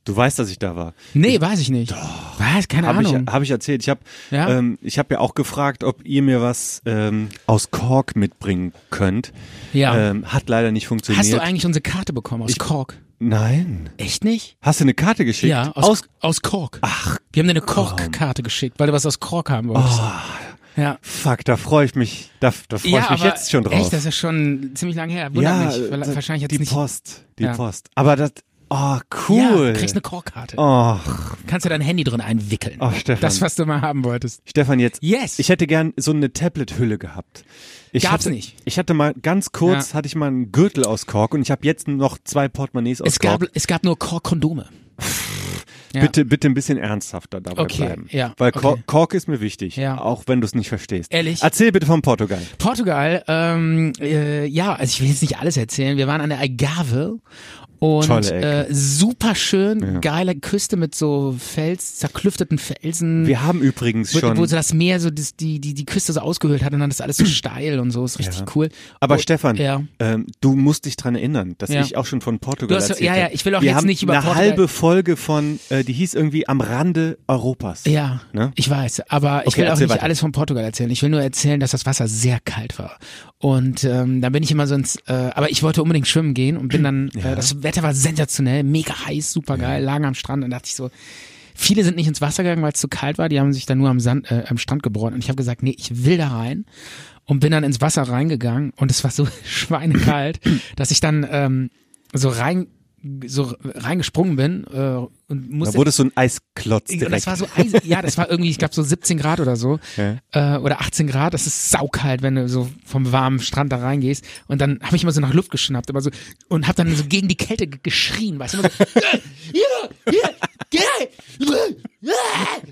[SPEAKER 2] Du weißt, dass ich da war.
[SPEAKER 1] Nee, weiß ich nicht. Was? Keine
[SPEAKER 2] Habe ich,
[SPEAKER 1] Ahnung.
[SPEAKER 2] hab ich erzählt. Ich habe
[SPEAKER 1] Ja?
[SPEAKER 2] ähm, ich hab ja auch gefragt, ob ihr mir was ähm, aus Kork mitbringen könnt.
[SPEAKER 1] ja.
[SPEAKER 2] Ähm, hat leider nicht funktioniert.
[SPEAKER 1] Hast du eigentlich unsere Karte bekommen aus Kork?
[SPEAKER 2] Nein.
[SPEAKER 1] Echt nicht?
[SPEAKER 2] Hast du eine Karte geschickt?
[SPEAKER 1] Ja, aus, aus, Kork. Ach. Wir haben dir eine Kork-Karte geschickt, weil du was aus Kork haben wolltest. Ja.
[SPEAKER 2] Fuck, da Oh. freue ich mich. Da, da freue ich mich
[SPEAKER 1] aber
[SPEAKER 2] jetzt schon drauf.
[SPEAKER 1] Echt, das ist schon ziemlich lang her.
[SPEAKER 2] ja,
[SPEAKER 1] Wundert mich, weil
[SPEAKER 2] äh,
[SPEAKER 1] wahrscheinlich jetzt
[SPEAKER 2] die
[SPEAKER 1] nicht.
[SPEAKER 2] Post. Die
[SPEAKER 1] Ja.
[SPEAKER 2] Post. Aber das. Oh, cool.
[SPEAKER 1] Ja, kriegst eine Korkkarte.
[SPEAKER 2] oh,
[SPEAKER 1] Kannst du dein Handy drin einwickeln.
[SPEAKER 2] Oh, Stefan.
[SPEAKER 1] Das, was du mal haben wolltest.
[SPEAKER 2] Stefan, jetzt.
[SPEAKER 1] Yes.
[SPEAKER 2] Ich hätte gern so eine Tablet-Hülle gehabt. Ich
[SPEAKER 1] Gab's
[SPEAKER 2] hatte,
[SPEAKER 1] nicht.
[SPEAKER 2] Ich hatte mal ganz kurz
[SPEAKER 1] Ja.
[SPEAKER 2] hatte ich mal einen Gürtel aus Kork und ich habe jetzt noch zwei Portemonnaies aus
[SPEAKER 1] Es gab,
[SPEAKER 2] Kork.
[SPEAKER 1] es gab nur Kork-Kondome. Ja.
[SPEAKER 2] Bitte, bitte ein bisschen ernsthafter dabei
[SPEAKER 1] Okay,
[SPEAKER 2] bleiben.
[SPEAKER 1] ja,
[SPEAKER 2] Weil
[SPEAKER 1] okay.
[SPEAKER 2] Kork, Kork ist mir wichtig,
[SPEAKER 1] Ja.
[SPEAKER 2] auch wenn du es nicht verstehst.
[SPEAKER 1] Ehrlich? Hm.
[SPEAKER 2] Erzähl bitte von Portugal.
[SPEAKER 1] Portugal, ähm, äh, ja, also ich will jetzt nicht alles erzählen. Wir waren an der Algarve und
[SPEAKER 2] Tolle
[SPEAKER 1] äh,
[SPEAKER 2] Ecke.
[SPEAKER 1] super schön, geile Küste mit so Fels, zerklüfteten Felsen.
[SPEAKER 2] Wir haben übrigens
[SPEAKER 1] wo,
[SPEAKER 2] schon.
[SPEAKER 1] wo so das Meer so das, die, die, die Küste so ausgehöhlt hat und dann ist alles so steil und so, ist richtig cool.
[SPEAKER 2] aber
[SPEAKER 1] Oh,
[SPEAKER 2] Stefan,
[SPEAKER 1] Ja.
[SPEAKER 2] ähm, du musst dich dran erinnern, dass
[SPEAKER 1] Ja.
[SPEAKER 2] ich auch schon von Portugal
[SPEAKER 1] Du hast-
[SPEAKER 2] erzählt
[SPEAKER 1] ja, ja,
[SPEAKER 2] habe.
[SPEAKER 1] ich will auch
[SPEAKER 2] Wir
[SPEAKER 1] jetzt
[SPEAKER 2] haben
[SPEAKER 1] nicht über
[SPEAKER 2] eine
[SPEAKER 1] Portugal-
[SPEAKER 2] halbe Folge von, äh, die hieß irgendwie am Rande Europas.
[SPEAKER 1] Ja,
[SPEAKER 2] Ne?
[SPEAKER 1] ich weiß, aber ich
[SPEAKER 2] Okay,
[SPEAKER 1] will auch
[SPEAKER 2] erzähl
[SPEAKER 1] nicht
[SPEAKER 2] weiter.
[SPEAKER 1] alles von Portugal erzählen. Ich will nur erzählen, dass das Wasser sehr kalt war. Und ähm, dann bin ich immer so ins, äh, aber ich wollte unbedingt schwimmen gehen und bin dann, äh, das Wetter war sensationell, mega heiß, super geil, lagen am Strand und dachte ich so, viele sind nicht ins Wasser gegangen, weil es zu kalt war, die haben sich dann nur am, Sand, äh, am Strand gebräunt und ich habe gesagt, nee, ich will da rein und bin dann ins Wasser reingegangen und es war so (laughs) schweinekalt, dass ich dann ähm, so rein so reingesprungen bin äh, und
[SPEAKER 2] Da
[SPEAKER 1] musste
[SPEAKER 2] wurde so ein Eisklotz direkt.
[SPEAKER 1] und das war so eis ja, das war irgendwie, ich glaube so 17 Grad oder so äh, oder 18 Grad. Das ist saukalt, wenn du so vom warmen Strand da reingehst. Und dann habe ich immer so nach Luft geschnappt, aber so und habe dann so gegen die Kälte ge- geschrien, weißt du? Immer so, (laughs) "Äh, hier, hier, hier, äh,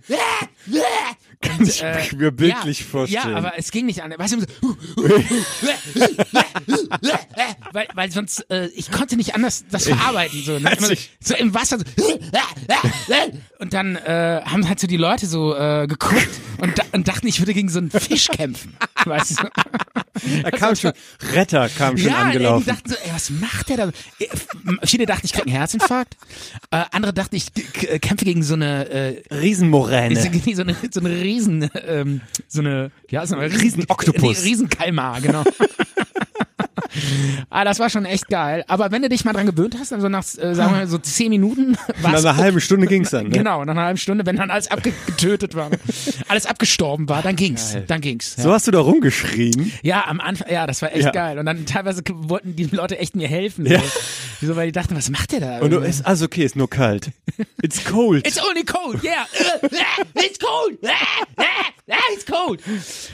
[SPEAKER 1] äh, äh."
[SPEAKER 2] Kann ich mir bildlich
[SPEAKER 1] ja,
[SPEAKER 2] vorstellen.
[SPEAKER 1] Ja, aber es ging nicht an. Weißt du, so, (laughs) weil, weil sonst, äh, ich konnte nicht anders das verarbeiten. So, ne? Immer so, so im Wasser. So, (laughs) und dann äh, haben halt so die Leute so äh, geguckt und, da, und dachten, ich würde gegen so einen
[SPEAKER 2] (laughs)
[SPEAKER 1] Fisch kämpfen. Weißt du?
[SPEAKER 2] Da kam schon, Retter kam schon
[SPEAKER 1] also ja, Ey, die
[SPEAKER 2] angelaufen.
[SPEAKER 1] dachten so, ey, was macht der da? Äh, Viele dachten, ich krieg einen Herzinfarkt. Äh, andere dachten, ich äh, kämpfe gegen so eine äh, Ist
[SPEAKER 2] Riesenmoräne.
[SPEAKER 1] irgendwie so eine, so eine Riesen, ähm, so eine, ja, so eine
[SPEAKER 2] Riesenoktopus.
[SPEAKER 1] Nee, Riesenkalmar,
[SPEAKER 2] (laughs)
[SPEAKER 1] genau. ah, das war schon echt geil. Aber wenn du dich mal dran gewöhnt hast, dann so nach, äh, sagen wir mal, so zehn Minuten (laughs)
[SPEAKER 2] Nach
[SPEAKER 1] war's
[SPEAKER 2] einer
[SPEAKER 1] okay.
[SPEAKER 2] halben Stunde ging's dann. Ne?
[SPEAKER 1] Genau, nach einer halben Stunde, wenn dann alles abgetötet war, alles abgestorben war, dann ging's, dann ging's. Ja.
[SPEAKER 2] So hast du da rumgeschrien.
[SPEAKER 1] ja, am Anfang, ja, das war echt
[SPEAKER 2] Ja.
[SPEAKER 1] geil. Und dann teilweise wollten die Leute echt mir helfen.
[SPEAKER 2] Ja.
[SPEAKER 1] So. Wieso, weil die dachten, was macht der da?
[SPEAKER 2] Und du, ist, also okay, ist nur kalt. It's cold.
[SPEAKER 1] It's only cold,
[SPEAKER 2] (laughs)
[SPEAKER 1] yeah. It's cold. It's cold.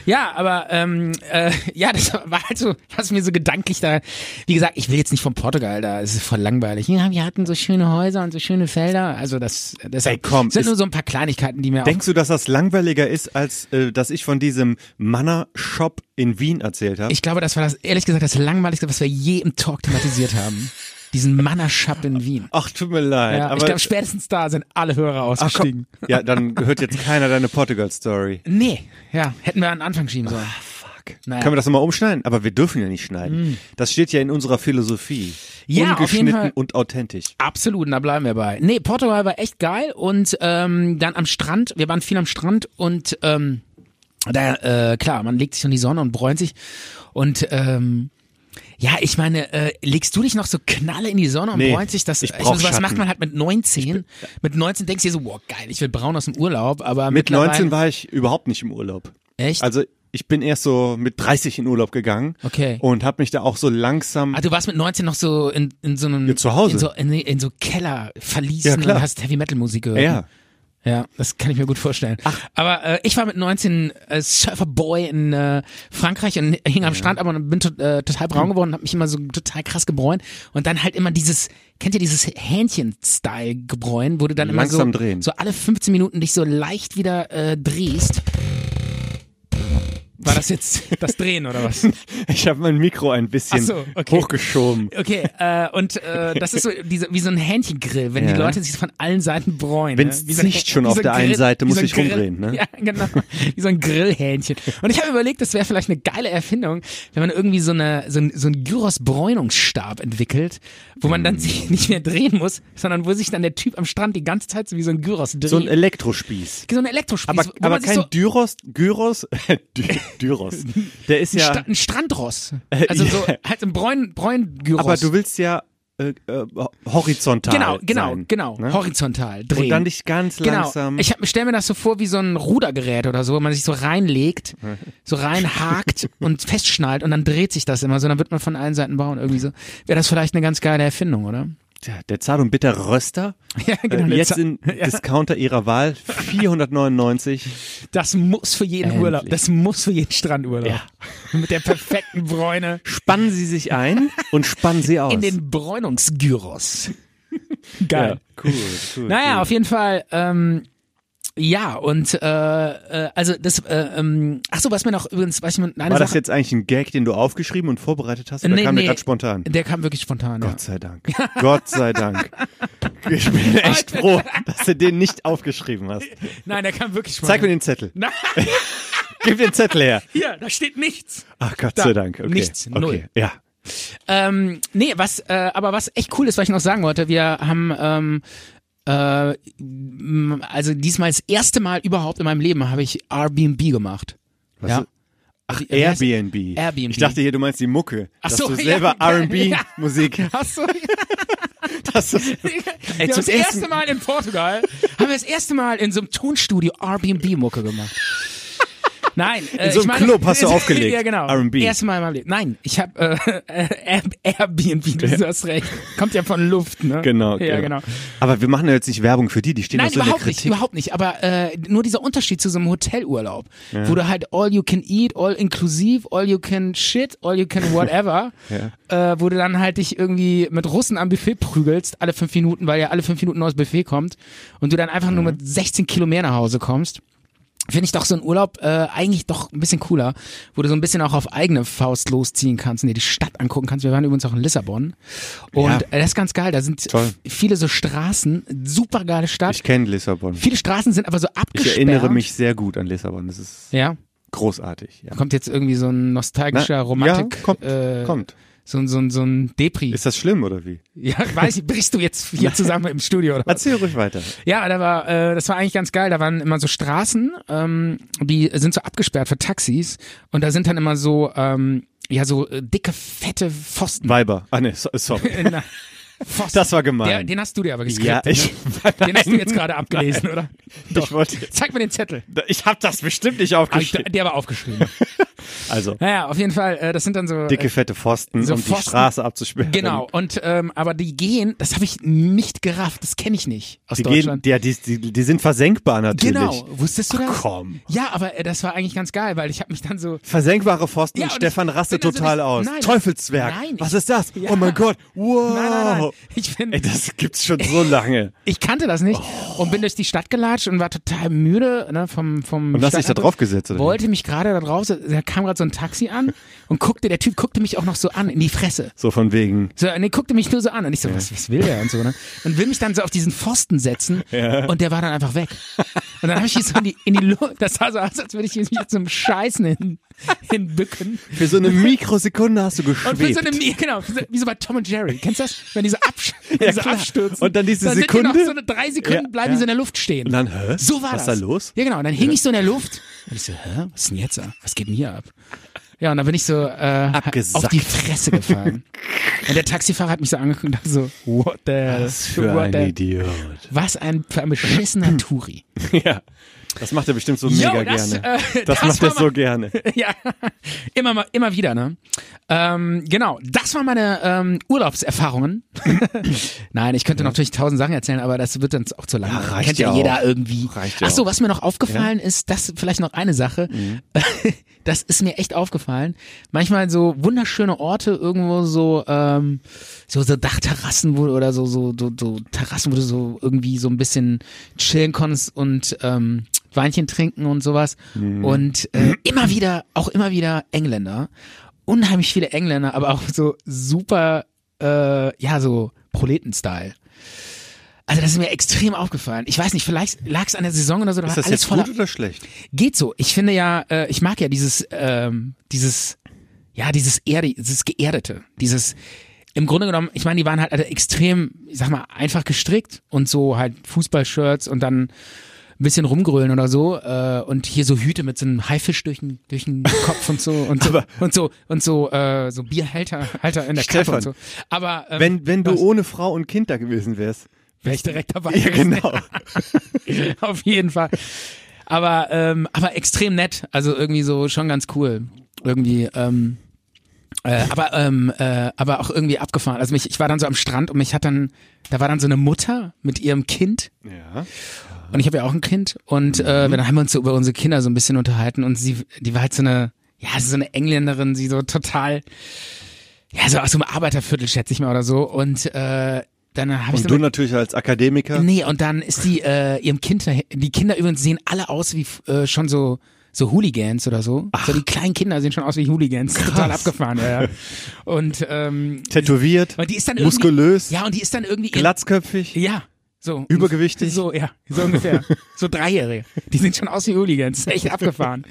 [SPEAKER 1] Ja, aber ähm, äh, ja, das war halt so, was mir so gedanklich da, wie gesagt, ich will jetzt nicht von Portugal, da es ist voll langweilig. Ja, wir hatten so schöne Häuser und so schöne Felder. Also das, das
[SPEAKER 2] Ey, komm,
[SPEAKER 1] sind
[SPEAKER 2] ist-
[SPEAKER 1] nur so ein paar Kleinigkeiten, die mir auch
[SPEAKER 2] Denkst du, dass das langweiliger ist, als äh, dass ich von diesem Manner-Shop in Wien erzählt habe?
[SPEAKER 1] Ich glaube, das war das, ehrlich gesagt, das langweiligste, was wir je im Talk thematisiert haben. Diesen Mannerschap in Wien.
[SPEAKER 2] Ach, tut mir leid.
[SPEAKER 1] Ja,
[SPEAKER 2] aber,
[SPEAKER 1] ich glaube, spätestens da sind alle Hörer
[SPEAKER 2] ach,
[SPEAKER 1] ausgestiegen.
[SPEAKER 2] komm. Ja, dann hört jetzt keiner deine Portugal-Story.
[SPEAKER 1] Nee, ja, hätten wir an den Anfang schieben sollen.
[SPEAKER 2] Ah, Fuck.
[SPEAKER 1] Naja.
[SPEAKER 2] Können wir das nochmal umschneiden? Aber wir dürfen ja nicht schneiden. Das steht ja in unserer Philosophie.
[SPEAKER 1] Hm. Ja, auf jeden
[SPEAKER 2] Ungeschnitten
[SPEAKER 1] Fall.
[SPEAKER 2] und authentisch.
[SPEAKER 1] Absolut, und da bleiben wir bei. Nee, Portugal war echt geil und ähm, dann am Strand, wir waren viel am Strand und ähm, da, äh, klar, man legt sich in die Sonne und bräunt sich und ähm, ja, ich meine, äh, legst du dich noch so knalle in die Sonne und
[SPEAKER 2] Nee,
[SPEAKER 1] bräunt sich das?
[SPEAKER 2] ich brauch
[SPEAKER 1] meine, sowas
[SPEAKER 2] Schatten.
[SPEAKER 1] macht man halt mit 19. mit 19 denkst du dir so, wow, geil, ich will braun aus dem Urlaub, aber
[SPEAKER 2] Mit
[SPEAKER 1] mittlerweile-
[SPEAKER 2] 19 war ich überhaupt nicht im Urlaub.
[SPEAKER 1] Echt?
[SPEAKER 2] Also ich bin erst so mit 30 in Urlaub gegangen.
[SPEAKER 1] Okay.
[SPEAKER 2] Und habe mich da auch so langsam.
[SPEAKER 1] Ah, du warst mit 19 noch so in, in so einem
[SPEAKER 2] Ja, zu Hause.
[SPEAKER 1] in so, in, in so Keller verließen
[SPEAKER 2] Ja, klar.
[SPEAKER 1] und hast Heavy Metal Musik gehört.
[SPEAKER 2] (laughs) ja.
[SPEAKER 1] Ja, das kann ich mir gut vorstellen. Aber äh, ich war mit 19 äh, Surferboy in äh, Frankreich und hing am Strand, aber bin to äh, total braun geworden und habe mich immer so total krass gebräunt. Und dann halt immer dieses, kennt ihr dieses Hähnchen-Style-Gebräun, wo du dann immer so,
[SPEAKER 2] Langsam drehen.
[SPEAKER 1] so alle 15 Minuten dich so leicht wieder äh, drehst. War das
[SPEAKER 2] (laughs)
[SPEAKER 1] jetzt das Drehen oder was?
[SPEAKER 2] Ich habe mein Mikro ein bisschen
[SPEAKER 1] Ach so, okay.
[SPEAKER 2] hochgeschoben.
[SPEAKER 1] Okay, äh, und äh, das ist so diese, wie so ein Hähnchengrill, wenn
[SPEAKER 2] Ja.
[SPEAKER 1] die Leute sich von allen Seiten bräunen.
[SPEAKER 2] Wenn's
[SPEAKER 1] ne? Wie so ein
[SPEAKER 2] zischt
[SPEAKER 1] Hä-
[SPEAKER 2] schon
[SPEAKER 1] wie
[SPEAKER 2] auf
[SPEAKER 1] so ein
[SPEAKER 2] der einen
[SPEAKER 1] Grill-
[SPEAKER 2] Seite,
[SPEAKER 1] wie
[SPEAKER 2] muss
[SPEAKER 1] so ein
[SPEAKER 2] ich rumdrehen,
[SPEAKER 1] Grill,
[SPEAKER 2] ne?
[SPEAKER 1] Ja, genau. Wie so ein Grillhähnchen. Und ich habe überlegt, das wäre vielleicht eine geile Erfindung, wenn man irgendwie so, eine, so, ein, so einen Gyros-Bräunungsstab entwickelt, wo man
[SPEAKER 2] Mm.
[SPEAKER 1] dann sich nicht mehr drehen muss, sondern wo sich dann der Typ am Strand die ganze Zeit so wie so ein Gyros dreht.
[SPEAKER 2] So ein Elektrospieß.
[SPEAKER 1] so ein Elektrospieß,
[SPEAKER 2] Aber,
[SPEAKER 1] wo
[SPEAKER 2] aber
[SPEAKER 1] man sich
[SPEAKER 2] kein
[SPEAKER 1] so
[SPEAKER 2] Dyros, Gyros, (laughs) Dy- Dyros. Der ist
[SPEAKER 1] ein,
[SPEAKER 2] ja.
[SPEAKER 1] Sta- ein
[SPEAKER 2] (laughs)
[SPEAKER 1] Strandross. Also so
[SPEAKER 2] ja.
[SPEAKER 1] halt ein Bräun, Bräun-Gyros.
[SPEAKER 2] Aber du willst ja äh, äh, horizontal.
[SPEAKER 1] Genau, genau,
[SPEAKER 2] sein,
[SPEAKER 1] genau.
[SPEAKER 2] ne?
[SPEAKER 1] Horizontal drehen.
[SPEAKER 2] Und dann dich ganz
[SPEAKER 1] genau.
[SPEAKER 2] langsam.
[SPEAKER 1] Ich stelle mir das so vor wie so ein Rudergerät oder so, wo man sich so reinlegt, so
[SPEAKER 2] (laughs)
[SPEAKER 1] reinhakt und festschnallt und dann dreht sich das immer so, dann wird man von allen Seiten bauen irgendwie so. Wäre das vielleicht eine ganz geile Erfindung, oder?
[SPEAKER 2] Tja, der Zart und Bitter Röster.
[SPEAKER 1] Ja, (laughs) genau,
[SPEAKER 2] äh,
[SPEAKER 1] der
[SPEAKER 2] jetzt
[SPEAKER 1] Zart- (laughs)
[SPEAKER 2] in Discounter ihrer Wahl. 499.
[SPEAKER 1] Das muss für jeden
[SPEAKER 2] Endlich.
[SPEAKER 1] Urlaub, das muss für jeden Strandurlaub.
[SPEAKER 2] Ja.
[SPEAKER 1] (laughs) Mit der perfekten Bräune
[SPEAKER 2] Spannen Sie sich ein und spannen Sie aus.
[SPEAKER 1] in den
[SPEAKER 2] (laughs)
[SPEAKER 1] Bräunungsgyros. Geil.
[SPEAKER 2] ja, cool, cool.
[SPEAKER 1] Naja, auf jeden Fall. Ähm, ja, und äh, äh, also das, äh, ähm, ach so, was mir noch übrigens, was ich mir, eine
[SPEAKER 2] War das
[SPEAKER 1] Sache,
[SPEAKER 2] jetzt eigentlich ein Gag, den du aufgeschrieben und vorbereitet hast? Oder
[SPEAKER 1] Nee,
[SPEAKER 2] kam der
[SPEAKER 1] nee.
[SPEAKER 2] gerade spontan?
[SPEAKER 1] der kam wirklich spontan. Ja.
[SPEAKER 2] Gott sei Dank. Gott sei Dank. Ich bin echt froh, dass du den nicht aufgeschrieben hast.
[SPEAKER 1] Nein, der kam wirklich spontan.
[SPEAKER 2] Zeig mir den Zettel.
[SPEAKER 1] Nein,
[SPEAKER 2] (laughs) Gib den Zettel her.
[SPEAKER 1] hier, da steht nichts.
[SPEAKER 2] Ach, Gott
[SPEAKER 1] Da.
[SPEAKER 2] sei Dank. Okay.
[SPEAKER 1] Nichts.
[SPEAKER 2] Okay.
[SPEAKER 1] Null.
[SPEAKER 2] Ja.
[SPEAKER 1] Ähm, nee, was, äh, aber was echt cool ist, was ich noch sagen wollte, wir haben, ähm, äh, m- also diesmal das erste Mal überhaupt in meinem Leben habe ich Airbnb gemacht. Was ja.
[SPEAKER 2] ist- Ach,
[SPEAKER 1] wie heißt-
[SPEAKER 2] Airbnb.
[SPEAKER 1] Airbnb.
[SPEAKER 2] Ich dachte hier, du meinst die Mucke.
[SPEAKER 1] Ach
[SPEAKER 2] dass
[SPEAKER 1] so,
[SPEAKER 2] du
[SPEAKER 1] (laughs) ja,
[SPEAKER 2] selber
[SPEAKER 1] ja, ja.
[SPEAKER 2] R&B-Musik
[SPEAKER 1] Ach so,
[SPEAKER 2] hast.
[SPEAKER 1] (laughs)
[SPEAKER 2] Das ist- (laughs)
[SPEAKER 1] wir haben
[SPEAKER 2] zum
[SPEAKER 1] das erste
[SPEAKER 2] ersten-
[SPEAKER 1] Mal in Portugal, (laughs) haben wir das erste Mal in so einem Tonstudio Airbnb-Mucke gemacht. Nein, äh,
[SPEAKER 2] In so
[SPEAKER 1] ich
[SPEAKER 2] einem
[SPEAKER 1] meine,
[SPEAKER 2] Club hast du aufgelegt,
[SPEAKER 1] (laughs) ja, genau.
[SPEAKER 2] R&B.
[SPEAKER 1] Erste Mal in meinem Leben. Nein, ich habe äh, (laughs) äh, Airbnb, du hast recht. Kommt ja von Luft, ne?
[SPEAKER 2] Genau,
[SPEAKER 1] Ja,
[SPEAKER 2] genau.
[SPEAKER 1] genau.
[SPEAKER 2] Aber wir machen ja jetzt nicht Werbung für die, die stehen
[SPEAKER 1] Nein,
[SPEAKER 2] noch so in der
[SPEAKER 1] überhaupt nicht,
[SPEAKER 2] Kritik.
[SPEAKER 1] überhaupt nicht. Aber äh, nur dieser Unterschied zu so einem Hotelurlaub, wo du halt all you can eat, all inclusive, all you can shit, all you can
[SPEAKER 2] (laughs)
[SPEAKER 1] whatever, äh, wo du dann halt dich irgendwie mit Russen am Buffet prügelst, alle fünf Minuten, weil ja alle fünf Minuten ein neues Buffet kommt und du dann einfach nur mit 16 Kilo mehr nach Hause kommst. Finde ich doch so einen Urlaub äh, eigentlich doch ein bisschen cooler, wo du so ein bisschen auch auf eigene Faust losziehen kannst und dir die Stadt angucken kannst. Wir waren übrigens auch in Lissabon. Und
[SPEAKER 2] Ja.
[SPEAKER 1] äh, das ist ganz geil. Da sind
[SPEAKER 2] Toll.
[SPEAKER 1] f- viele so Straßen, super geile Stadt.
[SPEAKER 2] Ich kenne Lissabon.
[SPEAKER 1] Viele Straßen sind aber so
[SPEAKER 2] Ich
[SPEAKER 1] abgesperrt.
[SPEAKER 2] erinnere mich sehr gut an Lissabon. Das ist
[SPEAKER 1] Ja,
[SPEAKER 2] großartig. Ja.
[SPEAKER 1] kommt jetzt irgendwie so ein nostalgischer Romantik.
[SPEAKER 2] ja, kommt,
[SPEAKER 1] äh,
[SPEAKER 2] kommt.
[SPEAKER 1] So, ein- so, ein- so ein Depri.
[SPEAKER 2] Ist das schlimm oder wie?
[SPEAKER 1] ja, weiß ich, brichst du jetzt
[SPEAKER 2] (laughs)
[SPEAKER 1] hier zusammen im Studio oder was?
[SPEAKER 2] Erzähl ruhig weiter.
[SPEAKER 1] Ja, da war, äh, das war eigentlich ganz geil. Da waren immer so Straßen, ähm, die sind so abgesperrt für Taxis und da sind dann immer so, ähm, ja, so äh, dicke, fette Pfosten.
[SPEAKER 2] Weiber. Ah, ne, so, sorry.
[SPEAKER 1] Äh, (laughs) na, Pfosten.
[SPEAKER 2] (laughs) Das war gemein.
[SPEAKER 1] Der, den hast du dir aber
[SPEAKER 2] ja,
[SPEAKER 1] geskriptet,
[SPEAKER 2] ich,
[SPEAKER 1] ne? (laughs) Den hast du jetzt
[SPEAKER 2] (laughs)
[SPEAKER 1] gerade abgelesen, oder?
[SPEAKER 2] ich wollte.
[SPEAKER 1] Zeig mir den Zettel.
[SPEAKER 2] Ich habe das bestimmt nicht
[SPEAKER 1] Ah, ich,
[SPEAKER 2] aufgeschrieben.
[SPEAKER 1] der war aufgeschrieben. (laughs)
[SPEAKER 2] Also,
[SPEAKER 1] Naja, auf jeden Fall, äh, das sind dann so
[SPEAKER 2] dicke, fette Pfosten,
[SPEAKER 1] so
[SPEAKER 2] um die
[SPEAKER 1] Pfosten.
[SPEAKER 2] Straße abzusperren.
[SPEAKER 1] Genau, und ähm, aber die gehen, das habe ich nicht gerafft, das kenne ich nicht aus
[SPEAKER 2] Die, gehen,
[SPEAKER 1] Deutschland.
[SPEAKER 2] ja, die, die, die sind versenkbar natürlich.
[SPEAKER 1] genau, wusstest du das?
[SPEAKER 2] Ach, komm.
[SPEAKER 1] Ja, aber äh, das war eigentlich ganz geil, weil ich habe mich dann so
[SPEAKER 2] Versenkbare Pfosten
[SPEAKER 1] Ja,
[SPEAKER 2] und
[SPEAKER 1] und
[SPEAKER 2] Stefan
[SPEAKER 1] ich
[SPEAKER 2] rastet
[SPEAKER 1] bin also
[SPEAKER 2] total
[SPEAKER 1] nicht-
[SPEAKER 2] aus.
[SPEAKER 1] nein, das-
[SPEAKER 2] Teufelswerk.
[SPEAKER 1] nein,
[SPEAKER 2] Was
[SPEAKER 1] ich-
[SPEAKER 2] ist das?
[SPEAKER 1] Ja.
[SPEAKER 2] Oh mein Gott. Wow.
[SPEAKER 1] Nein, nein, nein. Ich bin-
[SPEAKER 2] Oh. Ey, das Oh. gibt's schon so lange.
[SPEAKER 1] ich kannte das nicht und bin durch die Stadt gelatscht und war total müde ne, vom vom
[SPEAKER 2] Und hast dich da
[SPEAKER 1] Stadtabend.
[SPEAKER 2] draufgesetzt, oder wie?
[SPEAKER 1] Wollte mich gerade da drauf, da kam gerade so ein Taxi an und guckte, der Typ guckte mich auch noch so an, in die Fresse.
[SPEAKER 2] So von wegen.
[SPEAKER 1] So, nee, guckte mich nur so an und ich so, was, was will der und so, ne? Und will mich dann so auf diesen Pfosten
[SPEAKER 2] (laughs)
[SPEAKER 1] setzen und der war dann einfach weg. Und dann habe ich mich so in die, in die Luft, das sah so aus, als würde ich mich jetzt zum Scheißen hin, hinbücken.
[SPEAKER 2] Für so eine Mikrosekunde hast du geschwebt.
[SPEAKER 1] Und für so eine, genau, für so- wie so bei Tom und Jerry. Kennst du das? Wenn diese, Absch wenn diese
[SPEAKER 2] klar.
[SPEAKER 1] abstürzen.
[SPEAKER 2] Und dann diese
[SPEAKER 1] sind die noch
[SPEAKER 2] Sekunde?
[SPEAKER 1] so eine drei Sekunden
[SPEAKER 2] Ja,
[SPEAKER 1] bleiben
[SPEAKER 2] ja.
[SPEAKER 1] die so in der Luft stehen.
[SPEAKER 2] Und dann, hä?
[SPEAKER 1] So war
[SPEAKER 2] Was
[SPEAKER 1] das.
[SPEAKER 2] ist da los?
[SPEAKER 1] Ja, genau. Und dann hing ich so in der Luft. Und ich so, hä? Was ist denn jetzt? ab? Was geht denn hier ab? Ja, und dann bin ich so äh,
[SPEAKER 2] Abgesackt.
[SPEAKER 1] auf die Fresse gefallen. und der Taxifahrer hat mich so angeguckt und dachte so, what the hell?
[SPEAKER 2] Was für
[SPEAKER 1] what
[SPEAKER 2] ein
[SPEAKER 1] the-
[SPEAKER 2] Idiot.
[SPEAKER 1] Was ein, für ein beschissener Touri.
[SPEAKER 2] (laughs) Ja. Das macht er bestimmt so
[SPEAKER 1] Jo,
[SPEAKER 2] mega
[SPEAKER 1] das,
[SPEAKER 2] gerne.
[SPEAKER 1] äh,
[SPEAKER 2] (laughs) das
[SPEAKER 1] das
[SPEAKER 2] macht
[SPEAKER 1] war
[SPEAKER 2] er so
[SPEAKER 1] mal-
[SPEAKER 2] gerne.
[SPEAKER 1] (laughs) ja, immer, mal, immer wieder, ne? Ähm, genau, das waren meine ähm, Urlaubserfahrungen. (laughs) Nein, ich könnte natürlich tausend Sachen erzählen, aber das wird dann auch zu lang.
[SPEAKER 2] Ja, reicht
[SPEAKER 1] Kennt
[SPEAKER 2] ja
[SPEAKER 1] ja
[SPEAKER 2] auch.
[SPEAKER 1] jeder irgendwie.
[SPEAKER 2] Reicht ja
[SPEAKER 1] Ach so,
[SPEAKER 2] auch. Mhm.
[SPEAKER 1] was mir noch aufgefallen ist, das vielleicht noch eine Sache. (laughs) Das ist mir echt aufgefallen. Manchmal so wunderschöne Orte, irgendwo so, ähm, so, so Dachterrassen wo, oder so, so, so, so Terrassen, wo du so irgendwie so ein bisschen chillen konntest und ähm, Weinchen trinken und sowas.
[SPEAKER 2] Mhm.
[SPEAKER 1] Und äh, immer wieder, auch immer wieder Engländer. Unheimlich viele Engländer, aber auch so super, äh, ja, so Proleten-Style. Also das ist mir extrem aufgefallen. Ich weiß nicht, vielleicht lag es an der Saison oder so, da
[SPEAKER 2] Ist
[SPEAKER 1] war
[SPEAKER 2] das
[SPEAKER 1] alles
[SPEAKER 2] jetzt
[SPEAKER 1] voller Ähm,
[SPEAKER 2] gut oder schlecht?
[SPEAKER 1] geht so. Ich finde ja, äh, ich mag ja dieses, ähm, dieses, ja, dieses Erde, dieses Geerdete, dieses, im Grunde genommen, ich meine, die waren halt alle extrem, ich sag mal, einfach gestrickt und so halt Fußballshirts und dann ein bisschen rumgrölen oder so äh, und hier so Hüte mit so einem Haifisch durch den, durch den Kopf und so und so und so und so, äh, so Bierhalter Halter in der Kappe
[SPEAKER 2] Stefan,
[SPEAKER 1] und so. Aber ähm,
[SPEAKER 2] Wenn, wenn du
[SPEAKER 1] was-
[SPEAKER 2] ohne Frau und Kind da gewesen wärst.
[SPEAKER 1] wäre ich direkt dabei.
[SPEAKER 2] (laughs) Ja, (laughs) genau.
[SPEAKER 1] (laughs) Auf jeden Fall. Aber, ähm, aber extrem nett. Also irgendwie so schon ganz cool. Irgendwie, ähm, äh, aber, ähm, äh, aber auch irgendwie abgefahren. Also mich, ich war dann so am Strand und mich hat dann, da war dann so eine Mutter mit ihrem Kind
[SPEAKER 2] Ja. Mhm.
[SPEAKER 1] und ich habe ja auch ein Kind und äh, dann haben wir uns so über unsere Kinder so ein bisschen unterhalten und sie, die war halt so eine, ja, so eine Engländerin, sie so total, ja, so aus so einem Arbeiterviertel, schätze ich mal oder so. Und äh, dann habe ich
[SPEAKER 2] Und
[SPEAKER 1] so
[SPEAKER 2] du natürlich als Akademiker.
[SPEAKER 1] Nee, und dann ist die äh, ihrem Kind dahin- die Kinder übrigens sehen alle aus wie äh, schon so so Hooligans oder so. So die kleinen Kinder sehen schon aus wie Hooligans, total abgefahren, ja. ja. Und ähm
[SPEAKER 2] Tätowiert,
[SPEAKER 1] und die ist dann irgendwie
[SPEAKER 2] muskulös,
[SPEAKER 1] Ja, und die ist dann irgendwie
[SPEAKER 2] glatzköpfig.
[SPEAKER 1] ja, so
[SPEAKER 2] Übergewichtig?
[SPEAKER 1] So, ja, so
[SPEAKER 2] (laughs)
[SPEAKER 1] ungefähr. so Dreijährige. Die sind schon aus wie Hooligans, (laughs) Ist echt abgefahren.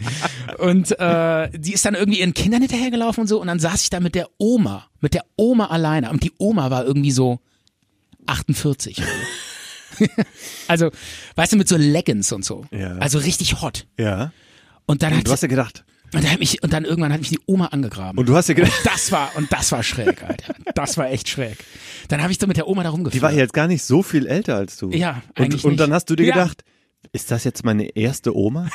[SPEAKER 1] Und äh, die ist dann irgendwie ihren Kindern hinterhergelaufen und so und dann saß ich da mit der Oma, mit der Oma alleine und die Oma war irgendwie so 48. oder so. (laughs) also, weißt du, mit so Leggings und so.
[SPEAKER 2] Ja.
[SPEAKER 1] Also richtig hot.
[SPEAKER 2] Ja.
[SPEAKER 1] Und dann hat
[SPEAKER 2] Und du hast
[SPEAKER 1] sie,
[SPEAKER 2] ja gedacht.
[SPEAKER 1] und dann hat mich und dann irgendwann hat mich die Oma angegraben.
[SPEAKER 2] Und du hast ja gedacht.
[SPEAKER 1] das war und das war schräg, Alter. Das war echt schräg. Dann habe ich so mit der Oma da rumgefahren.
[SPEAKER 2] Die war jetzt gar nicht so viel älter als du.
[SPEAKER 1] Ja,
[SPEAKER 2] und,
[SPEAKER 1] eigentlich
[SPEAKER 2] und
[SPEAKER 1] nicht.
[SPEAKER 2] dann hast du dir
[SPEAKER 1] Ja.
[SPEAKER 2] gedacht, ist das jetzt meine
[SPEAKER 1] (laughs)
[SPEAKER 2] erste Oma?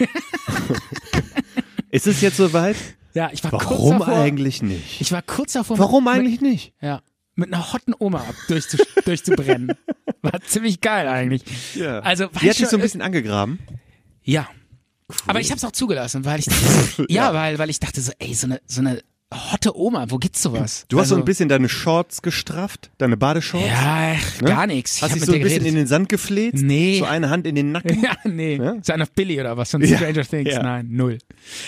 [SPEAKER 2] ist es jetzt soweit?
[SPEAKER 1] Ja, ich war kurz
[SPEAKER 2] Warum
[SPEAKER 1] davor,
[SPEAKER 2] eigentlich nicht?
[SPEAKER 1] Ich war kurz davor.
[SPEAKER 2] Warum
[SPEAKER 1] mit,
[SPEAKER 2] eigentlich nicht?
[SPEAKER 1] Mit, ja, mit einer hotten Oma ab durchzu, (laughs) durchzubrennen. War ziemlich geil eigentlich.
[SPEAKER 2] Ja.
[SPEAKER 1] Also, war
[SPEAKER 2] die
[SPEAKER 1] ich
[SPEAKER 2] hat dich
[SPEAKER 1] schon-
[SPEAKER 2] so ein bisschen angegraben.
[SPEAKER 1] Ja. Aber ich habe es auch zugelassen, weil ich
[SPEAKER 2] (laughs)
[SPEAKER 1] ja, weil weil ich dachte so, ey, so eine so eine hotte Oma, wo gibt's sowas?
[SPEAKER 2] Du hast
[SPEAKER 1] Also-
[SPEAKER 2] so ein bisschen deine Shorts gestrafft, deine Badeshorts.
[SPEAKER 1] ja,
[SPEAKER 2] ne?
[SPEAKER 1] gar nichts. Ich
[SPEAKER 2] Hast
[SPEAKER 1] hab
[SPEAKER 2] dich
[SPEAKER 1] mit
[SPEAKER 2] so
[SPEAKER 1] der
[SPEAKER 2] ein bisschen in
[SPEAKER 1] geredet.
[SPEAKER 2] den Sand gefleht?
[SPEAKER 1] Nee.
[SPEAKER 2] So eine Hand in
[SPEAKER 1] (laughs)
[SPEAKER 2] den Nacken?
[SPEAKER 1] ja, nee.
[SPEAKER 2] Ne?
[SPEAKER 1] So einer auf Billy oder was von
[SPEAKER 2] Ja.
[SPEAKER 1] Stranger Things.
[SPEAKER 2] Ja.
[SPEAKER 1] Nein, null.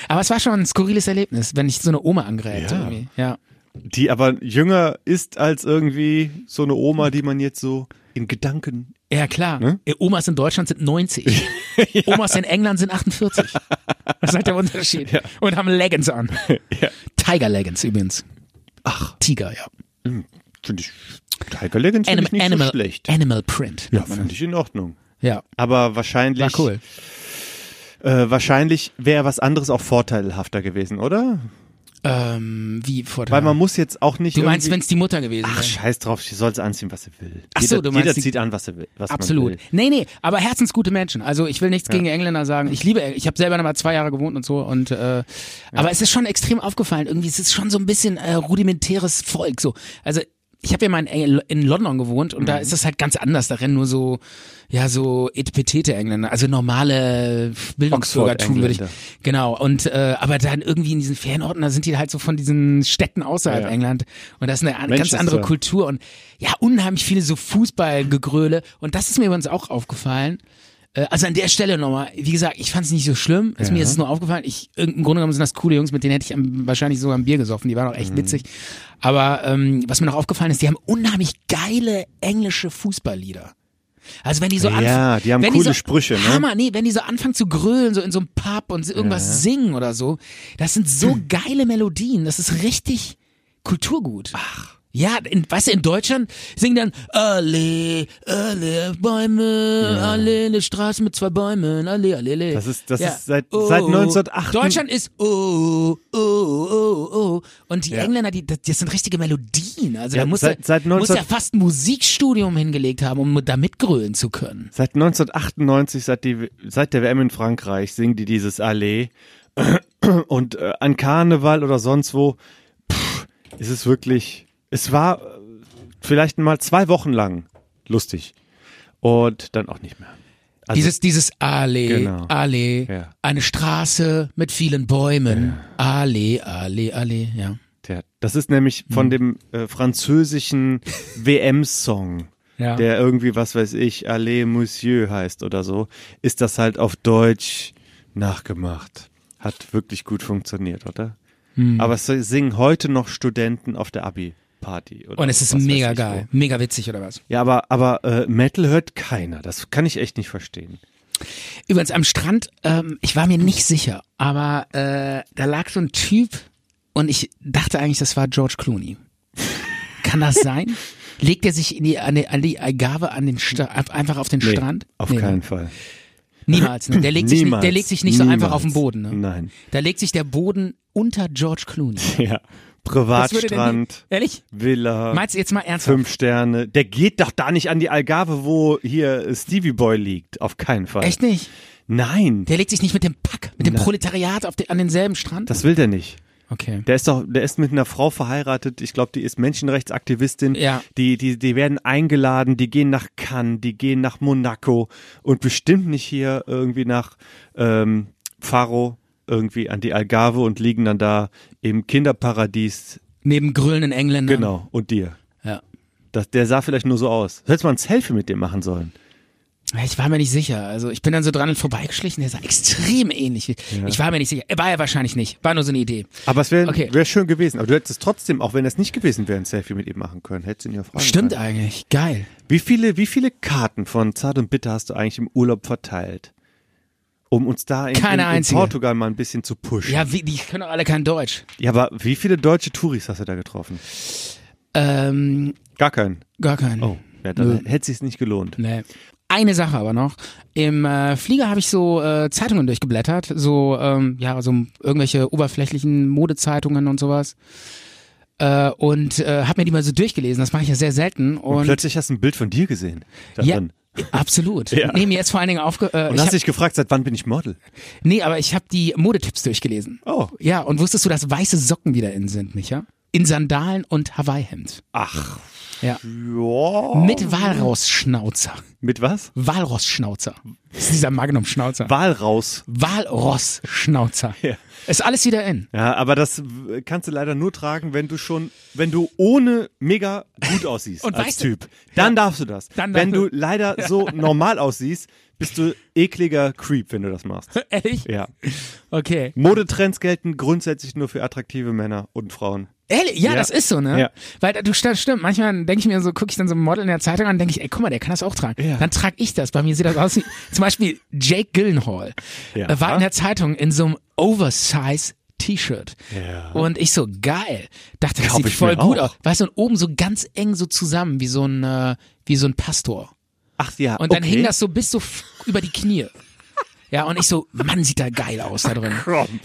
[SPEAKER 1] Aber es war schon ein skurriles Erlebnis, wenn ich so eine Oma angräbt.
[SPEAKER 2] Ja.
[SPEAKER 1] Irgendwie. ja.
[SPEAKER 2] Die aber jünger ist als irgendwie so eine Oma, die man jetzt so in Gedanken.
[SPEAKER 1] Ja, klar.
[SPEAKER 2] Ne?
[SPEAKER 1] Äh, Omas in Deutschland sind
[SPEAKER 2] (laughs)
[SPEAKER 1] 90. Omas in England sind 48. Das ist halt der Unterschied. Und haben Leggings an. Tiger Leggings übrigens. Ach. Tiger, ja.
[SPEAKER 2] Finde ich. Tiger Leggings finde ich nicht
[SPEAKER 1] Animal,
[SPEAKER 2] so schlecht.
[SPEAKER 1] Animal Print.
[SPEAKER 2] Ja, finde ich in Ordnung.
[SPEAKER 1] Ja.
[SPEAKER 2] Aber wahrscheinlich.
[SPEAKER 1] War cool.
[SPEAKER 2] Äh, wahrscheinlich wäre was anderes auch vorteilhafter gewesen, oder?
[SPEAKER 1] Ähm, wie vor
[SPEAKER 2] Weil man muss jetzt auch nicht.
[SPEAKER 1] Du meinst, wenn
[SPEAKER 2] irgendwie-
[SPEAKER 1] es die Mutter gewesen
[SPEAKER 2] Ach,
[SPEAKER 1] wäre?
[SPEAKER 2] scheiß drauf, sie soll anziehen, was sie will.
[SPEAKER 1] Ach
[SPEAKER 2] jeder
[SPEAKER 1] so, du meinst
[SPEAKER 2] jeder
[SPEAKER 1] die-
[SPEAKER 2] zieht an, was er will. Was Man
[SPEAKER 1] Absolut.
[SPEAKER 2] will.
[SPEAKER 1] Nee, nee, aber herzensgute Menschen. Also ich will nichts gegen die Engländer sagen. Ich liebe, Engl- ich habe selber noch mal zwei Jahre gewohnt und so. Und äh, aber es ist schon extrem aufgefallen. Irgendwie es ist schon so ein bisschen äh, rudimentäres Volk. So, also ich habe ja mal in, Engl- in London gewohnt und da
[SPEAKER 2] Mhm.
[SPEAKER 1] ist es halt ganz anders. Da rennen nur so ja so etipetete Engländer, also normale Bildungsbürgertum würde ich.
[SPEAKER 2] Oxford-Engländer.
[SPEAKER 1] Genau, und äh, aber dann irgendwie in diesen Fernorten, da sind die halt so von diesen Städten außerhalb
[SPEAKER 2] Ja.
[SPEAKER 1] England und das ist eine an- ganz
[SPEAKER 2] Manchester.
[SPEAKER 1] andere Kultur und ja, unheimlich viele so Fußballgegröle und das ist mir übrigens auch aufgefallen. Äh, Also an der Stelle nochmal, wie gesagt, ich fand es nicht so schlimm. Also Mir ist es nur aufgefallen. Ich, im Grunde genommen sind das coole Jungs, mit denen hätte ich am, wahrscheinlich sogar ein Bier gesoffen. Die waren auch
[SPEAKER 2] Mhm.
[SPEAKER 1] echt witzig. Aber ähm, was mir noch aufgefallen ist, die haben unheimlich geile englische Fußballlieder. Also wenn die so
[SPEAKER 2] Ja,
[SPEAKER 1] anf-
[SPEAKER 2] die haben
[SPEAKER 1] wenn
[SPEAKER 2] coole
[SPEAKER 1] so,
[SPEAKER 2] Sprüche, ne?
[SPEAKER 1] Hammer, nee, wenn die so anfangen zu grölen, so in so einem Pub und so irgendwas singen oder so, das sind
[SPEAKER 2] (clears throat)
[SPEAKER 1] so geile Melodien. Das ist richtig Kulturgut.
[SPEAKER 2] Ah,
[SPEAKER 1] Ach. Ja, in, weißt du, in Deutschland singen dann alle, alle Bäume, alle eine Straße mit zwei Bäumen, alle, alle, alle. Oh.
[SPEAKER 2] Das ist- das ist seit- seit 1908
[SPEAKER 1] Deutschland ist oh, oh, oh, oh. Und die Engländer, die, das, das sind richtige Melodien. Also
[SPEAKER 2] Ja,
[SPEAKER 1] da muss,
[SPEAKER 2] seit-
[SPEAKER 1] er,
[SPEAKER 2] seit
[SPEAKER 1] muss
[SPEAKER 2] 19
[SPEAKER 1] er fast ein Musikstudium hingelegt haben, um da mitgrölen zu können.
[SPEAKER 2] Seit 1998, seit, die, seit der WM in Frankreich, singen die dieses Allee. (clears throat) Und äh, an Karneval oder sonst wo, pff, ist es wirklich. Es war äh, vielleicht mal zwei Wochen lang lustig. Und dann auch nicht mehr. Also-
[SPEAKER 1] dieses, dieses Allee,
[SPEAKER 2] Genau.
[SPEAKER 1] Allee,
[SPEAKER 2] Ja.
[SPEAKER 1] eine Straße mit vielen Bäumen. Allee, Allee, Allee, ja.
[SPEAKER 2] Tja, das ist nämlich von
[SPEAKER 1] Mhm.
[SPEAKER 2] dem
[SPEAKER 1] (laughs)
[SPEAKER 2] äh, französischen WM-Song,
[SPEAKER 1] Ja.
[SPEAKER 2] der irgendwie, was weiß ich, Allez Monsieur heißt oder so, ist das halt auf Deutsch nachgemacht. Hat wirklich gut funktioniert, oder?
[SPEAKER 1] Mhm.
[SPEAKER 2] Aber es singen heute noch Studenten auf der Abi-Party. oder
[SPEAKER 1] Und es ist
[SPEAKER 2] was weiß
[SPEAKER 1] mega
[SPEAKER 2] ich
[SPEAKER 1] geil, mega witzig oder was?
[SPEAKER 2] Wo. Ja, aber, aber äh, Metal hört keiner. Das kann ich echt nicht verstehen.
[SPEAKER 1] Übrigens am Strand, ähm, ich war mir nicht sicher, aber äh, da lag so ein Typ und ich dachte eigentlich, das war George Clooney. Kann das sein? Legt er sich in die, an die, an die Agave an den Sta einfach auf den
[SPEAKER 2] Nee,
[SPEAKER 1] Strand?
[SPEAKER 2] Auf
[SPEAKER 1] Nee,
[SPEAKER 2] keinen
[SPEAKER 1] ne?
[SPEAKER 2] Fall.
[SPEAKER 1] Niemals. Ne? Der legt sich, nicht-
[SPEAKER 2] Niemals.
[SPEAKER 1] der legt sich nicht so einfach auf den Boden. Ne?
[SPEAKER 2] Nein. (laughs)
[SPEAKER 1] Da legt sich der Boden unter George Clooney. Was würde denn
[SPEAKER 2] Ja.
[SPEAKER 1] die-
[SPEAKER 2] Privatstrand,
[SPEAKER 1] Ehrlich?
[SPEAKER 2] Villa.
[SPEAKER 1] Meinst du jetzt mal ernsthaft?
[SPEAKER 2] Fünf Sterne. Der geht doch da nicht an die Algarve, wo hier Stevie Boy liegt. Auf keinen Fall.
[SPEAKER 1] Echt nicht?
[SPEAKER 2] Nein.
[SPEAKER 1] Der legt sich nicht mit dem Pack, mit dem Proletariat auf den, an denselben Strand?
[SPEAKER 2] Das will der nicht.
[SPEAKER 1] okay.
[SPEAKER 2] Der ist doch, der ist mit einer Frau verheiratet. Ich glaube, die ist Menschenrechtsaktivistin.
[SPEAKER 1] Ja.
[SPEAKER 2] Die, die, die werden eingeladen. Die gehen nach Cannes. Die gehen nach Monaco und bestimmt nicht hier irgendwie nach ähm, Faro irgendwie an die Algarve und liegen dann da im Kinderparadies.
[SPEAKER 1] Neben grüllenden Engländern.
[SPEAKER 2] Genau. Und dir.
[SPEAKER 1] Ja.
[SPEAKER 2] Das, der sah vielleicht nur so aus. Hätte man ein Selfie mit dem machen sollen.
[SPEAKER 1] Ja, Ich war mir nicht sicher. Also ich bin dann so dran vorbeigeschlichen, der sah extrem ähnlich. Ich war mir nicht sicher. War er wahrscheinlich nicht. War nur so eine Idee.
[SPEAKER 2] Aber es wäre
[SPEAKER 1] Okay.
[SPEAKER 2] wär schön gewesen. Aber du hättest es trotzdem, auch wenn es nicht gewesen wäre, ein Selfie mit ihm machen können. Hättest ihn ja fragen
[SPEAKER 1] Stimmt
[SPEAKER 2] können.
[SPEAKER 1] eigentlich. Geil.
[SPEAKER 2] Wie viele, wie viele Karten von Zart und Bitter hast du eigentlich im Urlaub verteilt? Um uns da in,
[SPEAKER 1] Keine
[SPEAKER 2] in, in
[SPEAKER 1] einzige.
[SPEAKER 2] Portugal mal ein bisschen zu pushen.
[SPEAKER 1] Ja, wie, die können doch alle kein Deutsch.
[SPEAKER 2] Ja, aber wie viele deutsche Touris hast du da getroffen?
[SPEAKER 1] Ähm,
[SPEAKER 2] Gar keinen.
[SPEAKER 1] gar keinen.
[SPEAKER 2] Oh, ja, dann hätte es sich nicht gelohnt.
[SPEAKER 1] Nee. Eine Sache aber noch. Im äh, Flieger habe ich so äh, Zeitungen durchgeblättert, so ähm, ja, so irgendwelche oberflächlichen Modezeitungen und sowas. Äh, und äh, habe mir die mal so durchgelesen. Das mache ich ja sehr selten.
[SPEAKER 2] Und,
[SPEAKER 1] Und,
[SPEAKER 2] plötzlich hast du ein Bild von dir gesehen.
[SPEAKER 1] ja,
[SPEAKER 2] Darin.
[SPEAKER 1] absolut.
[SPEAKER 2] (laughs) Ja.
[SPEAKER 1] Nee, mir ist vor allen Dingen aufge. Äh,
[SPEAKER 2] Und
[SPEAKER 1] ich
[SPEAKER 2] hast
[SPEAKER 1] hab,
[SPEAKER 2] dich gefragt, seit wann bin ich Model?
[SPEAKER 1] nee, aber ich habe die Modetipps durchgelesen.
[SPEAKER 2] Oh.
[SPEAKER 1] Ja, und wusstest du, dass weiße Socken wieder in sind, Micha? In Sandalen und Hawaii-Hemd. Ja.
[SPEAKER 2] Ach, ja.
[SPEAKER 1] Mit Walross-Schnauzer.
[SPEAKER 2] Mit was?
[SPEAKER 1] Walross-Schnauzer. Das ist dieser Magnum-Schnauzer.
[SPEAKER 2] Wahl raus.
[SPEAKER 1] Walross-Schnauzer.
[SPEAKER 2] Ja.
[SPEAKER 1] Ist alles wieder in.
[SPEAKER 2] Ja, aber das w- kannst du leider nur tragen, wenn du schon, wenn du ohne mega gut
[SPEAKER 1] (laughs)
[SPEAKER 2] aussiehst
[SPEAKER 1] Und
[SPEAKER 2] als
[SPEAKER 1] weißt du-
[SPEAKER 2] Typ. Dann darfst du das.
[SPEAKER 1] Dann darf-
[SPEAKER 2] wenn du
[SPEAKER 1] (laughs)
[SPEAKER 2] leider so normal aussiehst, bist du ekliger Creep, wenn du das machst.
[SPEAKER 1] (laughs) Ehrlich?
[SPEAKER 2] Ja.
[SPEAKER 1] Okay.
[SPEAKER 2] Modetrends gelten grundsätzlich nur für attraktive Männer und Frauen.
[SPEAKER 1] Ehrlich? Ja,
[SPEAKER 2] Ja.
[SPEAKER 1] das ist so, ne?
[SPEAKER 2] Ja.
[SPEAKER 1] Weil du st- stimmt, manchmal denke ich mir so, gucke ich dann so ein Model in der Zeitung an und denke ich, ey, guck mal, der kann das auch tragen.
[SPEAKER 2] Ja.
[SPEAKER 1] Dann trage ich das. Bei mir sieht das
[SPEAKER 2] (laughs)
[SPEAKER 1] aus wie zum Beispiel Jake Gyllenhaal
[SPEAKER 2] Ja.
[SPEAKER 1] äh, war in der Zeitung in so einem Oversize T-Shirt.
[SPEAKER 2] Ja.
[SPEAKER 1] Und ich so, geil. Dachte, das
[SPEAKER 2] Kauf
[SPEAKER 1] sieht
[SPEAKER 2] ich mir
[SPEAKER 1] voll gut
[SPEAKER 2] auch.
[SPEAKER 1] aus. Weißt du, und oben so ganz eng so zusammen, wie so ein, äh, wie so ein Pastor.
[SPEAKER 2] Ach ja.
[SPEAKER 1] Und dann
[SPEAKER 2] okay.
[SPEAKER 1] hing das so bis so f- über die Knie. Ja, und ich so, Mann, sieht da geil aus da
[SPEAKER 2] (laughs)
[SPEAKER 1] drin.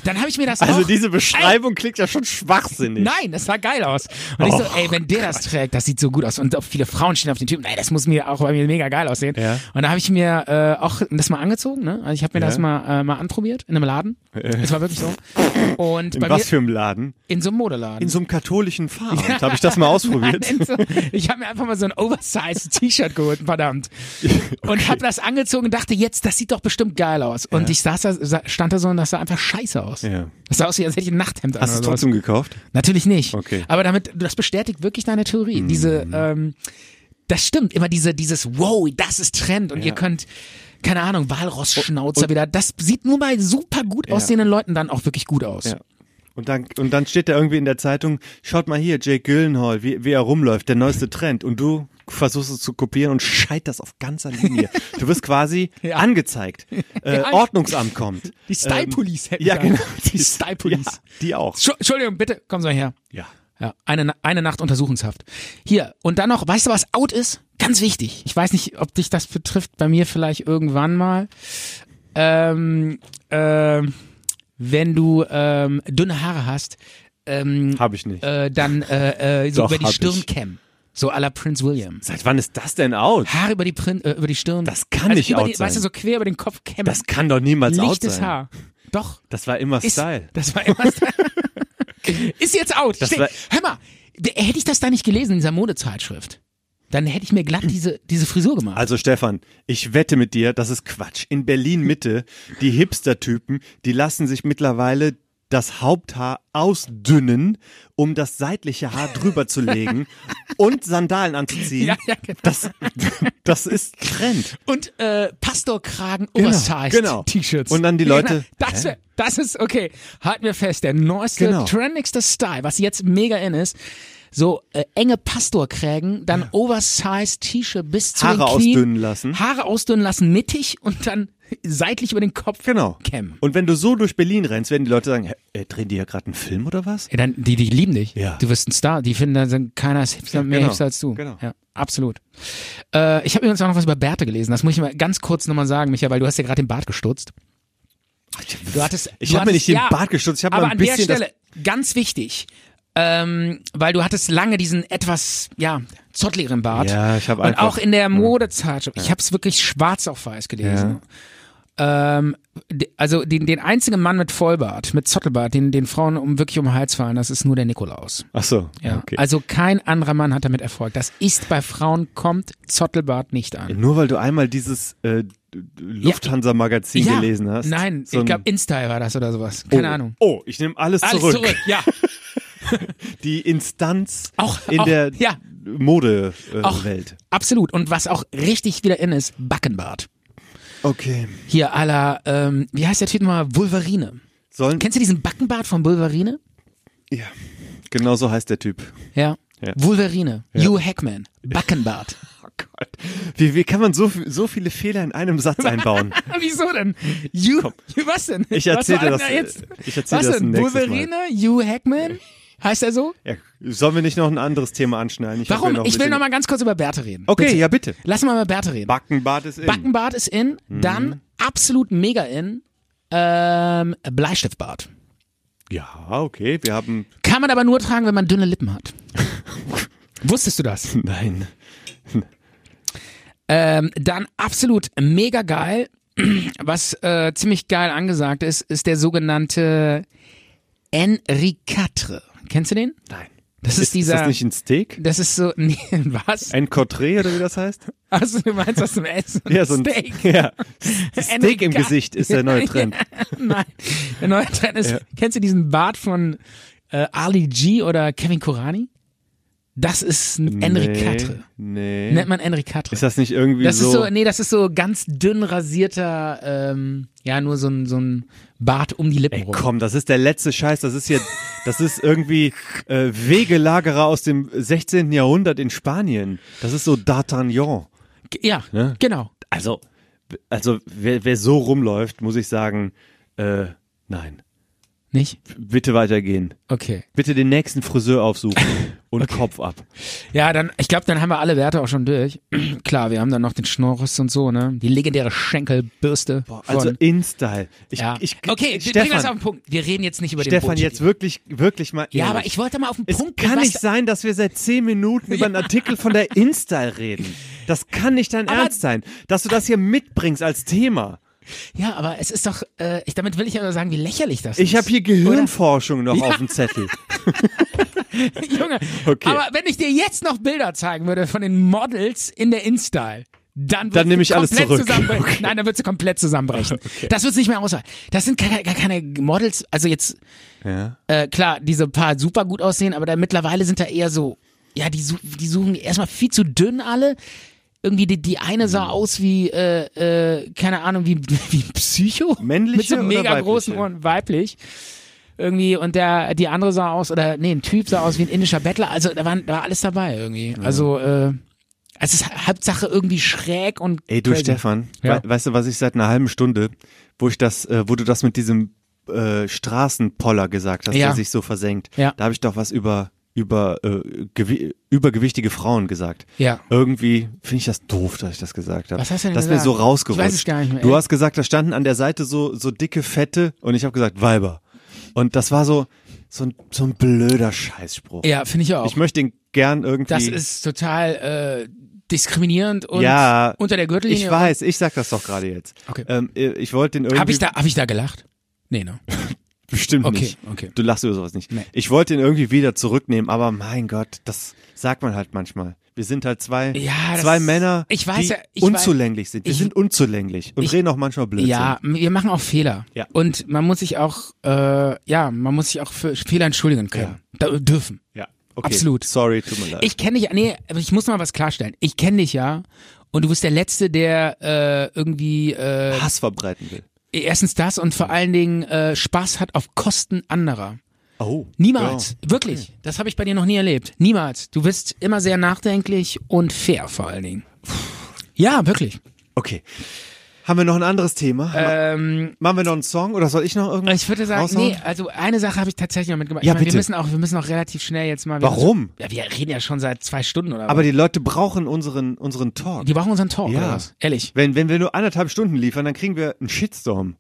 [SPEAKER 1] Dann habe ich mir das
[SPEAKER 2] Also
[SPEAKER 1] auch,
[SPEAKER 2] diese Beschreibung klingt ja schon schwachsinnig.
[SPEAKER 1] Nein, das sah geil aus. Und ich so,
[SPEAKER 2] Och,
[SPEAKER 1] ey, wenn der das trägt, das sieht so gut aus. Und auch viele Frauen stehen auf den Typen, nein, das muss mir auch bei mir mega geil aussehen.
[SPEAKER 2] Ja.
[SPEAKER 1] Und da habe ich mir äh, auch das mal angezogen, ne? Also ich habe mir das mal, äh, mal anprobiert in einem Laden. Das war wirklich so. Und
[SPEAKER 2] Äh. In
[SPEAKER 1] bei
[SPEAKER 2] was
[SPEAKER 1] mir
[SPEAKER 2] für einem Laden?
[SPEAKER 1] in so einem Modeladen.
[SPEAKER 2] In so einem katholischen Pfarramt. Habe ich das mal ausprobiert?
[SPEAKER 1] (laughs) Nein, in so- ich habe mir einfach mal so ein oversized T-Shirt geholt,
[SPEAKER 2] (laughs)
[SPEAKER 1] verdammt. Und habe das angezogen und dachte, jetzt, das sieht doch bestimmt geil aus. Und ich saß da, sa- stand da so und das sah einfach scheiße aus.
[SPEAKER 2] Ja.
[SPEAKER 1] Das sah aus, wie als hätte ich ein Nachthemd an.
[SPEAKER 2] Hast du
[SPEAKER 1] oder sowas.
[SPEAKER 2] es trotzdem gekauft?
[SPEAKER 1] Natürlich nicht.
[SPEAKER 2] Okay. Mhm.
[SPEAKER 1] Aber damit, das bestätigt wirklich deine Theorie. Diese, ähm, das stimmt, immer diese, dieses Wow, das ist Trend und ihr könnt, keine Ahnung, Walrossschnauzer wieder. Das sieht nur bei super gut aussehenden Leuten dann auch wirklich gut aus.
[SPEAKER 2] Ja. Und dann, und dann steht da irgendwie in der Zeitung, schaut mal hier, Jake Gyllenhaal, wie, wie er rumläuft, der neueste Trend. Und du versuchst es zu kopieren und scheiterst auf ganzer Linie. Du wirst quasi
[SPEAKER 1] (laughs) Ja.
[SPEAKER 2] angezeigt. Äh,
[SPEAKER 1] Ja.
[SPEAKER 2] Ordnungsamt
[SPEAKER 1] (laughs)
[SPEAKER 2] kommt. Ähm,
[SPEAKER 1] Die Style Police hätten
[SPEAKER 2] ja,
[SPEAKER 1] wir.
[SPEAKER 2] genau.
[SPEAKER 1] (laughs) Die Style Police.
[SPEAKER 2] Ja, die auch.
[SPEAKER 1] Schu- Entschuldigung, bitte, kommen Sie mal her.
[SPEAKER 2] Ja.
[SPEAKER 1] Ja, eine, Na- eine Nacht Untersuchungshaft. Hier, und dann noch, weißt du, was out ist? Ganz wichtig. Ich weiß nicht, ob dich das betrifft, bei mir vielleicht irgendwann mal. Ähm, ähm, wenn du ähm, dünne Haare hast, ähm,
[SPEAKER 2] Habe ich nicht.
[SPEAKER 1] äh, dann äh, äh, so
[SPEAKER 2] Doch,
[SPEAKER 1] über die
[SPEAKER 2] hab
[SPEAKER 1] Stirn
[SPEAKER 2] ich.
[SPEAKER 1] kämmen. So à la Prince William.
[SPEAKER 2] Seit wann ist das denn out?
[SPEAKER 1] Haare über die, Prin äh, über die Stirn.
[SPEAKER 2] Das kann
[SPEAKER 1] also
[SPEAKER 2] nicht
[SPEAKER 1] über
[SPEAKER 2] out
[SPEAKER 1] die, Weißt du,
[SPEAKER 2] sein.
[SPEAKER 1] so quer über den Kopf kämmen.
[SPEAKER 2] Das kann doch niemals out
[SPEAKER 1] Lichtes
[SPEAKER 2] sein.
[SPEAKER 1] Haar. Doch.
[SPEAKER 2] Das war immer
[SPEAKER 1] Ist,
[SPEAKER 2] Style.
[SPEAKER 1] Das war immer
[SPEAKER 2] (laughs)
[SPEAKER 1] Style. ist jetzt out.
[SPEAKER 2] Das
[SPEAKER 1] Steht-
[SPEAKER 2] war-
[SPEAKER 1] Hör mal, d- hätte ich das da nicht gelesen in dieser Modezeitschrift, dann hätte ich mir glatt diese, diese Frisur gemacht.
[SPEAKER 2] Also Stefan, ich wette mit dir, das ist Quatsch. In Berlin Mitte, die Hipster-Typen, die lassen sich mittlerweile das Haupthaar ausdünnen, um das seitliche Haar drüber
[SPEAKER 1] (laughs)
[SPEAKER 2] zu legen und Sandalen anzuziehen.
[SPEAKER 1] Ja, ja, genau.
[SPEAKER 2] das, (laughs) das ist Trend.
[SPEAKER 1] Und äh, Pastorkragen, Oversized
[SPEAKER 2] genau.
[SPEAKER 1] T-Shirts.
[SPEAKER 2] Und dann die
[SPEAKER 1] Ja,
[SPEAKER 2] Leute-
[SPEAKER 1] Genau. Das, wär- das ist, okay, halten wir fest, der neueste,
[SPEAKER 2] Genau.
[SPEAKER 1] trendigste Style, was jetzt mega in ist, so äh, enge Pastorkrägen, dann Oversized T-Shirt bis zu
[SPEAKER 2] Haare
[SPEAKER 1] den Knien,
[SPEAKER 2] ausdünnen lassen.
[SPEAKER 1] Haare ausdünnen lassen, mittig und dann seitlich über den Kopf
[SPEAKER 2] Genau.
[SPEAKER 1] kämmen.
[SPEAKER 2] Und wenn du so durch Berlin rennst, werden die Leute sagen, "Hä, äh, drehen die hier gerade einen Film oder was?
[SPEAKER 1] Ja, dann, die, die lieben dich.
[SPEAKER 2] Ja.
[SPEAKER 1] Du wirst ein Star. Die finden dann, sind keiner ist hipster, mehr
[SPEAKER 2] genau.
[SPEAKER 1] hipster als du.
[SPEAKER 2] Genau.
[SPEAKER 1] Ja, absolut. Äh, ich habe übrigens auch noch was über Bärte gelesen. Das muss ich mal ganz kurz nochmal sagen, Micha, weil du hast ja gerade den Bart gestutzt. Du hattest,
[SPEAKER 2] ich
[SPEAKER 1] du
[SPEAKER 2] habe mir
[SPEAKER 1] hattest-
[SPEAKER 2] nicht den
[SPEAKER 1] ja,
[SPEAKER 2] Bart gestutzt, ich habe
[SPEAKER 1] Aber
[SPEAKER 2] mal
[SPEAKER 1] an
[SPEAKER 2] ein
[SPEAKER 1] der
[SPEAKER 2] bisschen
[SPEAKER 1] Stelle, ganz wichtig, ähm, weil du hattest lange diesen etwas, ja, zottligeren Bart.
[SPEAKER 2] Ja, ich hab
[SPEAKER 1] Und
[SPEAKER 2] einfach-
[SPEAKER 1] auch in der Modezeitschrift, ich habe es wirklich schwarz auf weiß gelesen. Ähm, d- also den, den einzigen Mann mit Vollbart, mit Zottelbart, den, den Frauen um, wirklich um den Hals fallen, das ist nur der Nikolaus.
[SPEAKER 2] das... Ach so,
[SPEAKER 1] Ja.
[SPEAKER 2] okay.
[SPEAKER 1] Also kein anderer Mann hat damit Erfolg. Das ist bei Frauen, kommt Zottelbart nicht an.
[SPEAKER 2] Nur weil du einmal dieses äh, Lufthansa-Magazin
[SPEAKER 1] ja,
[SPEAKER 2] gelesen hast.
[SPEAKER 1] Nein,
[SPEAKER 2] so
[SPEAKER 1] ich
[SPEAKER 2] ein-
[SPEAKER 1] glaube InStyle war das oder sowas. Keine
[SPEAKER 2] oh,
[SPEAKER 1] Ahnung.
[SPEAKER 2] Oh, ich nehme alles,
[SPEAKER 1] Alles
[SPEAKER 2] zurück.
[SPEAKER 1] zurück,
[SPEAKER 2] (laughs)
[SPEAKER 1] ja.
[SPEAKER 2] Die Instanz
[SPEAKER 1] Auch-
[SPEAKER 2] in
[SPEAKER 1] auch-
[SPEAKER 2] der äh,
[SPEAKER 1] ja. Auch-
[SPEAKER 2] Mode-Welt.
[SPEAKER 1] Absolut. Und was auch richtig wieder in ist, Backenbart.
[SPEAKER 2] okay.
[SPEAKER 1] Hier aller, ähm, wie heißt der Typ mal? Wolverine.
[SPEAKER 2] Sollen,
[SPEAKER 1] Kennst du diesen Backenbart von Wolverine?
[SPEAKER 2] ja. Genau so heißt der Typ.
[SPEAKER 1] Ja.
[SPEAKER 2] Ja.
[SPEAKER 1] Wolverine. Hugh Hackman. Backenbart.
[SPEAKER 2] Oh Gott. Wie, wie kann man so, viel- so viele Fehler in
[SPEAKER 1] (laughs)
[SPEAKER 2] einem Satz einbauen?
[SPEAKER 1] (laughs) Wieso denn? Hugh, (laughs) was denn?
[SPEAKER 2] Ich erzähl
[SPEAKER 1] was war
[SPEAKER 2] dir das,
[SPEAKER 1] denn da Jetzt?
[SPEAKER 2] äh, ich erzähl
[SPEAKER 1] was
[SPEAKER 2] dir das
[SPEAKER 1] denn?
[SPEAKER 2] nächstes Mal.
[SPEAKER 1] Wolverine? Hugh Hackman? Heißt er so?
[SPEAKER 2] ja, sollen wir nicht noch ein anderes Thema anschneiden? Ich hab hier
[SPEAKER 1] Warum?
[SPEAKER 2] Noch ein
[SPEAKER 1] ich will
[SPEAKER 2] bisschen-
[SPEAKER 1] noch mal ganz kurz über Bärte reden.
[SPEAKER 2] Okay,
[SPEAKER 1] bitte.
[SPEAKER 2] ja bitte.
[SPEAKER 1] Lass mal über Bärte reden.
[SPEAKER 2] Backenbart ist in.
[SPEAKER 1] Backenbart ist in,
[SPEAKER 2] Mhm.
[SPEAKER 1] dann absolut mega in, ähm, Bleistiftbart.
[SPEAKER 2] ja, okay. Wir haben...
[SPEAKER 1] Kann man aber nur tragen, wenn man dünne Lippen
[SPEAKER 2] (laughs)
[SPEAKER 1] hat. Wusstest du das?
[SPEAKER 2] Nein.
[SPEAKER 1] Ähm, dann absolut mega geil, (clears throat) was äh, ziemlich geil angesagt ist, ist der sogenannte Enricatre. Kennst du den?
[SPEAKER 2] Nein.
[SPEAKER 1] Das ist,
[SPEAKER 2] Ist, ist
[SPEAKER 1] dieser.
[SPEAKER 2] das nicht ein Steak?
[SPEAKER 1] das ist so, (laughs) nee, was?
[SPEAKER 2] Ein Cotré oder wie
[SPEAKER 1] (laughs)
[SPEAKER 2] das heißt?
[SPEAKER 1] Also du meinst was zum Essen?
[SPEAKER 2] Ja, so ein
[SPEAKER 1] Steak.
[SPEAKER 2] Ja. Steak
[SPEAKER 1] Enrica-
[SPEAKER 2] im Gesicht
[SPEAKER 1] (laughs)
[SPEAKER 2] ist der neue Trend.
[SPEAKER 1] Nein, der neue Trend ist, kennst du diesen Bart von äh, Ali G oder Kevin Kurani? Das ist ein Enricatre.
[SPEAKER 2] Nee. nee.
[SPEAKER 1] Nennt man Enricatre.
[SPEAKER 2] Ist das nicht irgendwie
[SPEAKER 1] Das
[SPEAKER 2] so?
[SPEAKER 1] ist so, nee, das ist so ganz dünn rasierter, ähm, ja, nur so ein, so ein Bart um die Lippen
[SPEAKER 2] Ey,
[SPEAKER 1] rum.
[SPEAKER 2] komm, das ist der letzte Scheiß. Das ist hier, das ist irgendwie äh, Wegelagerer aus dem 16. Jahrhundert in Spanien. Das ist so D'Artagnan.
[SPEAKER 1] G- Ja, genau.
[SPEAKER 2] Also, also wer, wer so rumläuft, muss ich sagen, äh, nein.
[SPEAKER 1] Nicht?
[SPEAKER 2] Bitte weitergehen.
[SPEAKER 1] Okay.
[SPEAKER 2] Bitte den nächsten Friseur aufsuchen
[SPEAKER 1] (laughs)
[SPEAKER 2] und Kopf ab.
[SPEAKER 1] Ja, dann, ich glaube, dann haben wir alle Werte auch schon durch. (clears throat) Klar, wir haben dann noch den Schnorris und so, ne? Die legendäre Schenkelbürste. von,
[SPEAKER 2] Also InStyle. Ich,
[SPEAKER 1] ja.
[SPEAKER 2] ich,
[SPEAKER 1] okay,
[SPEAKER 2] Stefan,
[SPEAKER 1] bring das auf den Punkt. Wir reden jetzt nicht über den
[SPEAKER 2] Stefan,
[SPEAKER 1] Bullshit.
[SPEAKER 2] jetzt wirklich, wirklich mal.
[SPEAKER 1] Ja,
[SPEAKER 2] ehrlich.
[SPEAKER 1] aber ich wollte mal auf den
[SPEAKER 2] Es
[SPEAKER 1] Punkt
[SPEAKER 2] kann
[SPEAKER 1] was-
[SPEAKER 2] nicht sein, dass wir seit
[SPEAKER 1] (laughs)
[SPEAKER 2] zehn Minuten über einen Artikel von der InStyle reden. Das kann nicht dein
[SPEAKER 1] Aber-
[SPEAKER 2] Ernst sein, dass du das hier mitbringst als Thema.
[SPEAKER 1] Ja, aber es ist doch, äh, ich, damit will ich aber sagen, wie lächerlich das ist.
[SPEAKER 2] Ich habe hier Gehirnforschung noch auf
[SPEAKER 1] (laughs)
[SPEAKER 2] dem Zettel.
[SPEAKER 1] Junge,
[SPEAKER 2] Okay.
[SPEAKER 1] aber wenn ich dir jetzt noch Bilder zeigen würde von den Models in der InStyle, dann, würdest
[SPEAKER 2] Dann nehme
[SPEAKER 1] du
[SPEAKER 2] ich alles
[SPEAKER 1] komplett
[SPEAKER 2] zurück.
[SPEAKER 1] zusammenbrechen. Nein, dann würdest du komplett
[SPEAKER 2] (laughs)
[SPEAKER 1] zusammenbrechen. Das wird nicht mehr aushalten. Das sind keine, gar keine Models, also jetzt, äh, klar, diese paar super gut aussehen, aber da mittlerweile sind da eher so, ja, die, su- die suchen erstmal viel zu dünn alle. irgendwie die, die eine
[SPEAKER 2] Mhm.
[SPEAKER 1] sah aus wie, äh, äh, keine Ahnung, wie, (laughs) wie ein Psycho.
[SPEAKER 2] Männliche
[SPEAKER 1] Mit so
[SPEAKER 2] oder
[SPEAKER 1] mega großen
[SPEAKER 2] weibliche?
[SPEAKER 1] Ohren, weiblich. Irgendwie, und der, die andere sah aus, oder nee, ein Typ sah aus wie ein indischer Bettler. Also da, waren, da war alles dabei irgendwie. Also, äh, es ist Hauptsache irgendwie schräg und.
[SPEAKER 2] Ey, du
[SPEAKER 1] crazy.
[SPEAKER 2] Stefan,
[SPEAKER 1] Ja.
[SPEAKER 2] wei- weißt du, was ich seit einer halben Stunde, wo ich das, äh, wo du das mit diesem äh, Straßenpoller gesagt hast,
[SPEAKER 1] Ja.
[SPEAKER 2] der sich so versenkt,
[SPEAKER 1] Ja.
[SPEAKER 2] da habe ich doch was über über äh, gewi- übergewichtige Frauen gesagt.
[SPEAKER 1] Ja.
[SPEAKER 2] Irgendwie finde ich das doof, dass ich das gesagt habe.
[SPEAKER 1] Was hast du denn
[SPEAKER 2] Das ist mir
[SPEAKER 1] gesagt?
[SPEAKER 2] so rausgerutscht.
[SPEAKER 1] Ich weiß es gar nicht mehr,
[SPEAKER 2] du
[SPEAKER 1] ey.
[SPEAKER 2] hast gesagt, da standen an der Seite so so dicke Fette und ich habe gesagt Weiber. Und das war so so ein, so ein blöder Scheißspruch.
[SPEAKER 1] Ja, finde ich auch.
[SPEAKER 2] Ich möchte ihn gern irgendwie
[SPEAKER 1] das ist total äh, diskriminierend und
[SPEAKER 2] ja,
[SPEAKER 1] unter der Gürtellinie.
[SPEAKER 2] Ich weiß, ich sag das doch gerade jetzt.
[SPEAKER 1] Okay.
[SPEAKER 2] Ähm, ich wollte den irgendwie.
[SPEAKER 1] Habe ich da, habe ich da gelacht? Nee, ne?
[SPEAKER 2] Bestimmt
[SPEAKER 1] Okay,
[SPEAKER 2] nicht.
[SPEAKER 1] okay.
[SPEAKER 2] Du lachst über sowas nicht.
[SPEAKER 1] Nee.
[SPEAKER 2] Ich wollte ihn irgendwie wieder zurücknehmen, aber mein Gott, das sagt man halt manchmal. Wir sind halt zwei,
[SPEAKER 1] Ja, das-
[SPEAKER 2] zwei Männer,
[SPEAKER 1] ich weiß
[SPEAKER 2] die
[SPEAKER 1] ja, ich weiß-
[SPEAKER 2] unzulänglich sind. Wir
[SPEAKER 1] ich-
[SPEAKER 2] sind unzulänglich und
[SPEAKER 1] ich-
[SPEAKER 2] reden auch manchmal Blödsinn.
[SPEAKER 1] Ja, wir machen auch Fehler.
[SPEAKER 2] Ja.
[SPEAKER 1] Und man muss sich auch, äh, ja, man muss sich auch für Fehler entschuldigen können. Da, dürfen.
[SPEAKER 2] ja. Okay.
[SPEAKER 1] Absolut.
[SPEAKER 2] Sorry, tut mir leid.
[SPEAKER 1] Ich kenne dich, nee, aber ich muss mal was klarstellen. Ich kenne dich ja. Und du bist der Letzte, der äh, irgendwie äh,
[SPEAKER 2] Hass verbreiten will.
[SPEAKER 1] erstens das und vor allen Dingen äh, Spaß hat auf Kosten anderer.
[SPEAKER 2] Oh.
[SPEAKER 1] Niemals,
[SPEAKER 2] Ja.
[SPEAKER 1] wirklich. Das habe ich bei dir noch nie erlebt. Niemals. Du bist immer sehr nachdenklich und fair vor allen Dingen. Ja, wirklich.
[SPEAKER 2] Okay. Haben wir noch ein anderes Thema?
[SPEAKER 1] Ähm,
[SPEAKER 2] Machen wir noch einen Song oder soll ich noch irgendwas?
[SPEAKER 1] ich würde sagen,
[SPEAKER 2] raushauen?
[SPEAKER 1] nee, also eine Sache habe ich tatsächlich noch mitgemacht.
[SPEAKER 2] Ja,
[SPEAKER 1] ich meine,
[SPEAKER 2] bitte.
[SPEAKER 1] wir müssen auch, wir müssen auch relativ schnell jetzt mal. wir
[SPEAKER 2] Warum?
[SPEAKER 1] müssen- ja, wir reden ja schon seit zwei Stunden oder
[SPEAKER 2] Aber
[SPEAKER 1] was.
[SPEAKER 2] die Leute brauchen unseren, unseren Talk.
[SPEAKER 1] Die brauchen unseren Talk,
[SPEAKER 2] Ja.
[SPEAKER 1] oder was? Ehrlich.
[SPEAKER 2] Wenn, wenn wir nur anderthalb Stunden liefern, dann kriegen wir einen Shitstorm.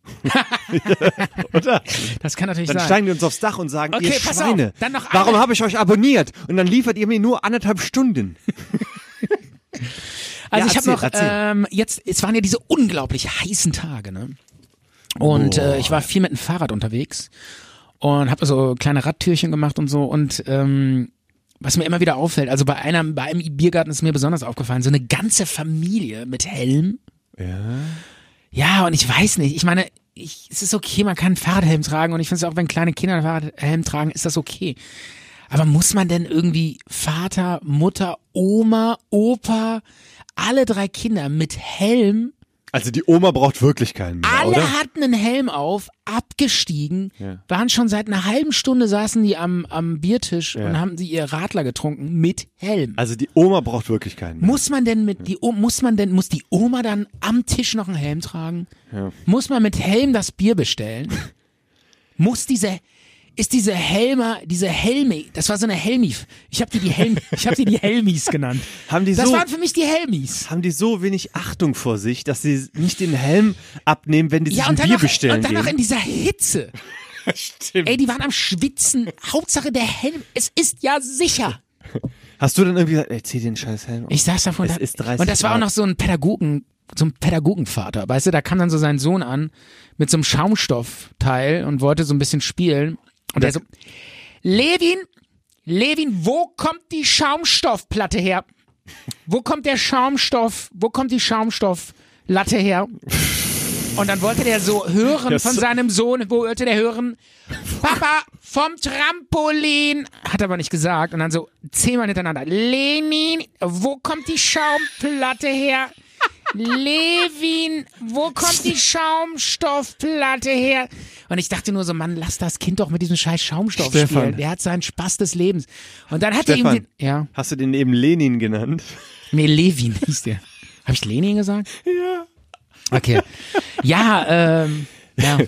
[SPEAKER 2] Oder?
[SPEAKER 1] Das kann natürlich
[SPEAKER 2] Dann
[SPEAKER 1] sein.
[SPEAKER 2] steigen die uns aufs Dach und sagen,
[SPEAKER 1] Okay,
[SPEAKER 2] ihr
[SPEAKER 1] pass
[SPEAKER 2] Schweine,
[SPEAKER 1] auf, dann noch eine-
[SPEAKER 2] warum habe ich euch abonniert? Und dann liefert ihr mir nur anderthalb Stunden.
[SPEAKER 1] Also
[SPEAKER 2] Ja,
[SPEAKER 1] ich habe noch
[SPEAKER 2] erzähl, erzähl.
[SPEAKER 1] ähm, jetzt, es waren ja diese unglaublich heißen Tage, ne? Und äh, ich war viel mit dem Fahrrad unterwegs und habe so kleine Radtürchen gemacht und so und ähm, was mir immer wieder auffällt, also bei einer, bei einem Biergarten ist mir besonders aufgefallen, so eine ganze Familie mit Helm. Ja. Ja, und ich weiß nicht, ich meine, ich, es ist okay, man kann einen Fahrradhelm tragen und ich finde es auch, wenn kleine Kinder einen Fahrradhelm tragen, ist das okay. Aber muss man denn irgendwie Vater, Mutter, Oma, Opa, alle drei Kinder mit Helm,
[SPEAKER 2] Also die Oma braucht wirklich keinen mehr,
[SPEAKER 1] alle
[SPEAKER 2] oder?
[SPEAKER 1] hatten einen Helm auf, abgestiegen,
[SPEAKER 2] Ja.
[SPEAKER 1] waren schon seit einer halben Stunde saßen die am, am Biertisch und haben sie ihr Radler getrunken mit Helm.
[SPEAKER 2] Also die Oma braucht wirklich keinen mehr.
[SPEAKER 1] Muss man denn mit die O- muss man denn muss die Oma dann am Tisch noch einen Helm tragen? Muss man mit Helm das Bier
[SPEAKER 2] (laughs)
[SPEAKER 1] bestellen? muss diese ist diese Helmer, diese Helmi, das war so eine Helmi. Ich habe die die
[SPEAKER 2] (laughs)
[SPEAKER 1] Helmi, ich habe die die Helmis genannt.
[SPEAKER 2] Haben die
[SPEAKER 1] das
[SPEAKER 2] so-
[SPEAKER 1] waren für mich die Helmis.
[SPEAKER 2] Haben die so wenig Achtung vor sich, dass sie nicht den Helm abnehmen, wenn die sich
[SPEAKER 1] Ja,
[SPEAKER 2] ein
[SPEAKER 1] und
[SPEAKER 2] Bier
[SPEAKER 1] danach,
[SPEAKER 2] bestellen
[SPEAKER 1] und danach in
[SPEAKER 2] gehen?
[SPEAKER 1] dieser Hitze.
[SPEAKER 2] (laughs) Stimmt.
[SPEAKER 1] Ey, die waren am Schwitzen. Hauptsache der Helm. Es ist ja sicher.
[SPEAKER 2] Hast du dann irgendwie gesagt, ey, zieh den scheiß Helm um? auf?
[SPEAKER 1] Ich saß davon.
[SPEAKER 2] Es
[SPEAKER 1] da,
[SPEAKER 2] ist 30
[SPEAKER 1] und das war auch
[SPEAKER 2] Grad.
[SPEAKER 1] noch so ein Pädagogen, so ein Pädagogenvater. Weißt du, da kam dann so sein Sohn an mit so einem Schaumstoffteil und wollte so ein bisschen spielen. Und der so, Levin, Levin, wo kommt die Schaumstoffplatte her? Wo kommt der Schaumstoff, wo kommt die Schaumstofflatte her? Und dann wollte der so hören von
[SPEAKER 2] so-
[SPEAKER 1] seinem Sohn, wo wollte der hören? Papa, vom Trampolin. Hat er aber nicht gesagt. Und dann so zehnmal hintereinander. Lenin, wo kommt die Schaumplatte her? Levin, wo kommt die Schaumstoffplatte her? Und ich dachte nur so, Mann, lass das Kind doch mit diesem scheiß Schaumstoff
[SPEAKER 2] Stefan.
[SPEAKER 1] spielen. Der hat seinen Spaß des Lebens. Und dann hat er ihm
[SPEAKER 2] Stefan,
[SPEAKER 1] den, ja,
[SPEAKER 2] hast du den eben Lenin genannt?
[SPEAKER 1] nee, Levin hieß
[SPEAKER 2] (laughs)
[SPEAKER 1] der. Habe ich Lenin gesagt? Ja. Okay. Ja, ähm, ja.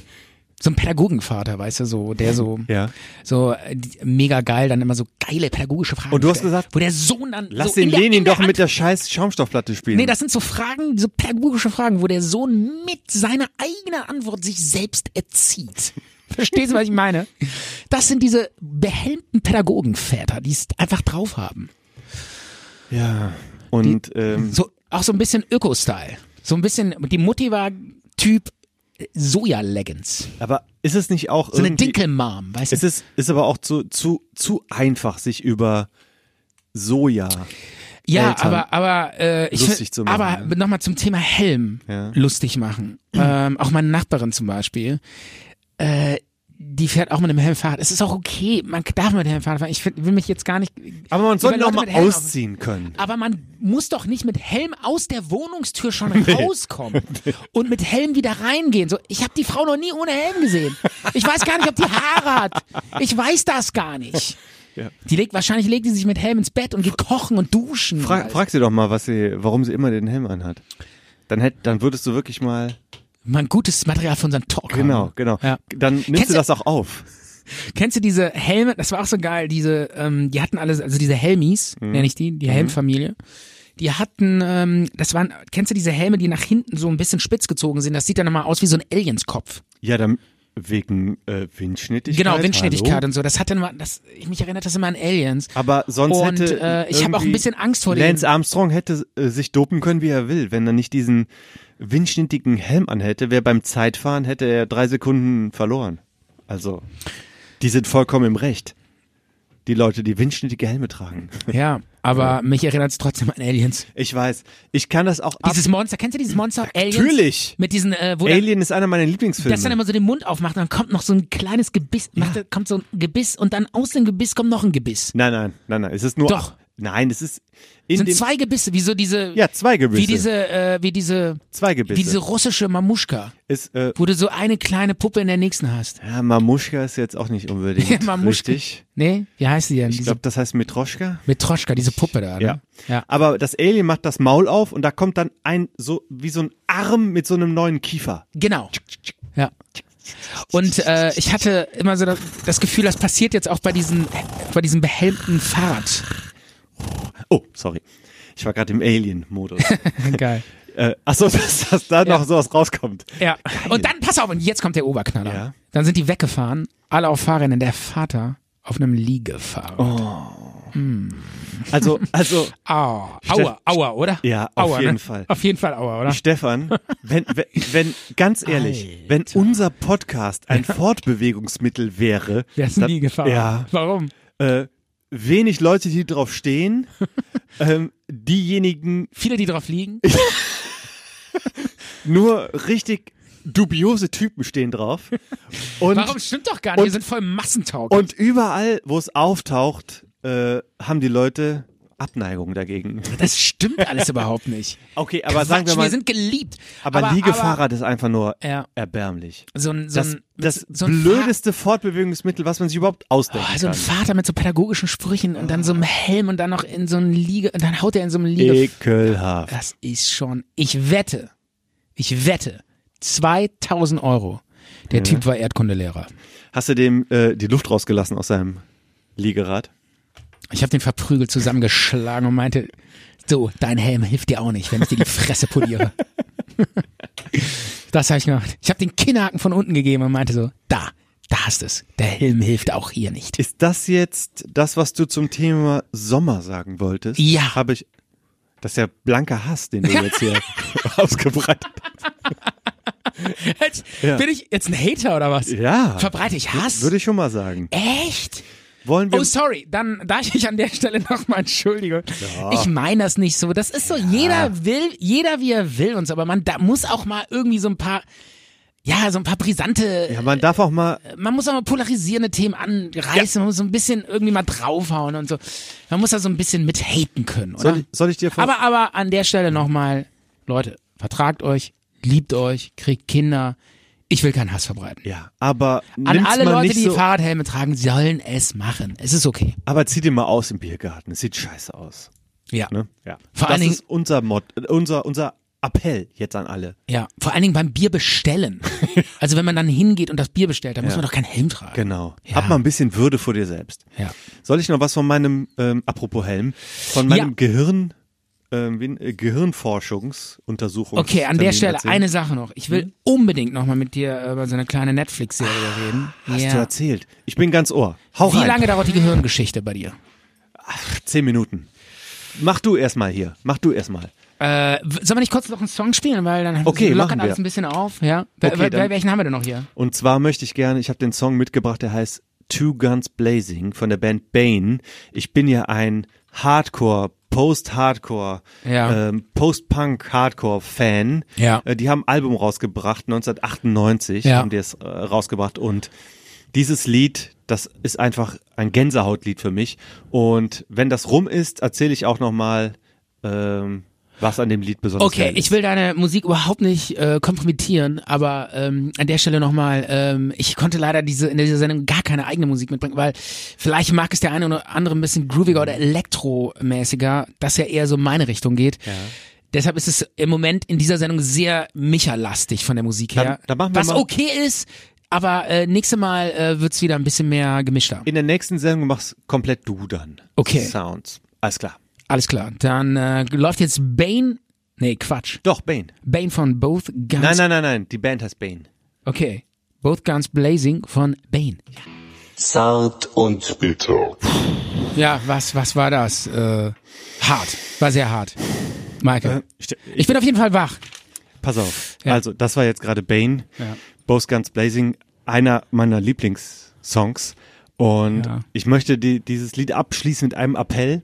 [SPEAKER 1] So ein Pädagogenvater, weißt du, so, der so,
[SPEAKER 2] Ja.
[SPEAKER 1] so äh, die- mega geil, dann immer so geile pädagogische Fragen.
[SPEAKER 2] Und du hast
[SPEAKER 1] stellt,
[SPEAKER 2] gesagt,
[SPEAKER 1] wo der Sohn dann so
[SPEAKER 2] Lass
[SPEAKER 1] in
[SPEAKER 2] den
[SPEAKER 1] der,
[SPEAKER 2] Lenin
[SPEAKER 1] in der
[SPEAKER 2] doch mit der scheiß Schaumstoffplatte spielen.
[SPEAKER 1] Nee, das sind so Fragen, so pädagogische Fragen, wo der Sohn mit seiner eigenen Antwort sich selbst erzieht. Verstehst du, was ich meine? Das sind diese behelmten Pädagogenväter, die es einfach drauf haben.
[SPEAKER 2] ja. Und ähm,
[SPEAKER 1] So, auch so ein bisschen Öko-Style. So ein bisschen, die Mutti war Typ äh, Soja-Leggings.
[SPEAKER 2] Aber ist es nicht auch
[SPEAKER 1] So eine
[SPEAKER 2] irgendwie-
[SPEAKER 1] Dinkelmam, weißt du?
[SPEAKER 2] Es ist, ist aber auch zu, zu, zu einfach, sich über Soja.
[SPEAKER 1] Ja,
[SPEAKER 2] Eltern
[SPEAKER 1] aber aber äh, ich
[SPEAKER 2] lustig
[SPEAKER 1] find-
[SPEAKER 2] zu machen,
[SPEAKER 1] aber
[SPEAKER 2] ne?
[SPEAKER 1] nochmal zum Thema Helm
[SPEAKER 2] Ja.
[SPEAKER 1] lustig machen. Ähm, auch meine Nachbarin zum Beispiel, äh, die fährt auch mit einem Helm Fahrrad. Es ist auch okay, man darf mit Helm Fahrrad fahren. Ich find, will mich jetzt gar nicht.
[SPEAKER 2] Aber man sollte
[SPEAKER 1] über
[SPEAKER 2] noch
[SPEAKER 1] Leute
[SPEAKER 2] mal
[SPEAKER 1] mit Helm auf-
[SPEAKER 2] ausziehen können.
[SPEAKER 1] Aber man muss doch nicht mit Helm aus der Wohnungstür
[SPEAKER 2] (laughs)
[SPEAKER 1] schon rauskommen und mit Helm wieder reingehen. So, ich habe die Frau noch nie ohne Helm gesehen. Ich weiß gar nicht, ob die Haare hat. Ich weiß das gar nicht. Die legt wahrscheinlich legt die sich mit Helm ins Bett und geht kochen und duschen.
[SPEAKER 2] Frag, frag sie doch mal, was sie, warum sie immer den Helm anhat. Dann, hätt, dann würdest du wirklich mal.
[SPEAKER 1] Mein gutes Material für unseren Talk.
[SPEAKER 2] Genau, genau.
[SPEAKER 1] Ja.
[SPEAKER 2] Dann nimmst
[SPEAKER 1] Kennst
[SPEAKER 2] du
[SPEAKER 1] du-
[SPEAKER 2] das auch auf.
[SPEAKER 1] Kennst du diese Helme? Das war auch so geil. Diese, ähm, die hatten alle, also diese Helmis,
[SPEAKER 2] Mhm.
[SPEAKER 1] nenne ich die, die Helmfamilie. Die hatten, ähm, das waren, kennst du diese Helme, die nach hinten so ein bisschen spitz gezogen sind? Das sieht dann immer aus wie so ein Alienskopf.
[SPEAKER 2] Ja, dann wegen äh, Windschnittigkeit.
[SPEAKER 1] Genau, Windschnittigkeit
[SPEAKER 2] hallo?
[SPEAKER 1] und so. Das hat dann mal, das, ich mich erinnert das immer an Aliens.
[SPEAKER 2] Aber sonst
[SPEAKER 1] Und,
[SPEAKER 2] hätte
[SPEAKER 1] äh, ich hab auch ein
[SPEAKER 2] irgendwie-
[SPEAKER 1] bisschen Angst vor denen.
[SPEAKER 2] Lance Armstrong hätte äh, sich dopen können, wie er will. Wenn er nicht diesen windschnittigen Helm anhätte, wäre beim Zeitfahren hätte er drei Sekunden verloren. Also, die sind vollkommen im Recht. Die Leute, die windschnittige Helme tragen. (laughs)
[SPEAKER 1] Ja, aber mich erinnert es trotzdem an Aliens.
[SPEAKER 2] Ich weiß, ich kann das auch ab.
[SPEAKER 1] Dieses Monster, kennst du dieses Monster Aliens?
[SPEAKER 2] Natürlich.
[SPEAKER 1] Mit diesen, äh, wo
[SPEAKER 2] Alien ist einer meiner Lieblingsfilme.
[SPEAKER 1] das dann immer so den Mund aufmacht, dann kommt noch so ein kleines Gebiss, macht, kommt so ein Gebiss und dann aus dem Gebiss kommt noch ein Gebiss.
[SPEAKER 2] nein, nein, nein, nein. Es ist nur.
[SPEAKER 1] Doch.
[SPEAKER 2] Nein, es ist in
[SPEAKER 1] sind
[SPEAKER 2] dem.
[SPEAKER 1] zwei Gebisse, wie so diese,
[SPEAKER 2] ja, zwei Gebisse.
[SPEAKER 1] wie diese, äh, wie diese,
[SPEAKER 2] zwei
[SPEAKER 1] wie diese
[SPEAKER 2] Gebisse.
[SPEAKER 1] russische Mamuschka,
[SPEAKER 2] Ist, äh,
[SPEAKER 1] wo du so eine kleine Puppe in der nächsten hast.
[SPEAKER 2] ja, Mamuschka ist jetzt auch
[SPEAKER 1] (laughs)
[SPEAKER 2] nicht unbedingt
[SPEAKER 1] Mamuschka.
[SPEAKER 2] richtig.
[SPEAKER 1] Nee, wie heißt die denn?
[SPEAKER 2] Ich
[SPEAKER 1] diese
[SPEAKER 2] glaube, das heißt Mitroschka.
[SPEAKER 1] Metroschka, diese Puppe da, ne?
[SPEAKER 2] Ja.
[SPEAKER 1] ja.
[SPEAKER 2] Aber das Alien macht das Maul auf und da kommt dann ein so wie so ein Arm mit so einem neuen Kiefer.
[SPEAKER 1] Genau. Ja. Und äh, ich hatte immer so das, das Gefühl, das passiert jetzt auch bei diesen, bei diesem behelmten Fahrrad.
[SPEAKER 2] (laughs) Oh, sorry. Ich war gerade im Alien-Modus.
[SPEAKER 1] Geil.
[SPEAKER 2] äh, achso, (laughs) dass, dass da noch sowas rauskommt.
[SPEAKER 1] Ja. Und dann, pass auf, und jetzt kommt der Oberknaller.
[SPEAKER 2] Ja.
[SPEAKER 1] Dann sind die weggefahren, alle auf Fahrrädern, der Vater auf einem Liegefahrrad. Oh.
[SPEAKER 2] Also, also,
[SPEAKER 1] Aua,
[SPEAKER 2] Steff-
[SPEAKER 1] aua, aua, oder?
[SPEAKER 2] Ja, auf
[SPEAKER 1] aua,
[SPEAKER 2] jeden
[SPEAKER 1] ne?
[SPEAKER 2] Fall.
[SPEAKER 1] Auf jeden Fall aua, oder?
[SPEAKER 2] Stefan, wenn, wenn, wenn ganz ehrlich, wenn unser Podcast ein Fortbewegungsmittel wäre,
[SPEAKER 1] Der ist ein
[SPEAKER 2] dann-
[SPEAKER 1] Liegefahrrad.
[SPEAKER 2] Ja,
[SPEAKER 1] Warum?
[SPEAKER 2] äh, wenig Leute, die drauf stehen, ähm, diejenigen,
[SPEAKER 1] Viele, die drauf liegen.
[SPEAKER 2] nur richtig dubiose Typen stehen drauf. Und,
[SPEAKER 1] Warum stimmt doch gar nicht?
[SPEAKER 2] und-
[SPEAKER 1] Wir sind voll massentauglich.
[SPEAKER 2] und überall, wo es auftaucht, äh, haben die Leute Abneigung dagegen.
[SPEAKER 1] das stimmt
[SPEAKER 2] (laughs)
[SPEAKER 1] alles überhaupt nicht.
[SPEAKER 2] Okay, aber sagen wir
[SPEAKER 1] Quatsch,
[SPEAKER 2] mal,
[SPEAKER 1] wir sind geliebt.
[SPEAKER 2] aber, Liegefahrrad ist einfach nur
[SPEAKER 1] Ja.
[SPEAKER 2] erbärmlich.
[SPEAKER 1] so ein, so
[SPEAKER 2] Das,
[SPEAKER 1] ein,
[SPEAKER 2] das
[SPEAKER 1] so ein
[SPEAKER 2] blödeste Fortbewegungsmittel, was man sich überhaupt ausdenken
[SPEAKER 1] Boah, oh, so ein
[SPEAKER 2] kann.
[SPEAKER 1] Vater mit so pädagogischen Sprüchen und dann so einem Helm und dann noch in so einem Liege und dann haut er in so einem Liege.
[SPEAKER 2] Ekelhaft.
[SPEAKER 1] das ist schon. Ich wette, ich wette, 2000 Euro.
[SPEAKER 2] Mhm.
[SPEAKER 1] Der Typ war Erdkundelehrer.
[SPEAKER 2] Hast du dem äh, die Luft rausgelassen aus seinem Liegerad?
[SPEAKER 1] Ich habe den verprügelt zusammengeschlagen und meinte, so, dein Helm hilft dir auch nicht, wenn ich dir die Fresse poliere. das habe ich gemacht. Ich habe den Kinnhaken von unten gegeben und meinte so, da, da hast es. Der Helm hilft auch hier nicht.
[SPEAKER 2] Ist das jetzt das, was du zum Thema Sommer sagen wolltest?
[SPEAKER 1] Ja.
[SPEAKER 2] Habe ich. Das ist ja blanker Hass, den du
[SPEAKER 1] (laughs)
[SPEAKER 2] jetzt hier ausgebreitet hast.
[SPEAKER 1] Jetzt,
[SPEAKER 2] Ja.
[SPEAKER 1] Bin ich jetzt ein Hater oder was?
[SPEAKER 2] Ja.
[SPEAKER 1] Verbreite ich Hass?
[SPEAKER 2] Würde ich schon mal sagen.
[SPEAKER 1] Äh, Echt?
[SPEAKER 2] Wollen wir.
[SPEAKER 1] Oh, sorry. Dann darf ich mich an der Stelle nochmal entschuldigen. Ich meine das nicht so. Das ist so, jeder will, jeder wie er will uns, aber man da muss auch mal irgendwie so ein paar, ja, so ein paar brisante,
[SPEAKER 2] ja, man darf auch mal.
[SPEAKER 1] Äh, man muss auch mal polarisierende Themen anreißen, man muss so ein bisschen irgendwie mal draufhauen und so. Man muss da so ein bisschen mit haten können, oder?
[SPEAKER 2] Soll ich, soll ich dir von.
[SPEAKER 1] aber, aber an der Stelle nochmal, Leute, vertragt euch, liebt euch, kriegt Kinder. Ich will keinen Hass verbreiten.
[SPEAKER 2] ja, aber.
[SPEAKER 1] An
[SPEAKER 2] nimm's
[SPEAKER 1] alle
[SPEAKER 2] mal
[SPEAKER 1] Leute,
[SPEAKER 2] nicht
[SPEAKER 1] die
[SPEAKER 2] so,
[SPEAKER 1] Fahrradhelme tragen, sollen es machen. Es ist okay.
[SPEAKER 2] Aber zieh dir mal aus im Biergarten. Es sieht scheiße aus.
[SPEAKER 1] Ja.
[SPEAKER 2] Ne? Ja.
[SPEAKER 1] Vor
[SPEAKER 2] das
[SPEAKER 1] allen Dingen-
[SPEAKER 2] ist unser Mod, äh, unser, unser Appell jetzt an alle.
[SPEAKER 1] Ja. Vor allen Dingen beim Bier
[SPEAKER 2] (laughs)
[SPEAKER 1] bestellen. also wenn man dann hingeht und das Bier bestellt, dann muss man doch keinen Helm tragen.
[SPEAKER 2] Genau.
[SPEAKER 1] Ja.
[SPEAKER 2] Hab mal ein bisschen Würde vor dir selbst.
[SPEAKER 1] Ja.
[SPEAKER 2] Soll ich noch was von meinem, ähm, apropos Helm, von meinem
[SPEAKER 1] Ja.
[SPEAKER 2] Gehirn, ähm, wie- äh, Gehirnforschungsuntersuchung.
[SPEAKER 1] Okay, an der Stelle
[SPEAKER 2] erzählen.
[SPEAKER 1] eine Sache noch. Ich will
[SPEAKER 2] Mhm.
[SPEAKER 1] unbedingt nochmal mit dir über so eine kleine Netflix-Serie reden.
[SPEAKER 2] Hast
[SPEAKER 1] ja.
[SPEAKER 2] Ah, du erzählt? Ich bin ganz ohr. Hau
[SPEAKER 1] Wie
[SPEAKER 2] rein.
[SPEAKER 1] lange dauert die Gehirngeschichte bei dir?
[SPEAKER 2] Zehn Minuten. Mach du erstmal hier. Mach du erstmal.
[SPEAKER 1] Äh, w- sollen wir nicht kurz noch einen Song spielen, weil dann
[SPEAKER 2] Okay, machen
[SPEAKER 1] lockert
[SPEAKER 2] wir.
[SPEAKER 1] alles ein bisschen auf. Ja. Wer-
[SPEAKER 2] Okay,
[SPEAKER 1] wer-
[SPEAKER 2] dann-
[SPEAKER 1] welchen haben wir denn noch hier?
[SPEAKER 2] Und zwar möchte ich gerne, ich habe den Song mitgebracht, der heißt Two Guns Blazing von der Band Bane. Ich bin ja ein Hardcore, Post-Hardcore,
[SPEAKER 1] Ja.
[SPEAKER 2] ähm, Post-Punk-Hardcore-Fan.
[SPEAKER 1] Ja.
[SPEAKER 2] Äh, die haben ein Album rausgebracht, 1998
[SPEAKER 1] Ja.
[SPEAKER 2] haben die es äh, rausgebracht und dieses Lied, das ist einfach ein Gänsehautlied für mich. Und wenn das rum ist, erzähle ich auch nochmal, ähm, was an dem Lied besonders
[SPEAKER 1] Okay,
[SPEAKER 2] geil ist.
[SPEAKER 1] ich will deine Musik überhaupt nicht äh, kompromittieren, aber ähm, an der Stelle nochmal, ähm, ich konnte leider diese in dieser Sendung gar keine eigene Musik mitbringen, weil vielleicht mag es der eine oder andere ein bisschen grooviger oder elektromäßiger, das ja eher so in meine Richtung geht. Deshalb ist es im Moment in dieser Sendung sehr Micha-lastig von der Musik
[SPEAKER 2] Dann-
[SPEAKER 1] her.
[SPEAKER 2] dann machen wir
[SPEAKER 1] was
[SPEAKER 2] mal-
[SPEAKER 1] okay ist, aber äh, nächstes Mal äh, wird's wieder ein bisschen mehr gemischter.
[SPEAKER 2] In der nächsten Sendung machst komplett du dann.
[SPEAKER 1] Okay.
[SPEAKER 2] Sounds. Alles klar.
[SPEAKER 1] Alles klar. Dann äh, läuft jetzt Bane. Nee, Quatsch.
[SPEAKER 2] Doch, Bane.
[SPEAKER 1] Bane von Both Guns.
[SPEAKER 2] Nein, nein, nein, nein. Die Band heißt Bane.
[SPEAKER 1] Okay. Both Guns Blazing von Bane.
[SPEAKER 3] Zart und bitter.
[SPEAKER 1] Ja, was, was war das? Äh, hart. War sehr hart. Maike.
[SPEAKER 2] Ich, Äh, ich,
[SPEAKER 1] Äh, Ich bin auf jeden Fall wach.
[SPEAKER 2] pass auf.
[SPEAKER 1] Ja.
[SPEAKER 2] Also, das war jetzt gerade Bane.
[SPEAKER 1] Ja.
[SPEAKER 2] Both Guns Blazing, einer meiner Lieblingssongs. Und
[SPEAKER 1] Ja.
[SPEAKER 2] ich möchte die, dieses Lied abschließen mit einem Appell,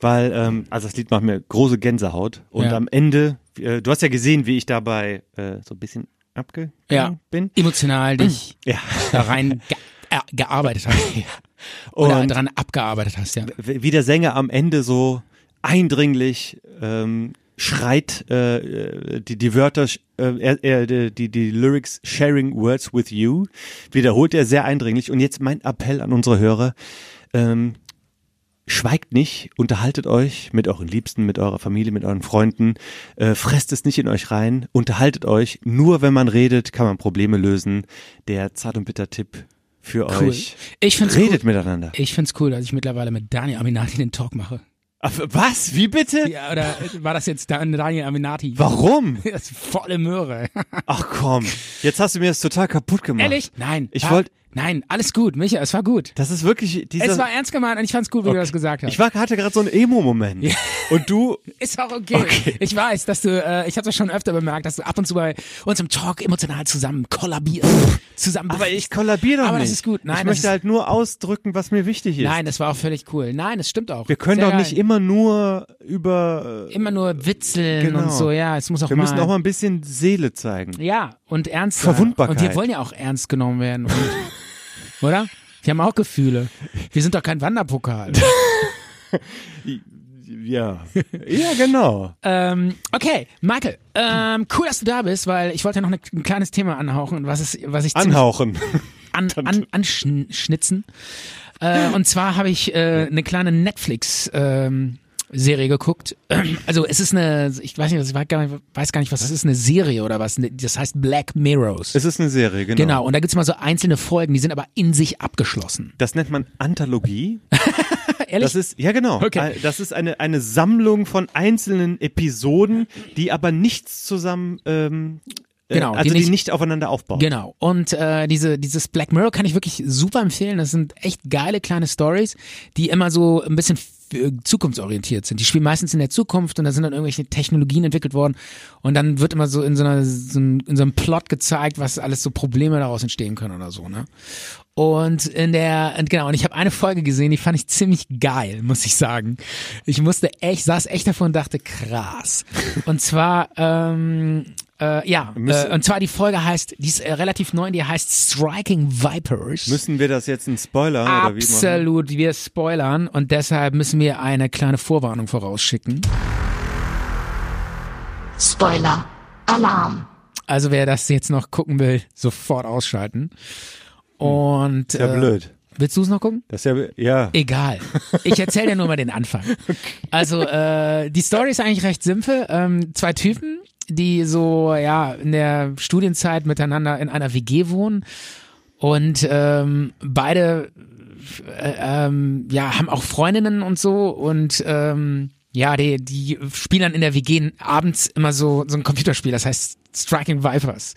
[SPEAKER 2] weil, ähm, also das Lied macht mir große Gänsehaut. Und
[SPEAKER 1] Ja.
[SPEAKER 2] am Ende, äh, du hast ja gesehen, wie ich dabei äh, so ein bisschen abgegangen
[SPEAKER 1] Ja.
[SPEAKER 2] bin.
[SPEAKER 1] Emotional dich
[SPEAKER 2] (clears throat) Ja.
[SPEAKER 1] da rein ge äh, gearbeitet
[SPEAKER 2] (laughs)
[SPEAKER 1] hast. Oder
[SPEAKER 2] Und
[SPEAKER 1] daran abgearbeitet hast, ja.
[SPEAKER 2] wie der Sänger am Ende so eindringlich ähm, schreit, äh, äh, die, die Wörter, sch- äh, er, er, die, die- die Lyrics Sharing Words with You, wiederholt er sehr eindringlich. Und jetzt mein Appell an unsere Hörer, ähm, schweigt nicht, unterhaltet euch mit euren Liebsten, mit eurer Familie, mit euren Freunden, äh, fresst es nicht in euch rein, unterhaltet euch. Nur wenn man redet, kann man Probleme lösen. Der Zart- und Bitter-Tipp für
[SPEAKER 1] Cool.
[SPEAKER 2] euch.
[SPEAKER 1] Ich find's cool.
[SPEAKER 2] Redet miteinander.
[SPEAKER 1] Ich find's cool, dass ich mittlerweile mit Daniel Aminati den Talk mache.
[SPEAKER 2] Ach, Was? Wie bitte?
[SPEAKER 1] Ja, oder war das jetzt Dan- Daniel Aminati?
[SPEAKER 2] Warum?
[SPEAKER 1] (laughs) Das ist volle Möhre.
[SPEAKER 2] Ach komm, jetzt hast du mir das total kaputt gemacht.
[SPEAKER 1] Ehrlich? Nein.
[SPEAKER 2] Ich
[SPEAKER 1] war-
[SPEAKER 2] wollt-
[SPEAKER 1] Nein, alles gut, Micha, es war gut.
[SPEAKER 2] Das ist wirklich dieser.
[SPEAKER 1] es war ernst gemeint und ich fand's gut, wie du das gesagt hast.
[SPEAKER 2] ich war, hatte gerade so einen Emo-Moment. Und du,
[SPEAKER 1] Ist auch okay. Ich weiß, dass du, äh, ich habe das schon öfter bemerkt, dass du ab und zu bei uns im Talk emotional zusammen kollabierst, zusammen.
[SPEAKER 2] aber ich
[SPEAKER 1] brichst.
[SPEAKER 2] kollabiere
[SPEAKER 1] (laughs)
[SPEAKER 2] doch
[SPEAKER 1] Aber
[SPEAKER 2] nicht.
[SPEAKER 1] das ist gut. Nein,
[SPEAKER 2] ich
[SPEAKER 1] das
[SPEAKER 2] möchte
[SPEAKER 1] ist-
[SPEAKER 2] halt nur ausdrücken, was mir wichtig ist.
[SPEAKER 1] Nein, das war auch völlig cool. Nein, das stimmt auch.
[SPEAKER 2] Wir können
[SPEAKER 1] Sehr
[SPEAKER 2] doch nicht
[SPEAKER 1] geil.
[SPEAKER 2] immer nur über. äh,
[SPEAKER 1] immer nur witzeln
[SPEAKER 2] Genau.
[SPEAKER 1] und so. Ja, es muss auch
[SPEAKER 2] Wir
[SPEAKER 1] mal.
[SPEAKER 2] müssen auch mal ein bisschen Seele
[SPEAKER 1] (laughs)
[SPEAKER 2] zeigen.
[SPEAKER 1] ja und ernst. sein.
[SPEAKER 2] Verwundbarkeit.
[SPEAKER 1] Und wir wollen ja auch ernst genommen werden,
[SPEAKER 2] (laughs)
[SPEAKER 1] und, oder? Wir haben auch Gefühle. Wir sind doch kein
[SPEAKER 2] (laughs)
[SPEAKER 1] Wanderpokal.
[SPEAKER 2] Ja. Ja, genau.
[SPEAKER 1] Ähm, okay, Michael, ähm, cool, dass du da bist, weil ich wollte ja noch ne, ein kleines Thema anhauchen, was, ist, was ich ziemlich
[SPEAKER 2] Anhauchen. (laughs)
[SPEAKER 1] an, an, anschnitzen. Äh, und zwar habe ich äh, eine kleine Netflix. Ähm, Serie geguckt. (clears throat) Also es ist eine, ich weiß nicht, ich weiß gar nicht, weiß gar nicht was es ist, eine Serie oder was. Ne, Das heißt Black Mirrors.
[SPEAKER 2] Es ist eine Serie, genau.
[SPEAKER 1] genau, und da gibt's mal so einzelne Folgen, die sind aber in sich abgeschlossen.
[SPEAKER 2] Das nennt man Anthologie.
[SPEAKER 1] (laughs) Ehrlich?
[SPEAKER 2] Das ist, ja genau.
[SPEAKER 1] Okay.
[SPEAKER 2] Ein- Das ist eine, eine Sammlung von einzelnen Episoden, die aber nichts zusammen, ähm, äh,
[SPEAKER 1] Genau, die
[SPEAKER 2] also die nicht,
[SPEAKER 1] nicht-
[SPEAKER 2] aufeinander aufbauen.
[SPEAKER 1] Genau. Und äh, diese, dieses Black Mirror kann ich wirklich super empfehlen. Das sind echt geile kleine Stories, die immer so ein bisschen f- äh, zukunftsorientiert sind. Die spielen meistens in der Zukunft und da sind dann irgendwelche Technologien entwickelt worden und dann wird immer so in so, einer, so ein, in so einem Plot gezeigt, was alles so Probleme daraus entstehen können oder so, ne? Und in der, und genau, und ich habe eine Folge gesehen, die fand ich ziemlich geil, muss ich sagen. Ich musste echt, saß echt davor und dachte, krass. Und zwar, ähm, äh, ja, äh, und zwar die Folge heißt, die ist äh, relativ neu, und die heißt Striking Vipers.
[SPEAKER 2] Müssen wir das jetzt ein Spoiler oder wie ne? machen?
[SPEAKER 1] Absolut, wir spoilern und deshalb müssen wir eine kleine Vorwarnung vorausschicken.
[SPEAKER 5] Spoiler Alarm.
[SPEAKER 1] Also wer das jetzt noch gucken will, sofort ausschalten. Und
[SPEAKER 2] Hm. Ja,
[SPEAKER 1] äh,
[SPEAKER 2] blöd.
[SPEAKER 1] willst du es noch gucken?
[SPEAKER 2] Das ist ja, ja.
[SPEAKER 1] Egal. Ich erzähle dir nur mal den Anfang. Also, äh, die Story ist eigentlich recht simpel. Ähm, zwei Typen, die so, ja, in der Studienzeit miteinander in einer WG wohnen und ähm, beide, äh, ähm, ja, haben auch Freundinnen und so und, ähm, ja, die, die spielen dann in der WG abends immer so, so ein Computerspiel, das heißt Striking Vipers.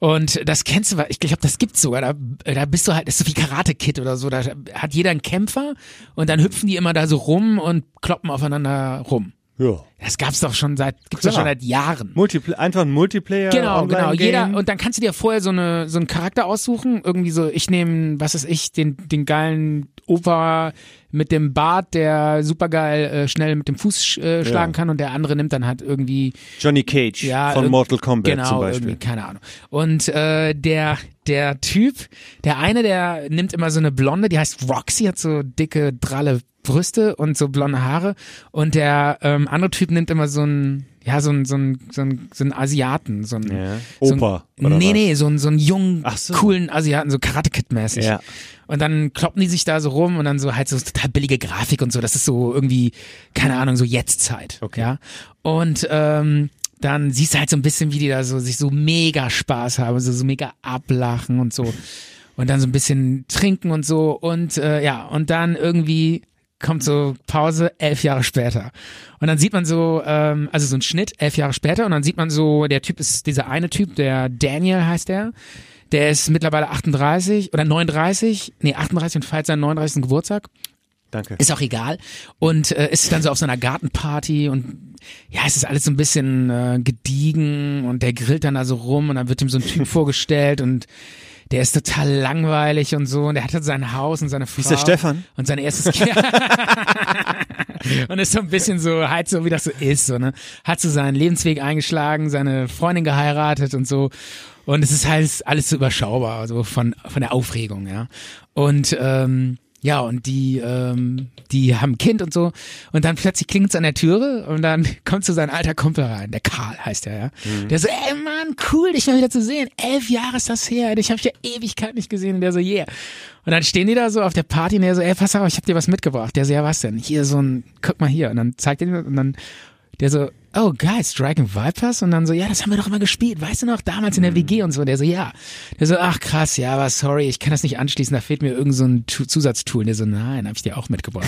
[SPEAKER 1] Und das kennst du, weil ich glaube, das gibt's sogar. Da, da bist du halt, das ist so wie Karate Kid oder so. Da hat jeder einen Kämpfer und dann hüpfen die immer da so rum und kloppen aufeinander rum.
[SPEAKER 2] Ja.
[SPEAKER 1] Das gab's doch schon seit, gibt's doch
[SPEAKER 2] Klar.
[SPEAKER 1] schon seit Jahren.
[SPEAKER 2] Multipl einfach ein Multiplayer.
[SPEAKER 1] Genau,
[SPEAKER 2] Online
[SPEAKER 1] genau.
[SPEAKER 2] Game.
[SPEAKER 1] Jeder, und dann kannst du dir vorher so, eine, so einen Charakter aussuchen. Irgendwie so, ich nehme, was ist ich, den, den geilen Opa mit dem Bart, der supergeil äh, schnell mit dem Fuß äh, schlagen kann und der andere nimmt dann halt irgendwie
[SPEAKER 2] Johnny Cage
[SPEAKER 1] ja,
[SPEAKER 2] von
[SPEAKER 1] irgend-
[SPEAKER 2] Mortal Kombat
[SPEAKER 1] genau,
[SPEAKER 2] zum Beispiel.
[SPEAKER 1] irgendwie, keine Ahnung. Und äh, der, der Typ, der eine, der nimmt immer so eine Blonde, die heißt Roxy, hat so dicke, dralle Brüste und so blonde Haare. Und der ähm, andere Typ nimmt immer so einen, ja, so einen, so einen, so einen, so einen Asiaten, so einen,
[SPEAKER 2] Ja.
[SPEAKER 1] so
[SPEAKER 2] Opa,
[SPEAKER 1] Ein,
[SPEAKER 2] oder
[SPEAKER 1] nee,
[SPEAKER 2] was?
[SPEAKER 1] nee, so einen, so einen jungen,
[SPEAKER 2] Ach so.
[SPEAKER 1] coolen Asiaten, so Karate Kid-mäßig.
[SPEAKER 2] Ja.
[SPEAKER 1] Und dann kloppen die sich da so rum und dann so halt so total billige Grafik und so. Das ist so irgendwie, keine Ahnung, so Jetztzeit. Okay. Ja. Und ähm, dann siehst du halt so ein bisschen, wie die da so sich so mega Spaß haben, so, so mega ablachen und so. Und dann so ein bisschen trinken und so. Und äh, ja, und dann irgendwie kommt so Pause elf Jahre später. Und dann sieht man so, ähm, also so ein Schnitt elf Jahre später und dann sieht man so, der Typ ist dieser eine Typ, der Daniel heißt der. Der ist mittlerweile 38 oder 39, nee 38 und feiert seinen 39. Geburtstag.
[SPEAKER 2] Danke.
[SPEAKER 1] Ist auch egal. Und äh, ist dann so auf so einer Gartenparty und ja, es ist alles so ein bisschen äh, gediegen und der grillt dann also rum und dann wird ihm so ein Typ (laughs) vorgestellt und der ist total langweilig und so und der hat halt sein Haus und seine Frau.
[SPEAKER 2] der Stefan?
[SPEAKER 1] Und sein
[SPEAKER 2] (laughs)
[SPEAKER 1] erstes Kind. und ist so ein bisschen so, halt so, wie das so ist, so, ne? Hat so seinen Lebensweg eingeschlagen, seine Freundin geheiratet und so. Und es ist halt alles so überschaubar, also von, von der Aufregung, ja. Und, ähm, ja, und die, ähm, die haben ein Kind und so. Und dann plötzlich klingt es an der Türe und dann (laughs) kommt so sein alter Kumpel rein. Der Karl heißt er, ja.
[SPEAKER 2] Mhm.
[SPEAKER 1] Der so, ey Mann, cool, dich mal wieder zu sehen. Elf Jahre ist das her. Dich habe ich ja Ewigkeit nicht gesehen. Und der so, yeah. Und dann stehen die da so auf der Party und der so, ey, pass auf, ich hab dir was mitgebracht. Der so, ja, was denn? Hier so ein, guck mal hier. Und dann zeigt er ihm das und dann der so, oh geil, Strike and Vipers und dann so, ja, das haben wir doch immer gespielt, weißt du noch, damals in der WG und so. Und der so, ja. Der so, ach krass, ja, aber sorry, ich kann das nicht anschließen, da fehlt mir irgend so ein Tu- Zusatztool. Und der so, nein, hab ich dir auch mitgebracht.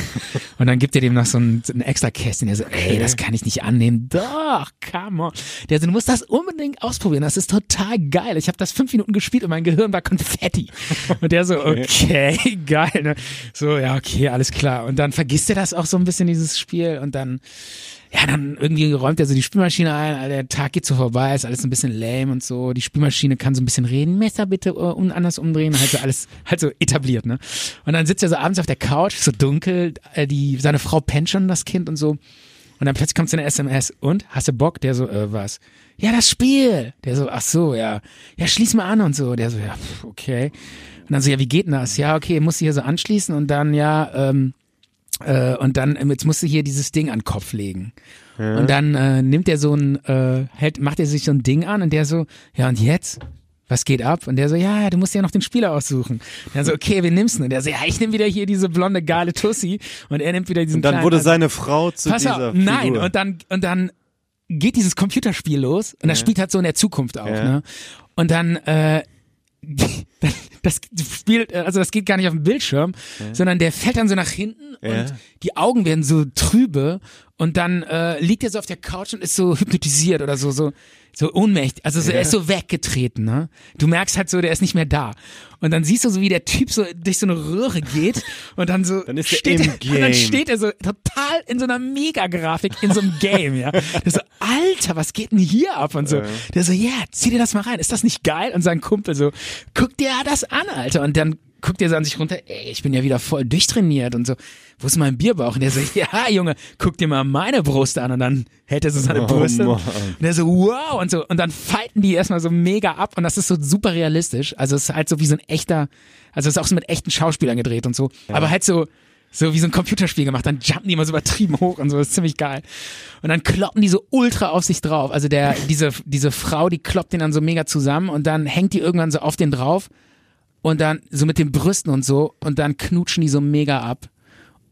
[SPEAKER 1] und dann gibt er dem noch so ein, so ein extra Kästchen. Der so, ey, das kann ich nicht annehmen. Doch, come on. Der so, du musst das unbedingt ausprobieren, das ist total geil. Ich habe das fünf Minuten gespielt und mein Gehirn war Konfetti. Und der so, okay, (laughs) geil. Ne? So, ja, okay, alles klar. Und dann vergisst er das auch so ein bisschen, dieses Spiel. Und dann ja, dann irgendwie räumt er so die Spülmaschine ein, Alter, der Tag geht so vorbei, ist alles ein bisschen lame und so. Die Spülmaschine kann so ein bisschen reden, Messer bitte äh, un- anders umdrehen, halt so alles, (laughs) halt so etabliert, ne? Und dann sitzt er so abends auf der Couch, so dunkel, äh, die, seine Frau pennt schon das Kind und so. Und dann plötzlich kommt so eine SMS und hast du Bock? Der so, äh, was? Ja, das Spiel. Der so, ach so, ja. Ja, schließ mal an und so. Der so, ja, pf, okay. Und dann so, ja, wie geht denn das? Ja, okay, musst du hier so anschließen und dann, ja, ähm, äh, und dann, ähm, jetzt musst du hier dieses Ding an den Kopf legen. Und dann äh, nimmt er so ein, äh, hält, macht er sich so ein Ding an und der so, ja und jetzt? Was geht ab? Und der so, ja, ja, du musst ja noch den Spieler aussuchen. Und dann so, okay, wir nimm's denn? Und der so, ja, ich nehme wieder hier diese blonde, geile Tussi. Und er nimmt wieder diesen
[SPEAKER 2] Und dann
[SPEAKER 1] kleinen,
[SPEAKER 2] wurde
[SPEAKER 1] also-
[SPEAKER 2] seine Frau zu
[SPEAKER 1] Pass
[SPEAKER 2] dieser
[SPEAKER 1] auf, nein,
[SPEAKER 2] Figur.
[SPEAKER 1] und dann, und dann geht dieses Computerspiel los und das spielt halt so in der Zukunft auch,
[SPEAKER 2] Ja.
[SPEAKER 1] ne? Und dann, äh, (laughs) dann- das spielt, also das geht gar nicht auf den Bildschirm, sondern der fällt dann so nach hinten
[SPEAKER 2] Ja.
[SPEAKER 1] und die Augen werden so trübe und dann äh, liegt er so auf der Couch und ist so hypnotisiert oder so, so, so ohnmächtig. Also so, er ist so weggetreten, ne? Du merkst halt so, der ist nicht mehr da. Und dann siehst du so, wie der Typ so durch so eine Röhre geht und dann so
[SPEAKER 2] Dann ist er
[SPEAKER 1] steht
[SPEAKER 2] im
[SPEAKER 1] er, (laughs) und dann
[SPEAKER 2] Game.
[SPEAKER 1] steht er so total in so einer Mega-Grafik in so einem Game, ja. Der so, Alter, was geht denn hier ab? Und so, der so, ja, zieh dir das mal rein, ist das nicht geil? Und sein Kumpel so, guck dir das an, Alter. Und dann guckt er so an sich runter, ey, ich bin ja wieder voll durchtrainiert und so, wo ist mein Bierbauch? Und der so, (laughs) ja, Junge, guck dir mal meine Brust an. Und dann hält er so seine
[SPEAKER 2] Oh,
[SPEAKER 1] Brust
[SPEAKER 2] Mann.
[SPEAKER 1] und er so, wow, und so. Und dann fighten die erstmal so mega ab. Und das ist so super realistisch. Also es ist halt so wie so ein echter, also es ist auch so mit echten Schauspielern gedreht und so. Aber halt so, so wie so ein Computerspiel gemacht. Dann jumpen die immer so übertrieben hoch und so. Das ist ziemlich geil. Und dann kloppen die so ultra auf sich drauf. Also der, diese, diese Frau, die kloppt den dann so mega zusammen und dann hängt die irgendwann so auf den drauf. Und dann so mit den Brüsten und so. Und dann knutschen die so mega ab.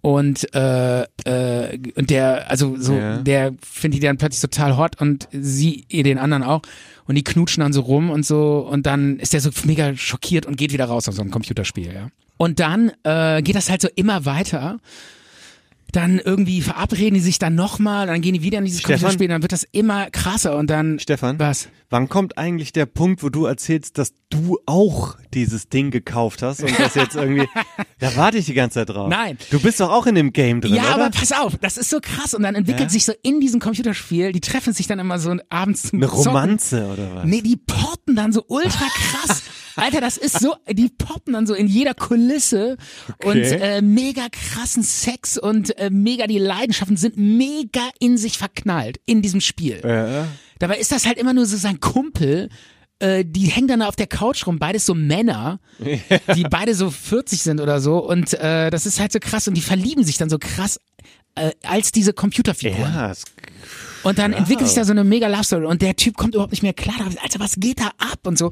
[SPEAKER 1] Und, äh, äh, und der, also so,
[SPEAKER 2] Ja.
[SPEAKER 1] der findet die dann plötzlich total hot und sie ihr den anderen auch. Und die knutschen dann so rum und so. Und dann ist der so mega schockiert und geht wieder raus aus so einem Computerspiel, ja. Und dann äh, geht das halt so immer weiter dann irgendwie verabreden die sich dann nochmal, dann gehen die wieder in dieses
[SPEAKER 2] Stefan?
[SPEAKER 1] Computerspiel, dann wird das immer krasser und dann.
[SPEAKER 2] Stefan?
[SPEAKER 1] Was?
[SPEAKER 2] Wann kommt eigentlich der Punkt, wo du erzählst, dass du auch dieses Ding gekauft hast und das
[SPEAKER 1] (laughs)
[SPEAKER 2] jetzt irgendwie. da warte ich die ganze Zeit drauf.
[SPEAKER 1] Nein.
[SPEAKER 2] Du bist doch auch in dem Game drin,
[SPEAKER 1] Ja,
[SPEAKER 2] oder?
[SPEAKER 1] aber pass auf, das ist so krass. Und dann entwickelt
[SPEAKER 2] Ja?
[SPEAKER 1] sich so in diesem Computerspiel, die treffen sich dann immer so abends zum
[SPEAKER 2] Eine
[SPEAKER 1] Zocken.
[SPEAKER 2] Romanze oder was?
[SPEAKER 1] Nee, die poppen dann so ultra krass. Alter, das ist so, die poppen dann so in jeder Kulisse und äh, mega krassen Sex und äh, mega die Leidenschaften sind mega in sich verknallt in diesem Spiel. Dabei ist das halt immer nur so sein Kumpel, äh, die hängen dann auf der Couch rum, beides so Männer, die beide so 40 sind oder so und äh, das ist halt so krass und die verlieben sich dann so krass äh, als diese Computerfiguren.
[SPEAKER 2] Ja, es-
[SPEAKER 1] Äh, Und dann entwickelt sich da so eine mega Love Story und der Typ kommt überhaupt nicht mehr klar. drauf. Alter, was geht da ab und so.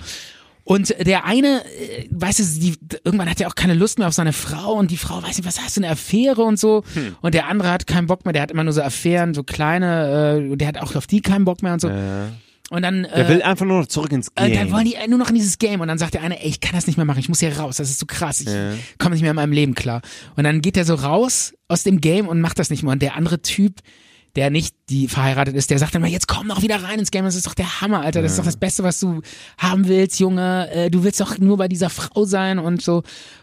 [SPEAKER 1] Und der eine, äh, weißt du, die, irgendwann hat er auch keine Lust mehr auf seine Frau und die Frau, weiß nicht, was hast du, eine Affäre und so.
[SPEAKER 2] Hm.
[SPEAKER 1] Und der andere hat keinen Bock mehr, der hat immer nur so Affären, so kleine, äh, und der hat auch auf die keinen Bock mehr und so. Und dann,
[SPEAKER 2] der
[SPEAKER 1] äh,
[SPEAKER 2] will einfach nur noch zurück ins Game.
[SPEAKER 1] äh, dann wollen die äh, nur noch in dieses Game und dann sagt der eine, ey, ich kann das nicht mehr machen, ich muss hier raus, das ist so krass, ich komme nicht mehr in meinem Leben klar. Und dann geht der so raus aus dem Game und macht das nicht mehr. Und der andere Typ, der nicht die verheiratet ist, der sagt dann mal, jetzt komm doch wieder rein ins Game, das ist doch der Hammer, Alter, das ist doch das Beste, was du haben willst, Junge, äh, du willst doch nur bei dieser Frau sein und so. Und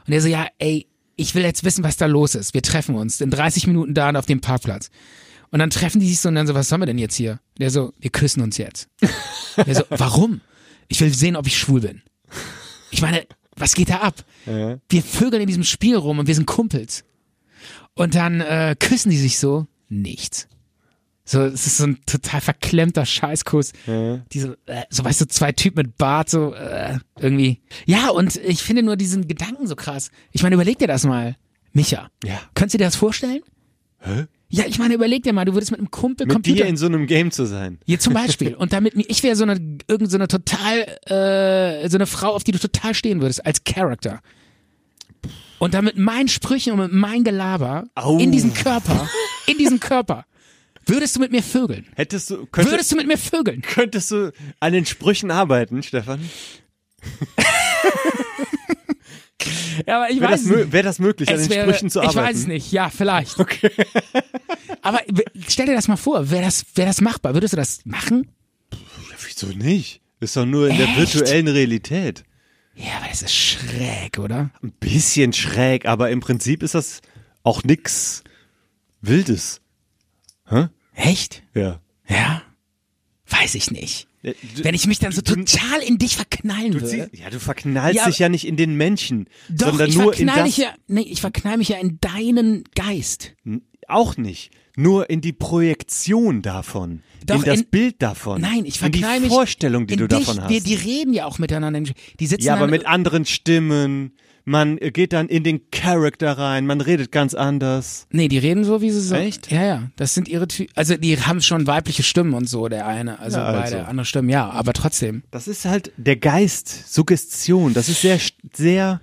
[SPEAKER 1] der so, ja, ey, ich will jetzt wissen, was da los ist. Wir treffen uns in 30 Minuten da und auf dem Parkplatz. Und dann treffen die sich so und dann so, was sollen wir denn jetzt hier? Der so, wir küssen uns jetzt. Der so, warum? Ich will sehen, ob ich schwul bin. Ich meine, was geht da ab? Wir vögeln in diesem Spiel rum und wir sind Kumpels. Und dann äh, küssen die sich so, nichts. So, es ist so ein total verklemmter Scheißkuss. Diese, äh, so weißt du, zwei Typen mit Bart, so äh, irgendwie. Ja, und ich finde nur diesen Gedanken so krass. Ich meine, überleg dir das mal, Micha.
[SPEAKER 2] Ja.
[SPEAKER 1] Könntest du dir das vorstellen? Hä? Ja, ich meine, überleg dir mal, du würdest mit einem Kumpel
[SPEAKER 2] mit
[SPEAKER 1] Computer
[SPEAKER 2] dir in so einem Game zu sein.
[SPEAKER 1] hier zum (laughs) Beispiel. Und damit mir, ich wäre so eine, irgend so eine total, äh, so eine Frau, auf die du total stehen würdest, als Character. Und dann mit meinen Sprüchen und mit meinem Gelaber
[SPEAKER 2] Au.
[SPEAKER 1] in diesem Körper, in diesem Körper, würdest du mit mir vögeln.
[SPEAKER 2] Hättest du,
[SPEAKER 1] Würdest
[SPEAKER 2] könntest,
[SPEAKER 1] du mit mir vögeln?
[SPEAKER 2] könntest du an den Sprüchen arbeiten, Stefan?
[SPEAKER 1] Ja, aber ich
[SPEAKER 2] Wäre
[SPEAKER 1] weiß
[SPEAKER 2] das,
[SPEAKER 1] es nicht.
[SPEAKER 2] mö- wär das möglich, an
[SPEAKER 1] Es
[SPEAKER 2] den
[SPEAKER 1] wäre-
[SPEAKER 2] Sprüchen zu
[SPEAKER 1] ich
[SPEAKER 2] arbeiten?
[SPEAKER 1] weiß es nicht, ja, vielleicht.
[SPEAKER 2] (laughs)
[SPEAKER 1] Okay. Aber w- stell dir das mal vor, wäre das, wär das machbar? Würdest du das machen?
[SPEAKER 2] Wieso nicht? Ist doch nur in der
[SPEAKER 1] Echt?
[SPEAKER 2] virtuellen Realität.
[SPEAKER 1] Ja, aber das ist schräg, oder?
[SPEAKER 2] Ein bisschen schräg, aber im Prinzip ist das auch nix Wildes.
[SPEAKER 1] Echt?
[SPEAKER 2] Ja.
[SPEAKER 1] Ja? Weiß ich nicht.
[SPEAKER 2] Äh, du-
[SPEAKER 1] Wenn ich mich dann so
[SPEAKER 2] du-
[SPEAKER 1] total in dich verknallen
[SPEAKER 2] Du
[SPEAKER 1] würde.
[SPEAKER 2] ziehst, ja, du verknallst
[SPEAKER 1] Ja,
[SPEAKER 2] dich ja nicht in den Menschen,
[SPEAKER 1] Doch,
[SPEAKER 2] sondern
[SPEAKER 1] ich
[SPEAKER 2] nur in
[SPEAKER 1] verknall
[SPEAKER 2] das.
[SPEAKER 1] mich ja, nee, ich verknall mich ja in deinen Geist.
[SPEAKER 2] Hm. Auch nicht. Nur in die Projektion davon.
[SPEAKER 1] Doch,
[SPEAKER 2] in das
[SPEAKER 1] in-
[SPEAKER 2] Bild davon.
[SPEAKER 1] Nein, ich
[SPEAKER 2] In
[SPEAKER 1] verknall
[SPEAKER 2] die
[SPEAKER 1] mich
[SPEAKER 2] Vorstellung, die
[SPEAKER 1] in
[SPEAKER 2] du
[SPEAKER 1] dich.
[SPEAKER 2] davon hast.
[SPEAKER 1] Wir, die reden ja auch miteinander. Die sitzen
[SPEAKER 2] ja, aber
[SPEAKER 1] dann,
[SPEAKER 2] mit anderen Stimmen. Man äh, geht dann in den Charakter rein. Man redet ganz anders.
[SPEAKER 1] nee, die reden so, wie sie so.
[SPEAKER 2] Echt?
[SPEAKER 1] Ja, ja, das sind ihre Ty Also die haben schon weibliche Stimmen und so, der eine, also,
[SPEAKER 2] Ja, also.
[SPEAKER 1] beide, andere Stimmen, ja, aber trotzdem.
[SPEAKER 2] Das ist halt der Geist, Suggestion. Das ist sehr, sehr,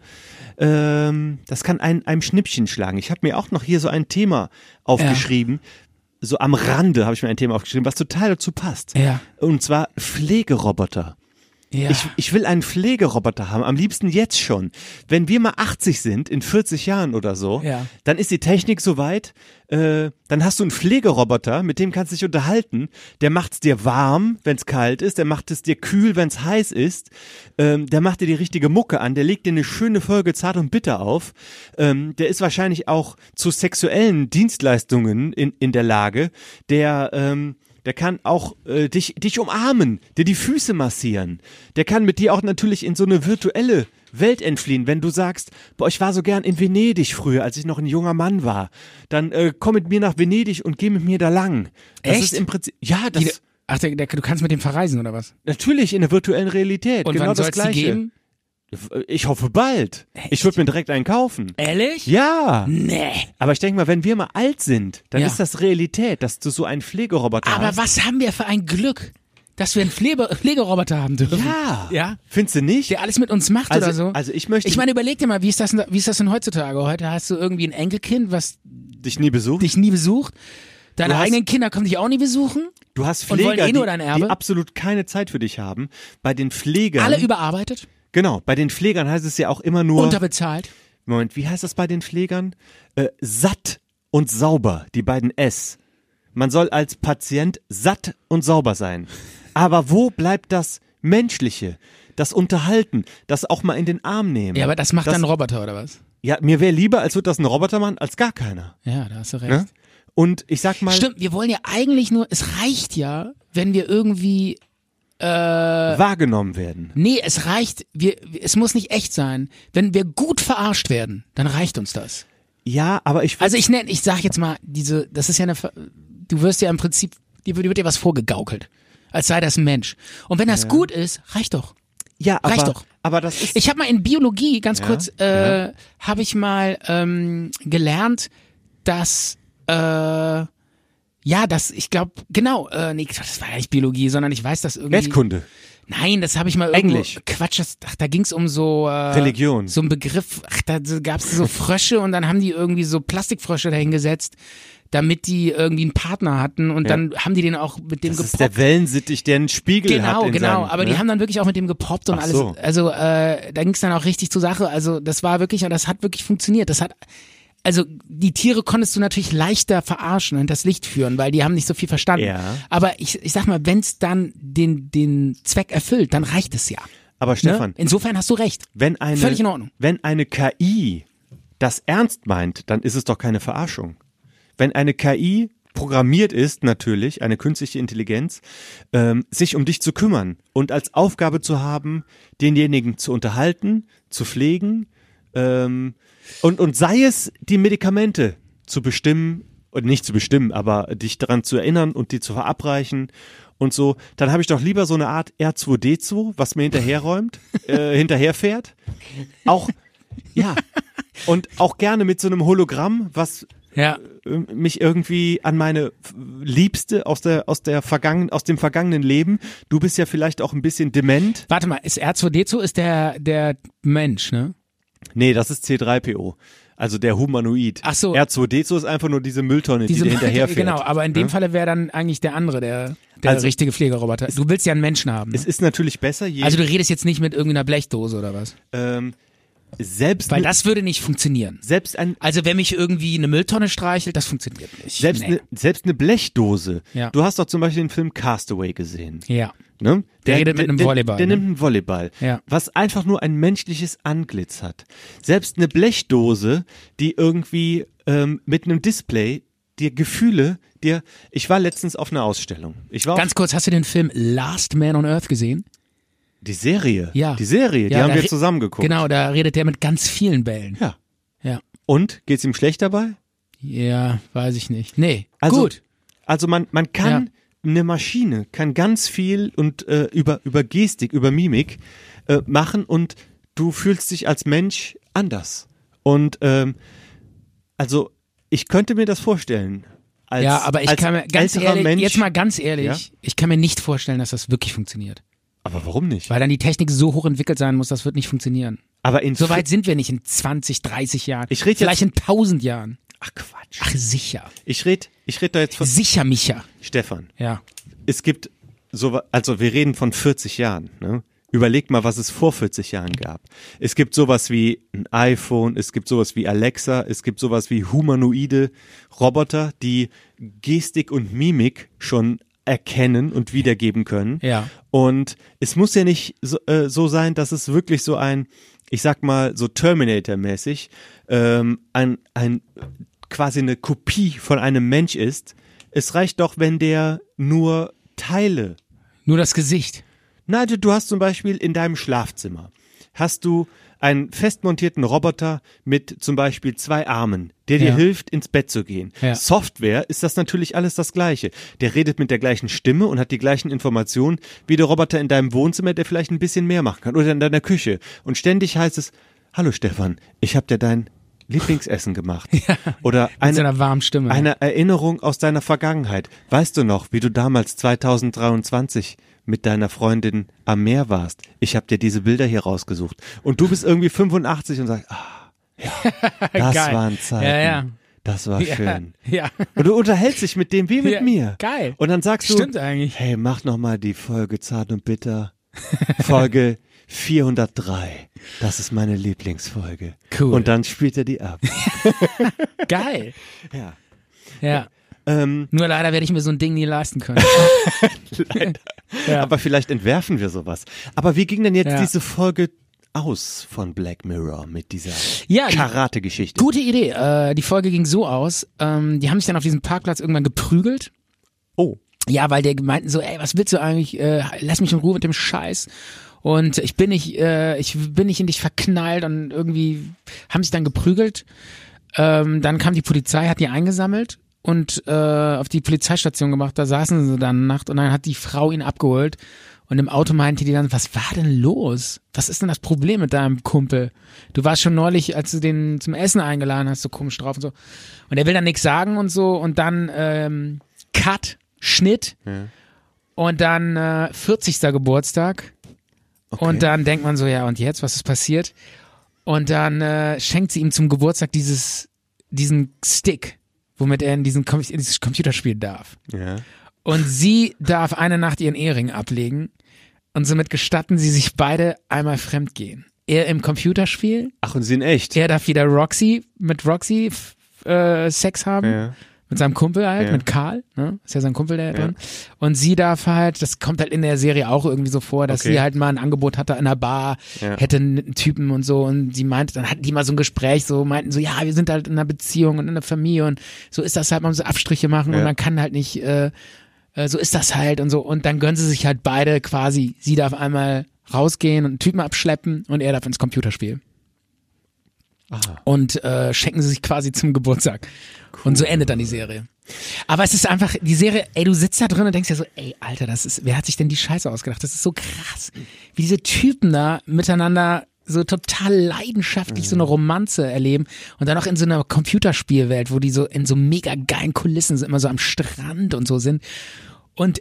[SPEAKER 2] ähm, das kann ein, einem Schnippchen schlagen. Ich habe mir auch noch hier so ein Thema aufgeschrieben. So am Rande habe ich mir ein Thema aufgeschrieben, was total dazu passt.
[SPEAKER 1] Ja.
[SPEAKER 2] Und zwar Pflegeroboter.
[SPEAKER 1] Ja.
[SPEAKER 2] Ich, ich will einen Pflegeroboter haben, am liebsten jetzt schon. Wenn wir mal 80 sind, in 40 Jahren oder so,
[SPEAKER 1] Ja.
[SPEAKER 2] dann ist die Technik soweit, äh, dann hast du einen Pflegeroboter, mit dem kannst du dich unterhalten. Der macht es dir warm, wenn es kalt ist, der macht es dir kühl, wenn es heiß ist, ähm, der macht dir die richtige Mucke an, der legt dir eine schöne Folge zart und bitter auf. Ähm, der ist wahrscheinlich auch zu sexuellen Dienstleistungen in, in der Lage, der... Ähm, der kann auch äh, dich, dich umarmen, dir die Füße massieren. Der kann mit dir auch natürlich in so eine virtuelle Welt entfliehen. Wenn du sagst, boah, ich war so gern in Venedig früher, als ich noch ein junger Mann war, dann äh, komm mit mir nach Venedig und geh mit mir da lang. Das
[SPEAKER 1] Echt?
[SPEAKER 2] ist im Prinzip. Ja, das
[SPEAKER 1] Die, ach, der, der, du kannst mit dem verreisen, oder was?
[SPEAKER 2] natürlich in der virtuellen Realität.
[SPEAKER 1] Und
[SPEAKER 2] genau
[SPEAKER 1] wann
[SPEAKER 2] das
[SPEAKER 1] soll's die
[SPEAKER 2] gleiche.
[SPEAKER 1] geben?
[SPEAKER 2] Ich hoffe bald. Ich würde mir direkt einen kaufen.
[SPEAKER 1] Ehrlich?
[SPEAKER 2] Ja.
[SPEAKER 1] Nee.
[SPEAKER 2] Aber ich denke mal, wenn wir mal alt sind, dann
[SPEAKER 1] Ja.
[SPEAKER 2] ist das Realität, dass du so einen Pflegeroboter hast.
[SPEAKER 1] Aber was haben wir für ein Glück, dass wir einen Pflege Pflegeroboter haben dürfen?
[SPEAKER 2] Ja.
[SPEAKER 1] Ja?
[SPEAKER 2] Findest du nicht?
[SPEAKER 1] der alles mit uns macht
[SPEAKER 2] Also-
[SPEAKER 1] oder so.
[SPEAKER 2] also ich möchte-
[SPEAKER 1] Ich meine, überleg dir mal, wie ist das, denn- wie ist das denn heutzutage? Heute hast du irgendwie ein Enkelkind, was
[SPEAKER 2] dich nie besucht.
[SPEAKER 1] dich nie besucht. Deine
[SPEAKER 2] Du hast-
[SPEAKER 1] eigenen Kinder kommen dich auch nie besuchen.
[SPEAKER 2] Du hast
[SPEAKER 1] Und wollen
[SPEAKER 2] Pfleger,
[SPEAKER 1] eh nur
[SPEAKER 2] die,
[SPEAKER 1] dein Erbe?
[SPEAKER 2] die absolut keine Zeit für dich haben. Bei den Pflegern,
[SPEAKER 1] Alle überarbeitet,
[SPEAKER 2] genau, bei den Pflegern heißt es ja auch immer nur,
[SPEAKER 1] unterbezahlt.
[SPEAKER 2] Moment, wie heißt das bei den Pflegern? Äh, satt und sauber, die beiden S. Man soll als Patient satt und sauber sein. Aber wo bleibt das Menschliche? Das Unterhalten, das auch mal in den Arm nehmen.
[SPEAKER 1] Ja, aber das macht
[SPEAKER 2] das,
[SPEAKER 1] dann ein Roboter, oder was?
[SPEAKER 2] Ja, mir wäre lieber, als würde das ein Roboter machen, als gar keiner.
[SPEAKER 1] Ja, da hast du recht.
[SPEAKER 2] Ne? Und ich sag mal,
[SPEAKER 1] Stimmt, wir wollen ja eigentlich nur, es reicht ja, wenn wir irgendwie,
[SPEAKER 2] wahrgenommen werden.
[SPEAKER 1] nee, es reicht, wir, es muss nicht echt sein. Wenn wir gut verarscht werden, dann reicht uns das.
[SPEAKER 2] Ja, aber ich
[SPEAKER 1] Also ich nenne, ich sag jetzt mal, diese, das ist ja eine, Ver- du wirst ja im Prinzip, dir wird dir wird dir was vorgegaukelt. Als sei das ein Mensch. Und wenn das gut ist, reicht doch.
[SPEAKER 2] ja, aber,
[SPEAKER 1] reicht doch.
[SPEAKER 2] aber das ist
[SPEAKER 1] Ich habe mal in Biologie, ganz kurz, äh, habe ich mal ähm, gelernt, dass, äh, ja, dass, ich glaube, genau, äh, nee, das war ja nicht Biologie, sondern ich weiß das irgendwie.
[SPEAKER 2] Erdkunde.
[SPEAKER 1] Nein, das habe ich mal irgendwo.
[SPEAKER 2] Englisch.
[SPEAKER 1] Quatsch, das, ach, da ging's um so äh,
[SPEAKER 2] Religion.
[SPEAKER 1] so ein Begriff. Ach, da so gab's so Frösche und dann haben die irgendwie so Plastikfrösche dahingesetzt, damit die irgendwie einen Partner hatten und dann haben die den auch mit dem
[SPEAKER 2] Das ist
[SPEAKER 1] gepoppt.
[SPEAKER 2] der Wellensittich, der einen Spiegel hat.
[SPEAKER 1] Genau,
[SPEAKER 2] in
[SPEAKER 1] genau.
[SPEAKER 2] seinem,
[SPEAKER 1] aber
[SPEAKER 2] ne?
[SPEAKER 1] die haben dann wirklich auch mit dem gepoppt und
[SPEAKER 2] Ach
[SPEAKER 1] alles.
[SPEAKER 2] so.
[SPEAKER 1] Also äh, da ging's dann auch richtig zur Sache. Also das war wirklich und das hat wirklich funktioniert. Das hat also die Tiere konntest du natürlich leichter verarschen und das Licht führen, weil die haben nicht so viel verstanden.
[SPEAKER 2] Ja.
[SPEAKER 1] Aber ich, ich sag mal, wenn's dann den den Zweck erfüllt, dann reicht es ja.
[SPEAKER 2] Aber Stefan,
[SPEAKER 1] Ne? Insofern hast du recht.
[SPEAKER 2] wenn eine
[SPEAKER 1] Völlig in Ordnung.
[SPEAKER 2] wenn eine KI das ernst meint, dann ist es doch keine Verarschung. Wenn eine KI programmiert ist natürlich, eine künstliche Intelligenz, ähm, sich um dich zu kümmern und als Aufgabe zu haben, denjenigen zu unterhalten, zu pflegen ähm, und, und sei es die Medikamente zu bestimmen und nicht zu bestimmen, aber dich daran zu erinnern und die zu verabreichen und so, dann habe ich doch lieber so eine Art R2D2, was
[SPEAKER 1] (laughs)
[SPEAKER 2] mir hinterherräumt, äh, hinterherfährt. Auch, ja. Und auch gerne mit so einem Hologramm, was
[SPEAKER 1] Ja.
[SPEAKER 2] äh, mich irgendwie an meine F- Liebste aus der aus der vergangen aus dem vergangenen Leben. Du bist ja vielleicht auch ein bisschen dement.
[SPEAKER 1] Warte mal, ist R2D2 ist der der Mensch, ne?
[SPEAKER 2] Nee, das ist C3PO. Also der Humanoid.
[SPEAKER 1] Ach so.
[SPEAKER 2] R2D2 ist einfach nur diese Mülltonne, die dir
[SPEAKER 1] (laughs)
[SPEAKER 2] hinterherfährt. Ne?
[SPEAKER 1] genau, aber in dem Falle wäre dann eigentlich der andere, der der
[SPEAKER 2] Also-
[SPEAKER 1] richtige Pflegeroboter. Du willst ja einen Menschen haben. Ne?
[SPEAKER 2] Es ist natürlich besser, je
[SPEAKER 1] Also du redest jetzt nicht mit irgendeiner Blechdose oder was?
[SPEAKER 2] ähm, selbst
[SPEAKER 1] Weil
[SPEAKER 2] ne-
[SPEAKER 1] das würde nicht funktionieren.
[SPEAKER 2] selbst ein
[SPEAKER 1] Also wenn mich irgendwie eine Mülltonne streichelt, das funktioniert nicht.
[SPEAKER 2] selbst,
[SPEAKER 1] nee.
[SPEAKER 2] ne, selbst eine Blechdose.
[SPEAKER 1] Ja.
[SPEAKER 2] Du hast doch zum Beispiel den Film Castaway gesehen.
[SPEAKER 1] Ja.
[SPEAKER 2] Ne?
[SPEAKER 1] Der redet mit einem Volleyball,
[SPEAKER 2] Der,
[SPEAKER 1] ne?
[SPEAKER 2] nimmt einen Volleyball,
[SPEAKER 1] Ja.
[SPEAKER 2] was einfach nur ein menschliches Antlitz hat. Selbst eine Blechdose, die irgendwie ähm, mit einem Display dir Gefühle, dir. Ich war letztens auf einer Ausstellung. Ich war
[SPEAKER 1] Ganz
[SPEAKER 2] auf
[SPEAKER 1] kurz, hast du den Film Last Man on Earth gesehen?
[SPEAKER 2] die Serie.
[SPEAKER 1] Ja.
[SPEAKER 2] Die Serie, die
[SPEAKER 1] Ja,
[SPEAKER 2] haben
[SPEAKER 1] da
[SPEAKER 2] wir
[SPEAKER 1] re-
[SPEAKER 2] zusammen geguckt.
[SPEAKER 1] Genau, da redet der mit ganz vielen Bällen.
[SPEAKER 2] Ja.
[SPEAKER 1] Ja.
[SPEAKER 2] Und geht's ihm schlecht dabei?
[SPEAKER 1] Ja, weiß ich nicht. Nee,
[SPEAKER 2] Also,
[SPEAKER 1] gut.
[SPEAKER 2] Also man, man kann, eine Maschine kann ganz viel und äh, über, über Gestik, über Mimik äh, machen und du fühlst dich als Mensch anders. Und ähm, also ich könnte mir das vorstellen. Als,
[SPEAKER 1] ja, aber ich
[SPEAKER 2] als
[SPEAKER 1] kann mir ganz
[SPEAKER 2] älterer
[SPEAKER 1] ehrlich,
[SPEAKER 2] Mensch,
[SPEAKER 1] jetzt mal ganz ehrlich,
[SPEAKER 2] Ja?
[SPEAKER 1] ich kann mir nicht vorstellen, dass das wirklich funktioniert.
[SPEAKER 2] Aber warum nicht?
[SPEAKER 1] Weil dann die Technik so hoch entwickelt sein muss, das wird nicht funktionieren.
[SPEAKER 2] aber in
[SPEAKER 1] So weit sind wir nicht in 20, 30 Jahren.
[SPEAKER 2] Ich red jetzt-
[SPEAKER 1] Vielleicht in 1000 Jahren.
[SPEAKER 2] Ach Quatsch.
[SPEAKER 1] Ach, sicher.
[SPEAKER 2] Ich rede ich red da jetzt von
[SPEAKER 1] Sicher, Micha.
[SPEAKER 2] Stefan.
[SPEAKER 1] Ja.
[SPEAKER 2] es gibt so, wa- also wir reden von 40 Jahren, ne? Überleg mal, was es vor 40 Jahren gab. Es gibt sowas wie ein iPhone, es gibt sowas wie Alexa, es gibt sowas wie humanoide Roboter, die Gestik und Mimik schon erkennen und wiedergeben können.
[SPEAKER 1] Ja.
[SPEAKER 2] Und es muss ja nicht so, äh, so sein, dass es wirklich so ein, ich sag mal, so Terminator-mäßig, ähm, ein, ein quasi eine Kopie von einem Mensch ist. Es reicht doch, wenn der nur Teile.
[SPEAKER 1] Nur das Gesicht.
[SPEAKER 2] Na, also du hast zum Beispiel in deinem Schlafzimmer, hast du einen festmontierten Roboter mit zum Beispiel zwei Armen, der dir
[SPEAKER 1] Ja.
[SPEAKER 2] hilft, ins Bett zu gehen.
[SPEAKER 1] Ja.
[SPEAKER 2] Software ist das natürlich alles das Gleiche. Der redet mit der gleichen Stimme und hat die gleichen Informationen wie der Roboter in deinem Wohnzimmer, der vielleicht ein bisschen mehr machen kann oder in deiner Küche. Und ständig heißt es, hallo Stefan, ich habe dir dein Lieblingsessen gemacht.
[SPEAKER 1] (laughs)
[SPEAKER 2] Oder
[SPEAKER 1] Mit
[SPEAKER 2] eine,
[SPEAKER 1] seiner warmen Stimme.
[SPEAKER 2] eine Erinnerung aus deiner Vergangenheit. Weißt du noch, wie du damals 2023 mit deiner Freundin am Meer warst? Ich habe dir diese Bilder hier rausgesucht. Und du bist irgendwie 85 und sagst, ah,
[SPEAKER 1] (laughs)
[SPEAKER 2] ja, das
[SPEAKER 1] Geil.
[SPEAKER 2] waren Zeiten.
[SPEAKER 1] Ja, ja.
[SPEAKER 2] Das war
[SPEAKER 1] (laughs) ja,
[SPEAKER 2] schön.
[SPEAKER 1] Ja.
[SPEAKER 2] Und du unterhältst dich mit dem wie mit
[SPEAKER 1] Ja,
[SPEAKER 2] mir.
[SPEAKER 1] geil.
[SPEAKER 2] Und dann sagst du,
[SPEAKER 1] Stimmt eigentlich.
[SPEAKER 2] hey, mach noch mal die Folge Zart und Bitter.
[SPEAKER 1] (laughs)
[SPEAKER 2] Folge 403. Das ist meine Lieblingsfolge.
[SPEAKER 1] Cool.
[SPEAKER 2] Und dann spielt er die ab.
[SPEAKER 1] Geil.
[SPEAKER 2] (laughs) Ja.
[SPEAKER 1] Ja.
[SPEAKER 2] Ähm,
[SPEAKER 1] Nur leider werde ich mir so ein Ding nie leisten
[SPEAKER 2] (laughs)
[SPEAKER 1] können. (laughs) ja.
[SPEAKER 2] Aber vielleicht entwerfen wir sowas. Aber wie ging denn jetzt
[SPEAKER 1] Ja.
[SPEAKER 2] diese Folge aus von Black Mirror mit dieser
[SPEAKER 1] Ja, die-
[SPEAKER 2] Karate-Geschichte?
[SPEAKER 1] Gute Idee. Äh, die Folge ging so aus. Ähm, die haben sich dann auf diesem Parkplatz irgendwann geprügelt.
[SPEAKER 2] Oh.
[SPEAKER 1] Ja, weil der meinten so, ey, was willst du eigentlich? Äh, lass mich in Ruhe mit dem Scheiß. Und ich bin nicht, äh, ich bin nicht in dich verknallt und irgendwie haben sich dann geprügelt. Ähm, dann kam die Polizei, hat die eingesammelt und äh, auf die Polizeistation gemacht. Da saßen sie dann Nacht und dann hat die Frau ihn abgeholt. Und im Auto meinte die dann, was war denn los? Was ist denn das Problem mit deinem Kumpel? Du warst schon neulich, als du den zum Essen eingeladen hast, so komisch drauf und so. Und er will dann nichts sagen und so. Und dann ähm, Cut, Schnitt. Und dann äh, 40. Geburtstag. Und äh, dann denkt man so, ja, und jetzt, was ist passiert? Und dann äh, schenkt sie ihm zum Geburtstag dieses, diesen Stick, womit er in, diesen, Com- in dieses Computerspiel darf.
[SPEAKER 2] Ja.
[SPEAKER 1] Und sie darf eine Nacht ihren Ehering ablegen. Und somit gestatten sie sich beide einmal fremdgehen. Er im Computerspiel,
[SPEAKER 2] Ach, und sie in echt.
[SPEAKER 1] er darf wieder Roxy mit Roxy f- äh, Sex haben.
[SPEAKER 2] Ja.
[SPEAKER 1] Mit seinem Kumpel halt,
[SPEAKER 2] Ja.
[SPEAKER 1] mit Karl, ne? Ist ja sein Kumpel der drin. Und sie darf halt, das kommt halt in der Serie auch irgendwie so vor, dass
[SPEAKER 2] Okay.
[SPEAKER 1] sie halt mal ein Angebot hatte in einer Bar,
[SPEAKER 2] Ja.
[SPEAKER 1] hätte einen Typen und so und sie meinte, dann hatten die mal so ein Gespräch, so meinten so, ja, wir sind halt in einer Beziehung und in einer Familie und so ist das halt, man muss Abstriche machen
[SPEAKER 2] Ja.
[SPEAKER 1] und man kann halt nicht, äh, äh, so ist das halt und so. Und dann gönnen sie sich halt beide quasi, sie darf einmal rausgehen und einen Typen abschleppen und er darf ins Computerspiel. Und äh, schenken sie sich quasi zum Geburtstag. Und so endet dann die Serie. Aber es ist einfach, die Serie, ey, du sitzt da drin und denkst ja so, ey, Alter, das ist, wer hat sich denn die Scheiße ausgedacht? Das ist so krass, wie diese Typen da miteinander so total leidenschaftlich so eine Romanze erleben und dann auch in so einer Computerspielwelt, wo die so in so mega geilen Kulissen so immer so am Strand und so sind und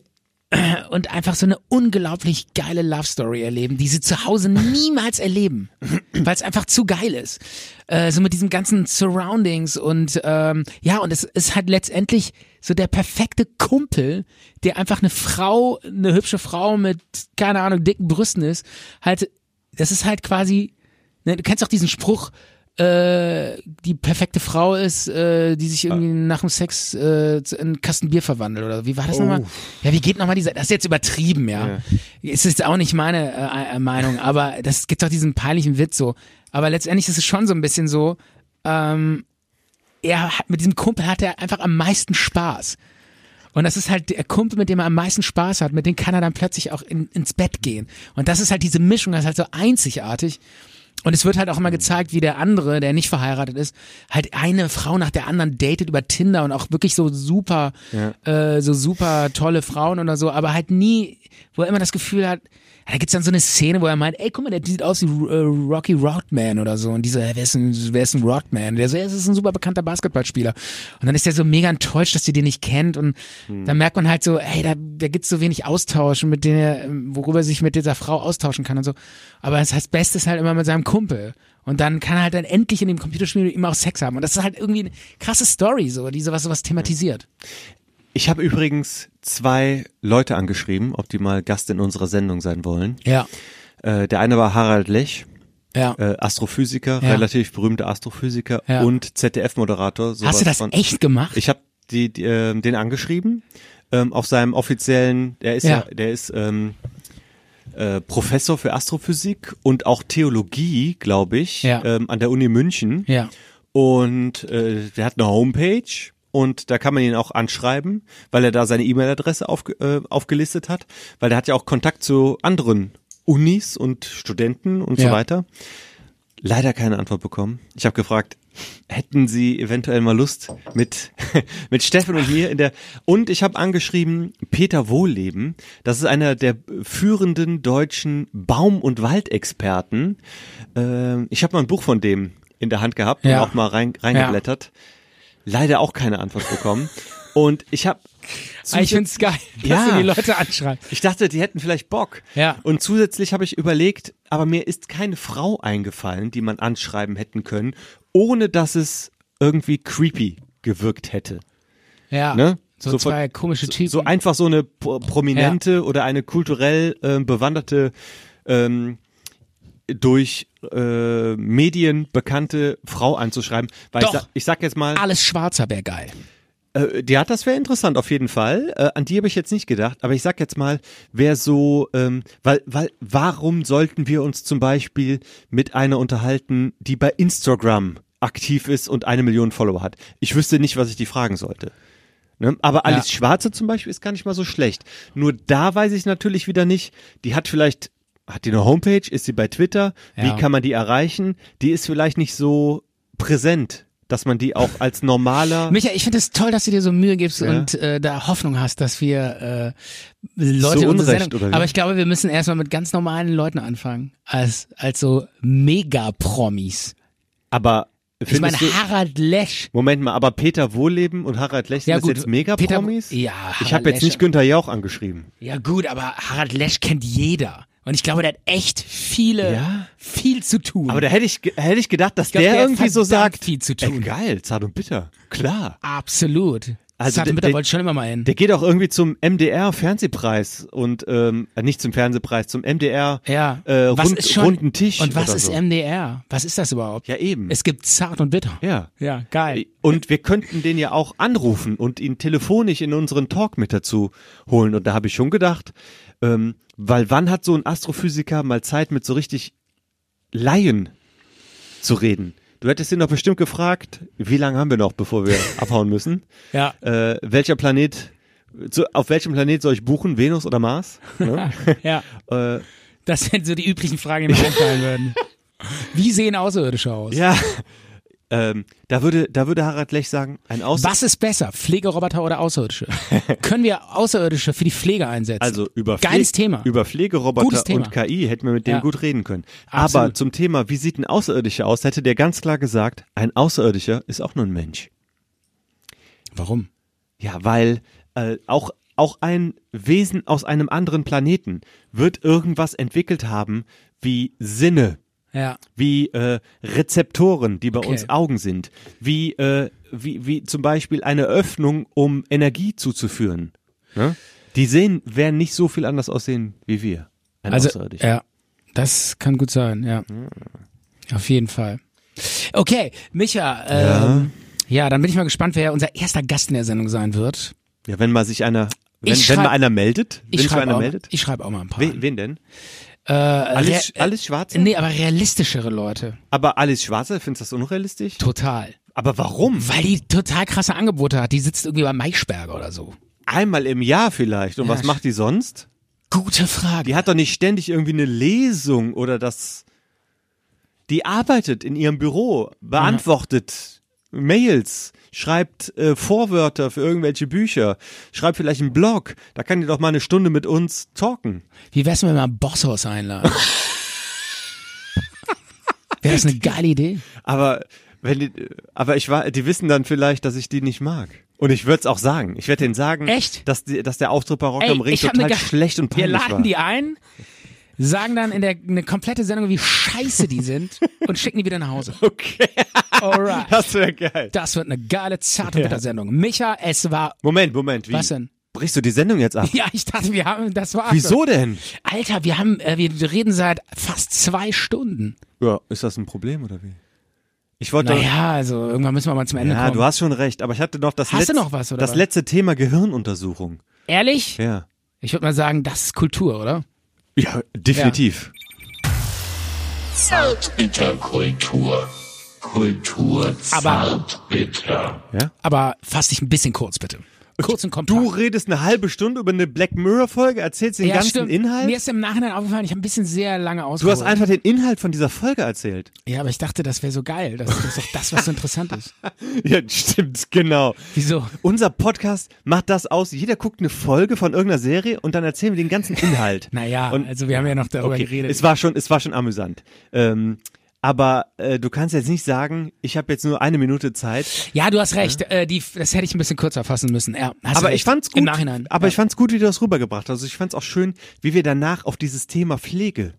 [SPEAKER 1] und einfach so eine unglaublich geile Love Story erleben, die sie zu Hause niemals erleben, weil es einfach zu geil ist. Äh, so mit diesen ganzen Surroundings und ähm, ja, und es ist halt letztendlich so der perfekte Kumpel, der einfach eine Frau, eine hübsche Frau mit, keine Ahnung, dicken Brüsten ist, halt, das ist halt quasi, ne, du kennst doch diesen Spruch, äh, die perfekte Frau ist, äh, die sich irgendwie nach dem Sex äh, zu- in einen Kasten Bier verwandelt oder wie war das nochmal? Ja, wie geht nochmal dieser, das ist jetzt übertrieben, ja. Es ist auch nicht meine äh, äh, Meinung, aber das gibt doch diesen peinlichen Witz so. Aber letztendlich ist es schon so ein bisschen so, ähm, er hat, mit diesem Kumpel hat er einfach am meisten Spaß. Und das ist halt der Kumpel, mit dem er am meisten Spaß hat, mit dem kann er dann plötzlich auch in, ins Bett gehen. Und das ist halt diese Mischung, das ist halt so einzigartig. Und es wird halt auch immer gezeigt, wie der andere, der nicht verheiratet ist, halt eine Frau nach der anderen datet über Tinder und auch wirklich so super, äh, so super tolle Frauen oder so, aber halt nie, wo er immer das Gefühl hat, da gibt's dann so eine Szene, wo er meint, ey, guck mal, der sieht aus wie äh, Rocky Rodman oder so. Und dieser, wer ist ein, wer ist ein Rodman? Der so, ja, das ist ein super bekannter Basketballspieler. Und dann ist er so mega enttäuscht, dass sie den nicht kennt. Und dann merkt man halt so, ey, da, da gibt's so wenig Austausch, mit denen er, ähm, worüber er sich mit dieser Frau austauschen kann und so. Aber das heißt, Beste ist halt immer mit seinem Kumpel. Und dann kann er halt dann endlich in dem Computerspiel mit ihm auch Sex haben. Und das ist halt irgendwie eine krasse Story, so, die sowas, sowas thematisiert.
[SPEAKER 2] Ich habe übrigens zwei Leute angeschrieben, ob die mal Gast in unserer Sendung sein wollen.
[SPEAKER 1] Ja.
[SPEAKER 2] Äh, der eine war Harald Lech.
[SPEAKER 1] Ja.
[SPEAKER 2] Äh, Astrophysiker,
[SPEAKER 1] Ja.
[SPEAKER 2] relativ berühmter Astrophysiker
[SPEAKER 1] Ja.
[SPEAKER 2] und ZDF-Moderator. sowas
[SPEAKER 1] Hast du das
[SPEAKER 2] von-
[SPEAKER 1] echt gemacht?
[SPEAKER 2] Ich habe die, die, ähm, den angeschrieben ähm, auf seinem offiziellen. Der ist ja,
[SPEAKER 1] Ja.
[SPEAKER 2] der ist ähm, äh, Professor für Astrophysik und auch Theologie, glaube ich,
[SPEAKER 1] Ja.
[SPEAKER 2] ähm, an der Uni München.
[SPEAKER 1] ja.
[SPEAKER 2] Und äh, der hat eine Homepage und da kann man ihn auch anschreiben, weil er da seine E-Mail-Adresse auf, äh, aufgelistet hat, weil der hat ja auch Kontakt zu anderen Unis und Studenten und so
[SPEAKER 1] Ja.
[SPEAKER 2] weiter. Leider keine Antwort bekommen. Ich habe gefragt, hätten Sie eventuell mal Lust mit (laughs) mit Steffen und mir in der und ich habe angeschrieben Peter Wohlleben, das ist einer der führenden deutschen Baum- und Waldexperten. Ähm, ich habe mal ein Buch von dem in der Hand gehabt
[SPEAKER 1] Ja.
[SPEAKER 2] und auch mal rein, reingeblättert. Leider auch keine Antwort bekommen und Ah, ich habe
[SPEAKER 1] Ich find's geil, dass
[SPEAKER 2] Ja.
[SPEAKER 1] du die Leute anschreibst.
[SPEAKER 2] ich dachte, die hätten vielleicht Bock.
[SPEAKER 1] Ja.
[SPEAKER 2] Und zusätzlich habe ich überlegt, aber mir ist keine Frau eingefallen, die man anschreiben hätten können, ohne dass es irgendwie creepy gewirkt hätte.
[SPEAKER 1] Ja.
[SPEAKER 2] Ne?
[SPEAKER 1] So,
[SPEAKER 2] So von-
[SPEAKER 1] zwei komische Typen.
[SPEAKER 2] So einfach so eine pro- prominente oder eine kulturell ähm, bewanderte, ähm, durch äh, Medien bekannte Frau anzuschreiben. Weil ich,
[SPEAKER 1] Doch.
[SPEAKER 2] sa ich sag jetzt mal,
[SPEAKER 1] alles schwarzer wäre geil.
[SPEAKER 2] Äh, ja, das wäre interessant auf jeden Fall. Äh, an die habe ich jetzt nicht gedacht, aber ich sag jetzt mal, wer so, ähm, weil, weil, warum sollten wir uns zum Beispiel mit einer unterhalten, die bei Instagram aktiv ist und eine Million Follower hat? Ich wüsste nicht, was ich die fragen sollte. Ne? Aber Alice Schwarze zum Beispiel ist gar nicht mal so schlecht. Nur da weiß ich natürlich wieder nicht, die hat vielleicht, hat die eine Homepage, ist sie bei Twitter,
[SPEAKER 1] Ja.
[SPEAKER 2] wie kann man die erreichen? Die ist vielleicht nicht so präsent, dass man die auch als normaler
[SPEAKER 1] Michael, ich finde es toll, dass du dir so Mühe gibst
[SPEAKER 2] Ja.
[SPEAKER 1] und äh, da Hoffnung hast, dass wir äh, Leute
[SPEAKER 2] So
[SPEAKER 1] in unsere
[SPEAKER 2] Unrecht,
[SPEAKER 1] Sendung,
[SPEAKER 2] oder wie?
[SPEAKER 1] aber ich glaube, wir müssen erstmal mit ganz normalen Leuten anfangen, als als so Mega Promis.
[SPEAKER 2] Aber
[SPEAKER 1] Ich meine
[SPEAKER 2] findest du,
[SPEAKER 1] Harald Lesch.
[SPEAKER 2] Moment mal, aber Peter Wohleben und Harald Lechner
[SPEAKER 1] Ja,
[SPEAKER 2] sind
[SPEAKER 1] gut,
[SPEAKER 2] jetzt mega Promis?
[SPEAKER 1] Peter- ja,
[SPEAKER 2] ich
[SPEAKER 1] Harald
[SPEAKER 2] habe jetzt
[SPEAKER 1] Lesch-
[SPEAKER 2] nicht Günther Jauch angeschrieben.
[SPEAKER 1] Ja gut, aber Harald Lesch kennt jeder und ich glaube, der hat echt viele
[SPEAKER 2] Ja.
[SPEAKER 1] viel zu tun.
[SPEAKER 2] Aber da hätte ich, ge- hätte ich gedacht, dass
[SPEAKER 1] glaub,
[SPEAKER 2] der,
[SPEAKER 1] der hat
[SPEAKER 2] irgendwie so
[SPEAKER 1] verdammt
[SPEAKER 2] sagt,
[SPEAKER 1] viel zu
[SPEAKER 2] Ey,
[SPEAKER 1] tun."
[SPEAKER 2] geil, zart und bitter, klar.
[SPEAKER 1] Absolut.
[SPEAKER 2] Also
[SPEAKER 1] Also Sarte
[SPEAKER 2] der-
[SPEAKER 1] Mütter
[SPEAKER 2] der-
[SPEAKER 1] wollte ich schon immer mal hin.
[SPEAKER 2] Der geht auch irgendwie zum MDR Fernsehpreis und ähm, äh, nicht zum Fernsehpreis, zum MDR
[SPEAKER 1] ja.
[SPEAKER 2] äh,
[SPEAKER 1] was
[SPEAKER 2] rund,
[SPEAKER 1] ist schon,
[SPEAKER 2] runden Tisch.
[SPEAKER 1] Und was
[SPEAKER 2] oder
[SPEAKER 1] ist
[SPEAKER 2] so.
[SPEAKER 1] MDR? Was ist das überhaupt?
[SPEAKER 2] Ja eben.
[SPEAKER 1] Es gibt zart und bitter.
[SPEAKER 2] ja.
[SPEAKER 1] Ja, geil.
[SPEAKER 2] Äh, Und wir könnten den ja auch anrufen und ihn telefonisch in unseren Talk mit dazu holen. Und da habe ich schon gedacht, ähm, weil wann hat so ein Astrophysiker mal Zeit, mit so richtig Laien zu reden? Du hättest ihn doch bestimmt gefragt, wie lange haben wir noch, bevor wir abhauen müssen?
[SPEAKER 1] Ja.
[SPEAKER 2] Äh, welcher Planet, zu, auf welchem Planet soll ich buchen? Venus oder Mars? Ne?
[SPEAKER 1] Ja,
[SPEAKER 2] äh,
[SPEAKER 1] das sind so die üblichen Fragen, die mir einfallen würden. Wie sehen Außerirdische aus?
[SPEAKER 2] ja, ähm, da würde, da würde Harald Lech sagen, ein Aus
[SPEAKER 1] Was ist besser, Pflegeroboter oder
[SPEAKER 2] (laughs)
[SPEAKER 1] Außerirdische? Können wir Außerirdische für die Pflege einsetzen?
[SPEAKER 2] Also über,
[SPEAKER 1] Geiles
[SPEAKER 2] Pfle-
[SPEAKER 1] Thema.
[SPEAKER 2] über Pflegeroboter
[SPEAKER 1] Gutes Thema.
[SPEAKER 2] und KI hätten wir mit denen
[SPEAKER 1] Ja.
[SPEAKER 2] gut reden können. Aber
[SPEAKER 1] Absolut.
[SPEAKER 2] zum Thema, wie sieht ein Außerirdischer aus, hätte der ganz klar gesagt, ein Außerirdischer ist auch nur ein Mensch.
[SPEAKER 1] Warum?
[SPEAKER 2] Ja, weil äh, auch, auch ein Wesen aus einem anderen Planeten wird irgendwas entwickelt haben wie Sinne,
[SPEAKER 1] Ja.
[SPEAKER 2] wie äh, Rezeptoren, die bei
[SPEAKER 1] Okay.
[SPEAKER 2] uns Augen sind, wie, äh, wie, wie zum Beispiel eine Öffnung, um Energie zuzuführen. Ne? Die sehen, werden nicht so viel anders aussehen wie wir. Ein
[SPEAKER 1] Also,
[SPEAKER 2] Außerirdischer.
[SPEAKER 1] ja, das kann gut sein, ja.
[SPEAKER 2] Hm.
[SPEAKER 1] Auf jeden Fall. Okay, Micha, ähm, ja. dann bin ich mal gespannt, wer unser erster Gast in der Sendung sein wird.
[SPEAKER 2] Ja, wenn mal sich einer, wenn,
[SPEAKER 1] Ich
[SPEAKER 2] wenn mal
[SPEAKER 1] schreib-
[SPEAKER 2] einer meldet, wenn
[SPEAKER 1] Ich
[SPEAKER 2] sich mal
[SPEAKER 1] schreibe
[SPEAKER 2] einer
[SPEAKER 1] auch,
[SPEAKER 2] meldet.
[SPEAKER 1] ich schreibe auch mal ein paar.
[SPEAKER 2] Wen, wen denn? Alice,
[SPEAKER 1] alles,
[SPEAKER 2] Alice Schwarze?
[SPEAKER 1] Nee, aber realistischere Leute.
[SPEAKER 2] Aber Alice Schwarze, findest du das unrealistisch?
[SPEAKER 1] Total.
[SPEAKER 2] Aber warum?
[SPEAKER 1] Weil die total krasse Angebote hat. Die sitzt irgendwie bei Maischberger oder so.
[SPEAKER 2] Einmal im Jahr vielleicht. Und
[SPEAKER 1] Ja,
[SPEAKER 2] was macht die sonst?
[SPEAKER 1] Gute Frage.
[SPEAKER 2] Die hat doch nicht ständig irgendwie eine Lesung oder das. Die arbeitet in ihrem Büro, beantwortet Mails, schreibt äh, Vorwörter für irgendwelche Bücher, schreibt vielleicht einen Blog. Da kann die doch mal eine Stunde mit uns talken.
[SPEAKER 1] Wie wär's, wenn wir mal Bosshaus einladen? Wäre das eine geile Idee?
[SPEAKER 2] Aber wenn die, aber ich war, die wissen dann vielleicht, dass ich die nicht mag. Und ich würde es auch sagen. Ich werde denen sagen,
[SPEAKER 1] Echt?
[SPEAKER 2] dass die, dass der Auftritt bei Rock am Ring
[SPEAKER 1] hab
[SPEAKER 2] total
[SPEAKER 1] ne ge-
[SPEAKER 2] schlecht und
[SPEAKER 1] Wir
[SPEAKER 2] peinlich
[SPEAKER 1] laden
[SPEAKER 2] war.
[SPEAKER 1] die ein, sagen dann in der eine komplette Sendung, wie scheiße die
[SPEAKER 2] (laughs)
[SPEAKER 1] sind und schicken die wieder nach Hause.
[SPEAKER 2] Okay,
[SPEAKER 1] Alright.
[SPEAKER 2] (laughs) das wäre geil.
[SPEAKER 1] Das wird eine geile zarte ja. Sendung. Micha, es war
[SPEAKER 2] Moment, Moment, wie?
[SPEAKER 1] was denn?
[SPEAKER 2] Brichst du die Sendung jetzt ab?
[SPEAKER 1] (laughs) Ja, ich dachte, wir haben das war's.
[SPEAKER 2] Wieso denn?
[SPEAKER 1] Alter, wir haben äh, wir wir reden seit fast zwei Stunden.
[SPEAKER 2] Ja, ist das ein Problem oder wie? Ich wollte doch.
[SPEAKER 1] Naja, also irgendwann müssen wir mal zum Ende
[SPEAKER 2] Ja,
[SPEAKER 1] kommen.
[SPEAKER 2] du hast schon recht, aber ich hatte noch das
[SPEAKER 1] Hast du
[SPEAKER 2] letzte,
[SPEAKER 1] noch was, oder
[SPEAKER 2] das
[SPEAKER 1] was?
[SPEAKER 2] letzte Thema Gehirnuntersuchung.
[SPEAKER 1] Ehrlich?
[SPEAKER 2] Ja.
[SPEAKER 1] Ich würde mal sagen, das ist Kultur, oder?
[SPEAKER 2] Ja, definitiv.
[SPEAKER 3] Zartbitterkultur. Kultur
[SPEAKER 1] Aber-
[SPEAKER 3] zartbitter.
[SPEAKER 1] Aber fass dich ein bisschen kurz, bitte. Kurz und kompakt.
[SPEAKER 2] Du redest eine halbe Stunde über eine Black Mirror Folge, erzählst den
[SPEAKER 1] ja,
[SPEAKER 2] ganzen
[SPEAKER 1] stimmt.
[SPEAKER 2] Inhalt.
[SPEAKER 1] Mir ist im Nachhinein aufgefallen, ich habe ein bisschen sehr lange
[SPEAKER 2] Du
[SPEAKER 1] ausgeholt.
[SPEAKER 2] hast einfach den Inhalt von dieser Folge erzählt.
[SPEAKER 1] ja, aber ich dachte, das wäre so geil. Das ist doch das, was so interessant
[SPEAKER 2] (laughs)
[SPEAKER 1] ist.
[SPEAKER 2] (laughs) Ja, stimmt, genau.
[SPEAKER 1] Wieso?
[SPEAKER 2] Unser Podcast macht das aus. Jeder guckt eine Folge von irgendeiner Serie und dann erzählen wir den ganzen Inhalt.
[SPEAKER 1] (laughs) Naja,
[SPEAKER 2] Und-
[SPEAKER 1] also wir haben ja noch darüber
[SPEAKER 2] okay,
[SPEAKER 1] geredet.
[SPEAKER 2] Es war schon, es war schon amüsant. Ähm, aber äh, du kannst jetzt nicht sagen, ich habe jetzt nur eine Minute Zeit.
[SPEAKER 1] ja, du hast recht. Äh, die, das hätte ich ein bisschen kürzer fassen müssen. Ja, hast recht.
[SPEAKER 2] aber Also ich fand's gut.
[SPEAKER 1] Im Nachhinein.
[SPEAKER 2] Aber
[SPEAKER 1] ja.
[SPEAKER 2] ich fand's gut, wie du das rübergebracht hast. Also ich fand's auch schön, wie wir danach auf dieses
[SPEAKER 1] (laughs)
[SPEAKER 2] Thema Pflege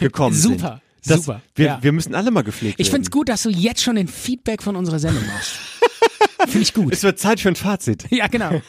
[SPEAKER 2] gekommen sind.
[SPEAKER 1] Super,
[SPEAKER 2] Das,
[SPEAKER 1] super,
[SPEAKER 2] Wir,
[SPEAKER 1] ja.
[SPEAKER 2] wir müssen alle mal gepflegt
[SPEAKER 1] ich
[SPEAKER 2] werden. (laughs)
[SPEAKER 1] find's gut, dass du jetzt schon den Feedback von unserer Sendung machst. finde ich gut.
[SPEAKER 2] Es wird Zeit für ein Fazit.
[SPEAKER 1] (laughs) Ja, genau.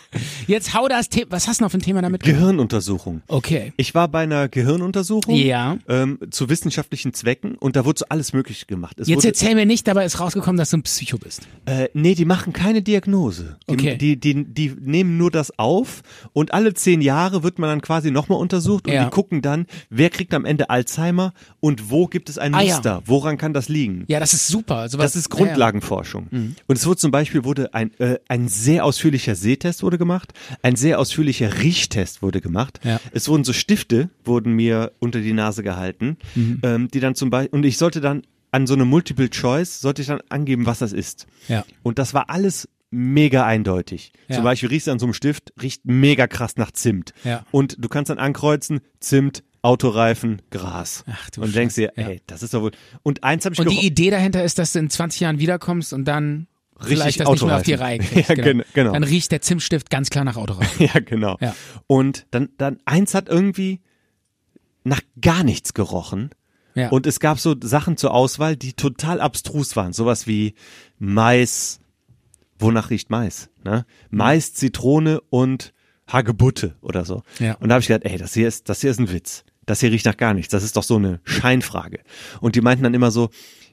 [SPEAKER 1] Jetzt hau das Thema. Was hast du noch für ein Thema damit?
[SPEAKER 2] Gehirnuntersuchung.
[SPEAKER 1] Okay.
[SPEAKER 2] Ich war bei einer Gehirnuntersuchung
[SPEAKER 1] Oh. Ja.
[SPEAKER 2] ähm, zu wissenschaftlichen Zwecken und da wurde so alles Mögliche gemacht. Es
[SPEAKER 1] Jetzt
[SPEAKER 2] wurde,
[SPEAKER 1] erzähl mir nicht, dabei ist rausgekommen, dass du ein Psycho bist.
[SPEAKER 2] Äh, nee, die machen keine Diagnose. Die,
[SPEAKER 1] Okay.
[SPEAKER 2] die, die, die nehmen nur das auf und alle zehn Jahre wird man dann quasi nochmal untersucht und
[SPEAKER 1] Ja.
[SPEAKER 2] die gucken dann, wer kriegt am Ende Alzheimer und wo gibt es ein
[SPEAKER 1] Ah, ja.
[SPEAKER 2] Muster, woran kann das liegen.
[SPEAKER 1] Ja, das ist super. Also Sowas,
[SPEAKER 2] Das ist
[SPEAKER 1] ja, Mhm. ja.
[SPEAKER 2] Grundlagenforschung. Und es wurde zum Beispiel wurde ein, äh, ein sehr ausführlicher Sehtest wurde gemacht, ein sehr ausführlicher Riechtest wurde gemacht.
[SPEAKER 1] Ja.
[SPEAKER 2] Es wurden so Stifte wurden mir unter die Nase gehalten,
[SPEAKER 1] Mhm.
[SPEAKER 2] ähm, die dann zum Beispiel und ich sollte dann an so eine Multiple Choice sollte ich dann angeben, was das ist.
[SPEAKER 1] Ja.
[SPEAKER 2] Und das war alles mega eindeutig.
[SPEAKER 1] Ja.
[SPEAKER 2] Zum Beispiel riechst du an so einem Stift, riecht mega krass nach Zimt.
[SPEAKER 1] Ja.
[SPEAKER 2] Und du kannst dann ankreuzen, Zimt, Autoreifen, Gras.
[SPEAKER 1] Ach du
[SPEAKER 2] und denkst dir,
[SPEAKER 1] Scheiße, ja.
[SPEAKER 2] ey, das ist doch wohl. Und eins habe ich
[SPEAKER 1] Und
[SPEAKER 2] gero-
[SPEAKER 1] die Idee dahinter ist, dass du in 20 Jahren wiederkommst und dann
[SPEAKER 2] Richtig
[SPEAKER 1] vielleicht das nicht mehr auf die Reihe
[SPEAKER 2] (laughs) Autoreifen.
[SPEAKER 1] kriegst.
[SPEAKER 2] Ja, gen- genau.
[SPEAKER 1] Dann riecht der Zimtstift ganz klar nach Autoreifen.
[SPEAKER 2] (laughs) Ja, genau.
[SPEAKER 1] Ja.
[SPEAKER 2] Und dann, dann eins hat irgendwie nach gar nichts gerochen.
[SPEAKER 1] Ja.
[SPEAKER 2] Und es gab so Sachen zur Auswahl, die total abstrus waren. Sowas wie Mais. Wonach riecht Mais? Ne?
[SPEAKER 1] Mhm.
[SPEAKER 2] Mais, Zitrone und Hagebutte oder so.
[SPEAKER 1] Ja.
[SPEAKER 2] Und da habe ich gedacht, ey, das hier ist, das hier ist ein Witz. Das hier riecht nach gar nichts. Das ist doch so eine Scheinfrage. Und die meinten dann immer so,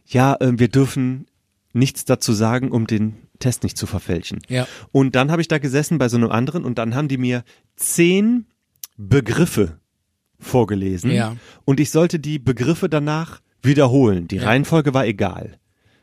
[SPEAKER 2] ja, äh, wir dürfen nichts dazu sagen, um den Test nicht zu verfälschen.
[SPEAKER 1] Ja.
[SPEAKER 2] Und dann habe ich da gesessen bei so einem anderen und dann haben die mir zehn Begriffe vorgelesen.
[SPEAKER 1] Ja.
[SPEAKER 2] Und ich sollte die Begriffe danach wiederholen. Die Reihenfolge war egal.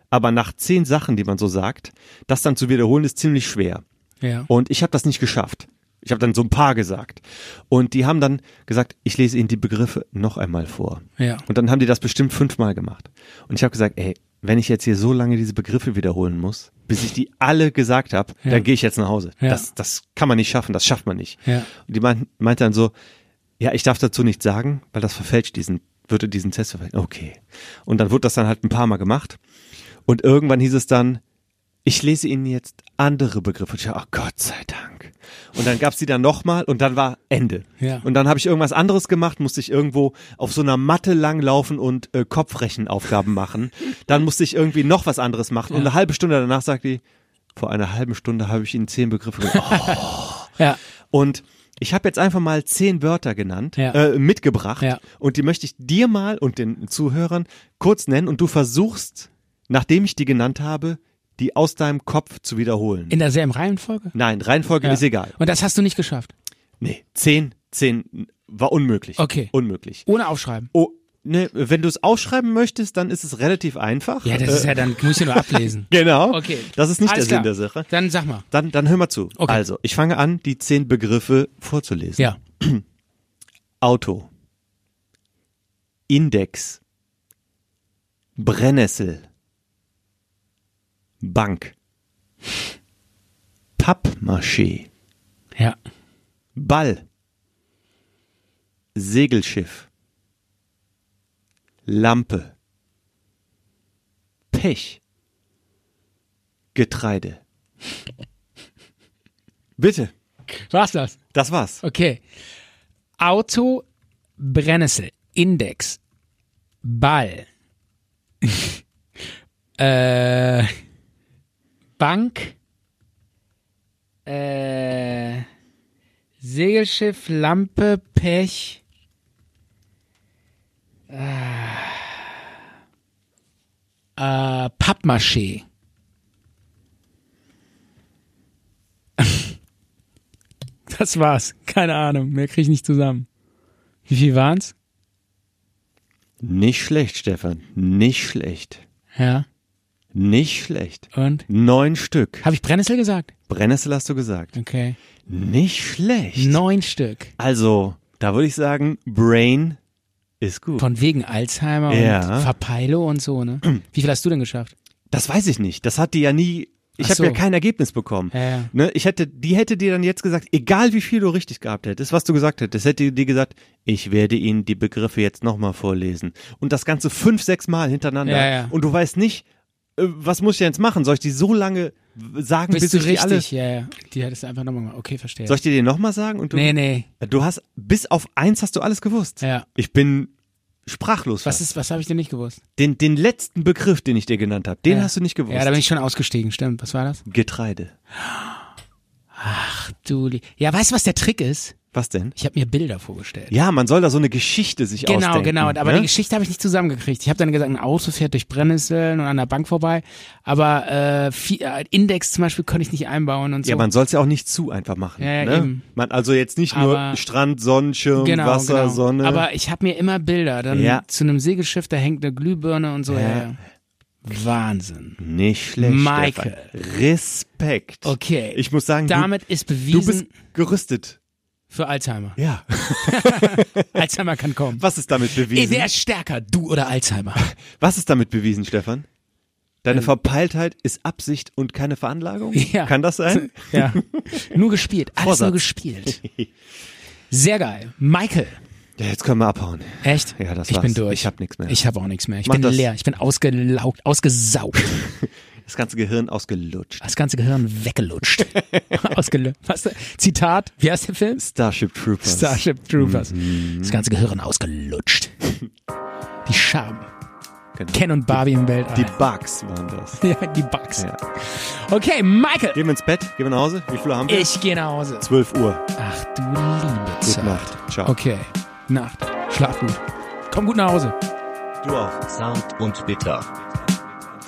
[SPEAKER 2] Aber nach zehn Sachen, die man so sagt, das dann zu wiederholen, ist ziemlich schwer.
[SPEAKER 1] ja.
[SPEAKER 2] Und ich habe das nicht geschafft. Ich habe dann so ein paar gesagt. Und die haben dann gesagt, ich lese Ihnen die Begriffe noch einmal vor.
[SPEAKER 1] Ja.
[SPEAKER 2] Und dann haben die das bestimmt fünfmal gemacht. Und ich habe gesagt, ey, wenn ich jetzt hier so lange diese Begriffe wiederholen muss, bis ich die alle gesagt habe,
[SPEAKER 1] Ja.
[SPEAKER 2] dann gehe ich jetzt nach Hause.
[SPEAKER 1] Ja.
[SPEAKER 2] Das, das kann man nicht schaffen, das schafft man nicht.
[SPEAKER 1] Ja.
[SPEAKER 2] Und die meint, meinte dann so, ja, ich darf dazu nichts sagen, weil das verfälscht diesen, würde diesen Test verfälschen. Okay. Und dann wurde das dann halt ein paar Mal gemacht. Und irgendwann hieß es dann, ich lese Ihnen jetzt andere Begriffe. Und ich, dachte, oh Gott sei Dank. Und dann gab es die dann nochmal und dann war Ende.
[SPEAKER 1] Ja.
[SPEAKER 2] Und dann habe ich irgendwas anderes gemacht, musste ich irgendwo auf so einer Matte langlaufen und äh, Kopfrechenaufgaben machen. Dann musste ich irgendwie noch was anderes machen. Und eine halbe Stunde danach sagt die, vor einer halben Stunde habe ich Ihnen zehn Begriffe gemacht.
[SPEAKER 1] ja.
[SPEAKER 2] Und ich habe jetzt einfach mal zehn Wörter genannt,
[SPEAKER 1] Ja.
[SPEAKER 2] äh, mitgebracht.
[SPEAKER 1] Ja.
[SPEAKER 2] Und die möchte ich dir mal und den Zuhörern kurz nennen. Und du versuchst, nachdem ich die genannt habe, die aus deinem Kopf zu wiederholen.
[SPEAKER 1] In derselben Reihenfolge?
[SPEAKER 2] Nein, Reihenfolge
[SPEAKER 1] Ja.
[SPEAKER 2] ist egal.
[SPEAKER 1] Und das hast du nicht geschafft.
[SPEAKER 2] Nee, zehn, zehn war unmöglich.
[SPEAKER 1] Okay.
[SPEAKER 2] Unmöglich.
[SPEAKER 1] Ohne Aufschreiben.
[SPEAKER 2] Oh, nee, wenn du es aufschreiben möchtest, dann ist es relativ einfach.
[SPEAKER 1] Ja, das ist ja, dann muss ich nur
[SPEAKER 2] (laughs)
[SPEAKER 1] ablesen.
[SPEAKER 2] Genau.
[SPEAKER 1] Okay.
[SPEAKER 2] Äh. Das ist nicht
[SPEAKER 1] Alles
[SPEAKER 2] der Sinn
[SPEAKER 1] klar.
[SPEAKER 2] der Sache.
[SPEAKER 1] Dann sag mal.
[SPEAKER 2] Dann, dann hör mal zu.
[SPEAKER 1] Okay.
[SPEAKER 2] Also, ich fange an, die zehn Begriffe vorzulesen.
[SPEAKER 1] Ja.
[SPEAKER 2] (clears throat) Auto. Index. Brennessel. Bank. Pappmaché.
[SPEAKER 1] Ja.
[SPEAKER 2] Ball. Segelschiff. Lampe. Pech. Getreide.
[SPEAKER 1] (laughs)
[SPEAKER 2] Bitte,
[SPEAKER 1] War's das?
[SPEAKER 2] das war's.
[SPEAKER 1] Okay. Auto, Brennnessel, Index, Ball, (laughs) äh, Bank, äh, Segelschiff, Lampe, Pech. Äh, äh, Pappmaché. Das war's. Keine Ahnung. Mehr krieg ich nicht zusammen. Wie viel waren's?
[SPEAKER 2] Nicht schlecht, Stefan. Nicht schlecht.
[SPEAKER 1] Ja.
[SPEAKER 2] Nicht schlecht.
[SPEAKER 1] Und?
[SPEAKER 2] Neun Stück.
[SPEAKER 1] Habe ich Brennnessel gesagt?
[SPEAKER 2] Brennnessel hast du gesagt.
[SPEAKER 1] Okay.
[SPEAKER 2] Nicht schlecht.
[SPEAKER 1] Neun Stück.
[SPEAKER 2] Also, da würde ich sagen, Brain ist gut.
[SPEAKER 1] Von wegen Alzheimer
[SPEAKER 2] Ja.
[SPEAKER 1] und Verpeilo und so, ne? Wie viel hast du denn geschafft?
[SPEAKER 2] Das weiß ich nicht. Das hat die ja nie. Ich
[SPEAKER 1] Ach
[SPEAKER 2] habe
[SPEAKER 1] so.
[SPEAKER 2] ja kein Ergebnis bekommen.
[SPEAKER 1] Ja, ja.
[SPEAKER 2] Ne, ich hätte, die hätte dir dann jetzt gesagt, egal wie viel du richtig gehabt hättest, was du gesagt hättest, hätte die gesagt, ich werde Ihnen die Begriffe jetzt nochmal vorlesen. Und das Ganze fünf, sechs Mal hintereinander.
[SPEAKER 1] Ja, ja.
[SPEAKER 2] Und du weißt nicht, äh, was muss ich jetzt machen? Soll ich die so lange w- sagen,
[SPEAKER 1] Bist
[SPEAKER 2] bis
[SPEAKER 1] du
[SPEAKER 2] ich die alle.
[SPEAKER 1] richtig? Ja, ja. Die hattest du einfach nochmal gemacht. Okay, verstehe.
[SPEAKER 2] Soll ich dir die nochmal sagen? Und du,
[SPEAKER 1] nee, nee.
[SPEAKER 2] Du hast, bis auf eins hast du alles gewusst.
[SPEAKER 1] Ja.
[SPEAKER 2] Ich bin sprachlos.
[SPEAKER 1] Was, ist- was habe ich denn nicht gewusst?
[SPEAKER 2] den, den letzten Begriff, den ich dir genannt habe, den
[SPEAKER 1] Ja.
[SPEAKER 2] hast du nicht gewusst.
[SPEAKER 1] Ja, da bin ich schon ausgestiegen, stimmt. Was war das?
[SPEAKER 2] Getreide.
[SPEAKER 1] Du, lie- ja, weißt du, was der Trick ist?
[SPEAKER 2] Was denn?
[SPEAKER 1] Ich habe mir Bilder vorgestellt.
[SPEAKER 2] Ja, man soll da so eine Geschichte sich
[SPEAKER 1] Genau,
[SPEAKER 2] ausdenken.
[SPEAKER 1] genau. Aber
[SPEAKER 2] ne?
[SPEAKER 1] die Geschichte habe ich nicht zusammengekriegt. Ich habe dann gesagt, ein Auto fährt durch Brennnesseln und an der Bank vorbei. Aber äh, viel, äh, Index zum Beispiel konnte ich nicht einbauen und so.
[SPEAKER 2] Ja, man soll es ja auch nicht zu einfach machen.
[SPEAKER 1] Ja, ja,
[SPEAKER 2] ne?
[SPEAKER 1] eben.
[SPEAKER 2] Man, also jetzt nicht nur
[SPEAKER 1] Aber-
[SPEAKER 2] Strand, Sonnenschirm,
[SPEAKER 1] genau,
[SPEAKER 2] Wasser,
[SPEAKER 1] genau.
[SPEAKER 2] Sonne.
[SPEAKER 1] Aber ich habe mir immer Bilder. Dann
[SPEAKER 2] Ja.
[SPEAKER 1] zu einem Segelschiff, da hängt eine Glühbirne und so. Ja.
[SPEAKER 2] Ja. Mhm.
[SPEAKER 1] Ja. Wahnsinn.
[SPEAKER 2] nicht schlecht.
[SPEAKER 1] Michael.
[SPEAKER 2] Stefan. Respekt.
[SPEAKER 1] Okay.
[SPEAKER 2] Ich muss sagen,
[SPEAKER 1] Damit ist
[SPEAKER 2] du, du
[SPEAKER 1] bewiesen
[SPEAKER 2] bist gerüstet.
[SPEAKER 1] für Alzheimer.
[SPEAKER 2] Ja. (laughs)
[SPEAKER 1] Alzheimer kann kommen.
[SPEAKER 2] Was ist
[SPEAKER 1] (laughs)
[SPEAKER 2] damit
[SPEAKER 1] Eh,
[SPEAKER 2] (laughs) bewiesen?
[SPEAKER 1] Wer ist stärker, du oder
[SPEAKER 2] (laughs)
[SPEAKER 1] Alzheimer?
[SPEAKER 2] Was ist damit bewiesen, Stefan? Deine Verpeiltheit ist Absicht und keine Veranlagung?
[SPEAKER 1] Äh. (laughs) Ja.
[SPEAKER 2] Kann das sein?
[SPEAKER 1] Ja. Nur gespielt. Alles
[SPEAKER 2] Vorsatz.
[SPEAKER 1] nur gespielt. Sehr geil. Michael.
[SPEAKER 2] Ja, jetzt können wir abhauen.
[SPEAKER 1] Echt?
[SPEAKER 2] Ja, das
[SPEAKER 1] Ich
[SPEAKER 2] war's.
[SPEAKER 1] bin durch.
[SPEAKER 2] Ich hab nichts mehr.
[SPEAKER 1] Ich habe auch nichts mehr. Ich
[SPEAKER 2] Mach
[SPEAKER 1] bin
[SPEAKER 2] das.
[SPEAKER 1] leer. Ich bin ausgelaugt, ausgesaugt.
[SPEAKER 2] Das ganze Gehirn ausgelutscht.
[SPEAKER 1] Das ganze Gehirn
[SPEAKER 2] (laughs)
[SPEAKER 1] weggelutscht. Ausgelöscht. Was? Zitat. Wie heißt der Film?
[SPEAKER 2] Starship Troopers.
[SPEAKER 1] Starship Troopers.
[SPEAKER 2] Mhm.
[SPEAKER 1] Das ganze Gehirn
[SPEAKER 2] (laughs)
[SPEAKER 1] ausgelutscht. Die Scham.
[SPEAKER 2] Genau.
[SPEAKER 1] Ken und Barbie im Weltall.
[SPEAKER 2] Die Bugs waren das.
[SPEAKER 1] (laughs) ja, die Bugs.
[SPEAKER 2] Ja.
[SPEAKER 1] Okay, Michael.
[SPEAKER 2] Gehen wir ins Bett, gehen wir nach Hause. Wie viele haben wir?
[SPEAKER 1] Ich gehe nach Hause.
[SPEAKER 2] 12 Uhr.
[SPEAKER 1] Ach du liebe
[SPEAKER 2] Gute
[SPEAKER 1] Zeit.
[SPEAKER 2] Nacht. Ciao.
[SPEAKER 1] Okay. Nacht. Schlaf gut. Komm gut nach Hause.
[SPEAKER 2] Du auch.
[SPEAKER 6] Zart und bitter.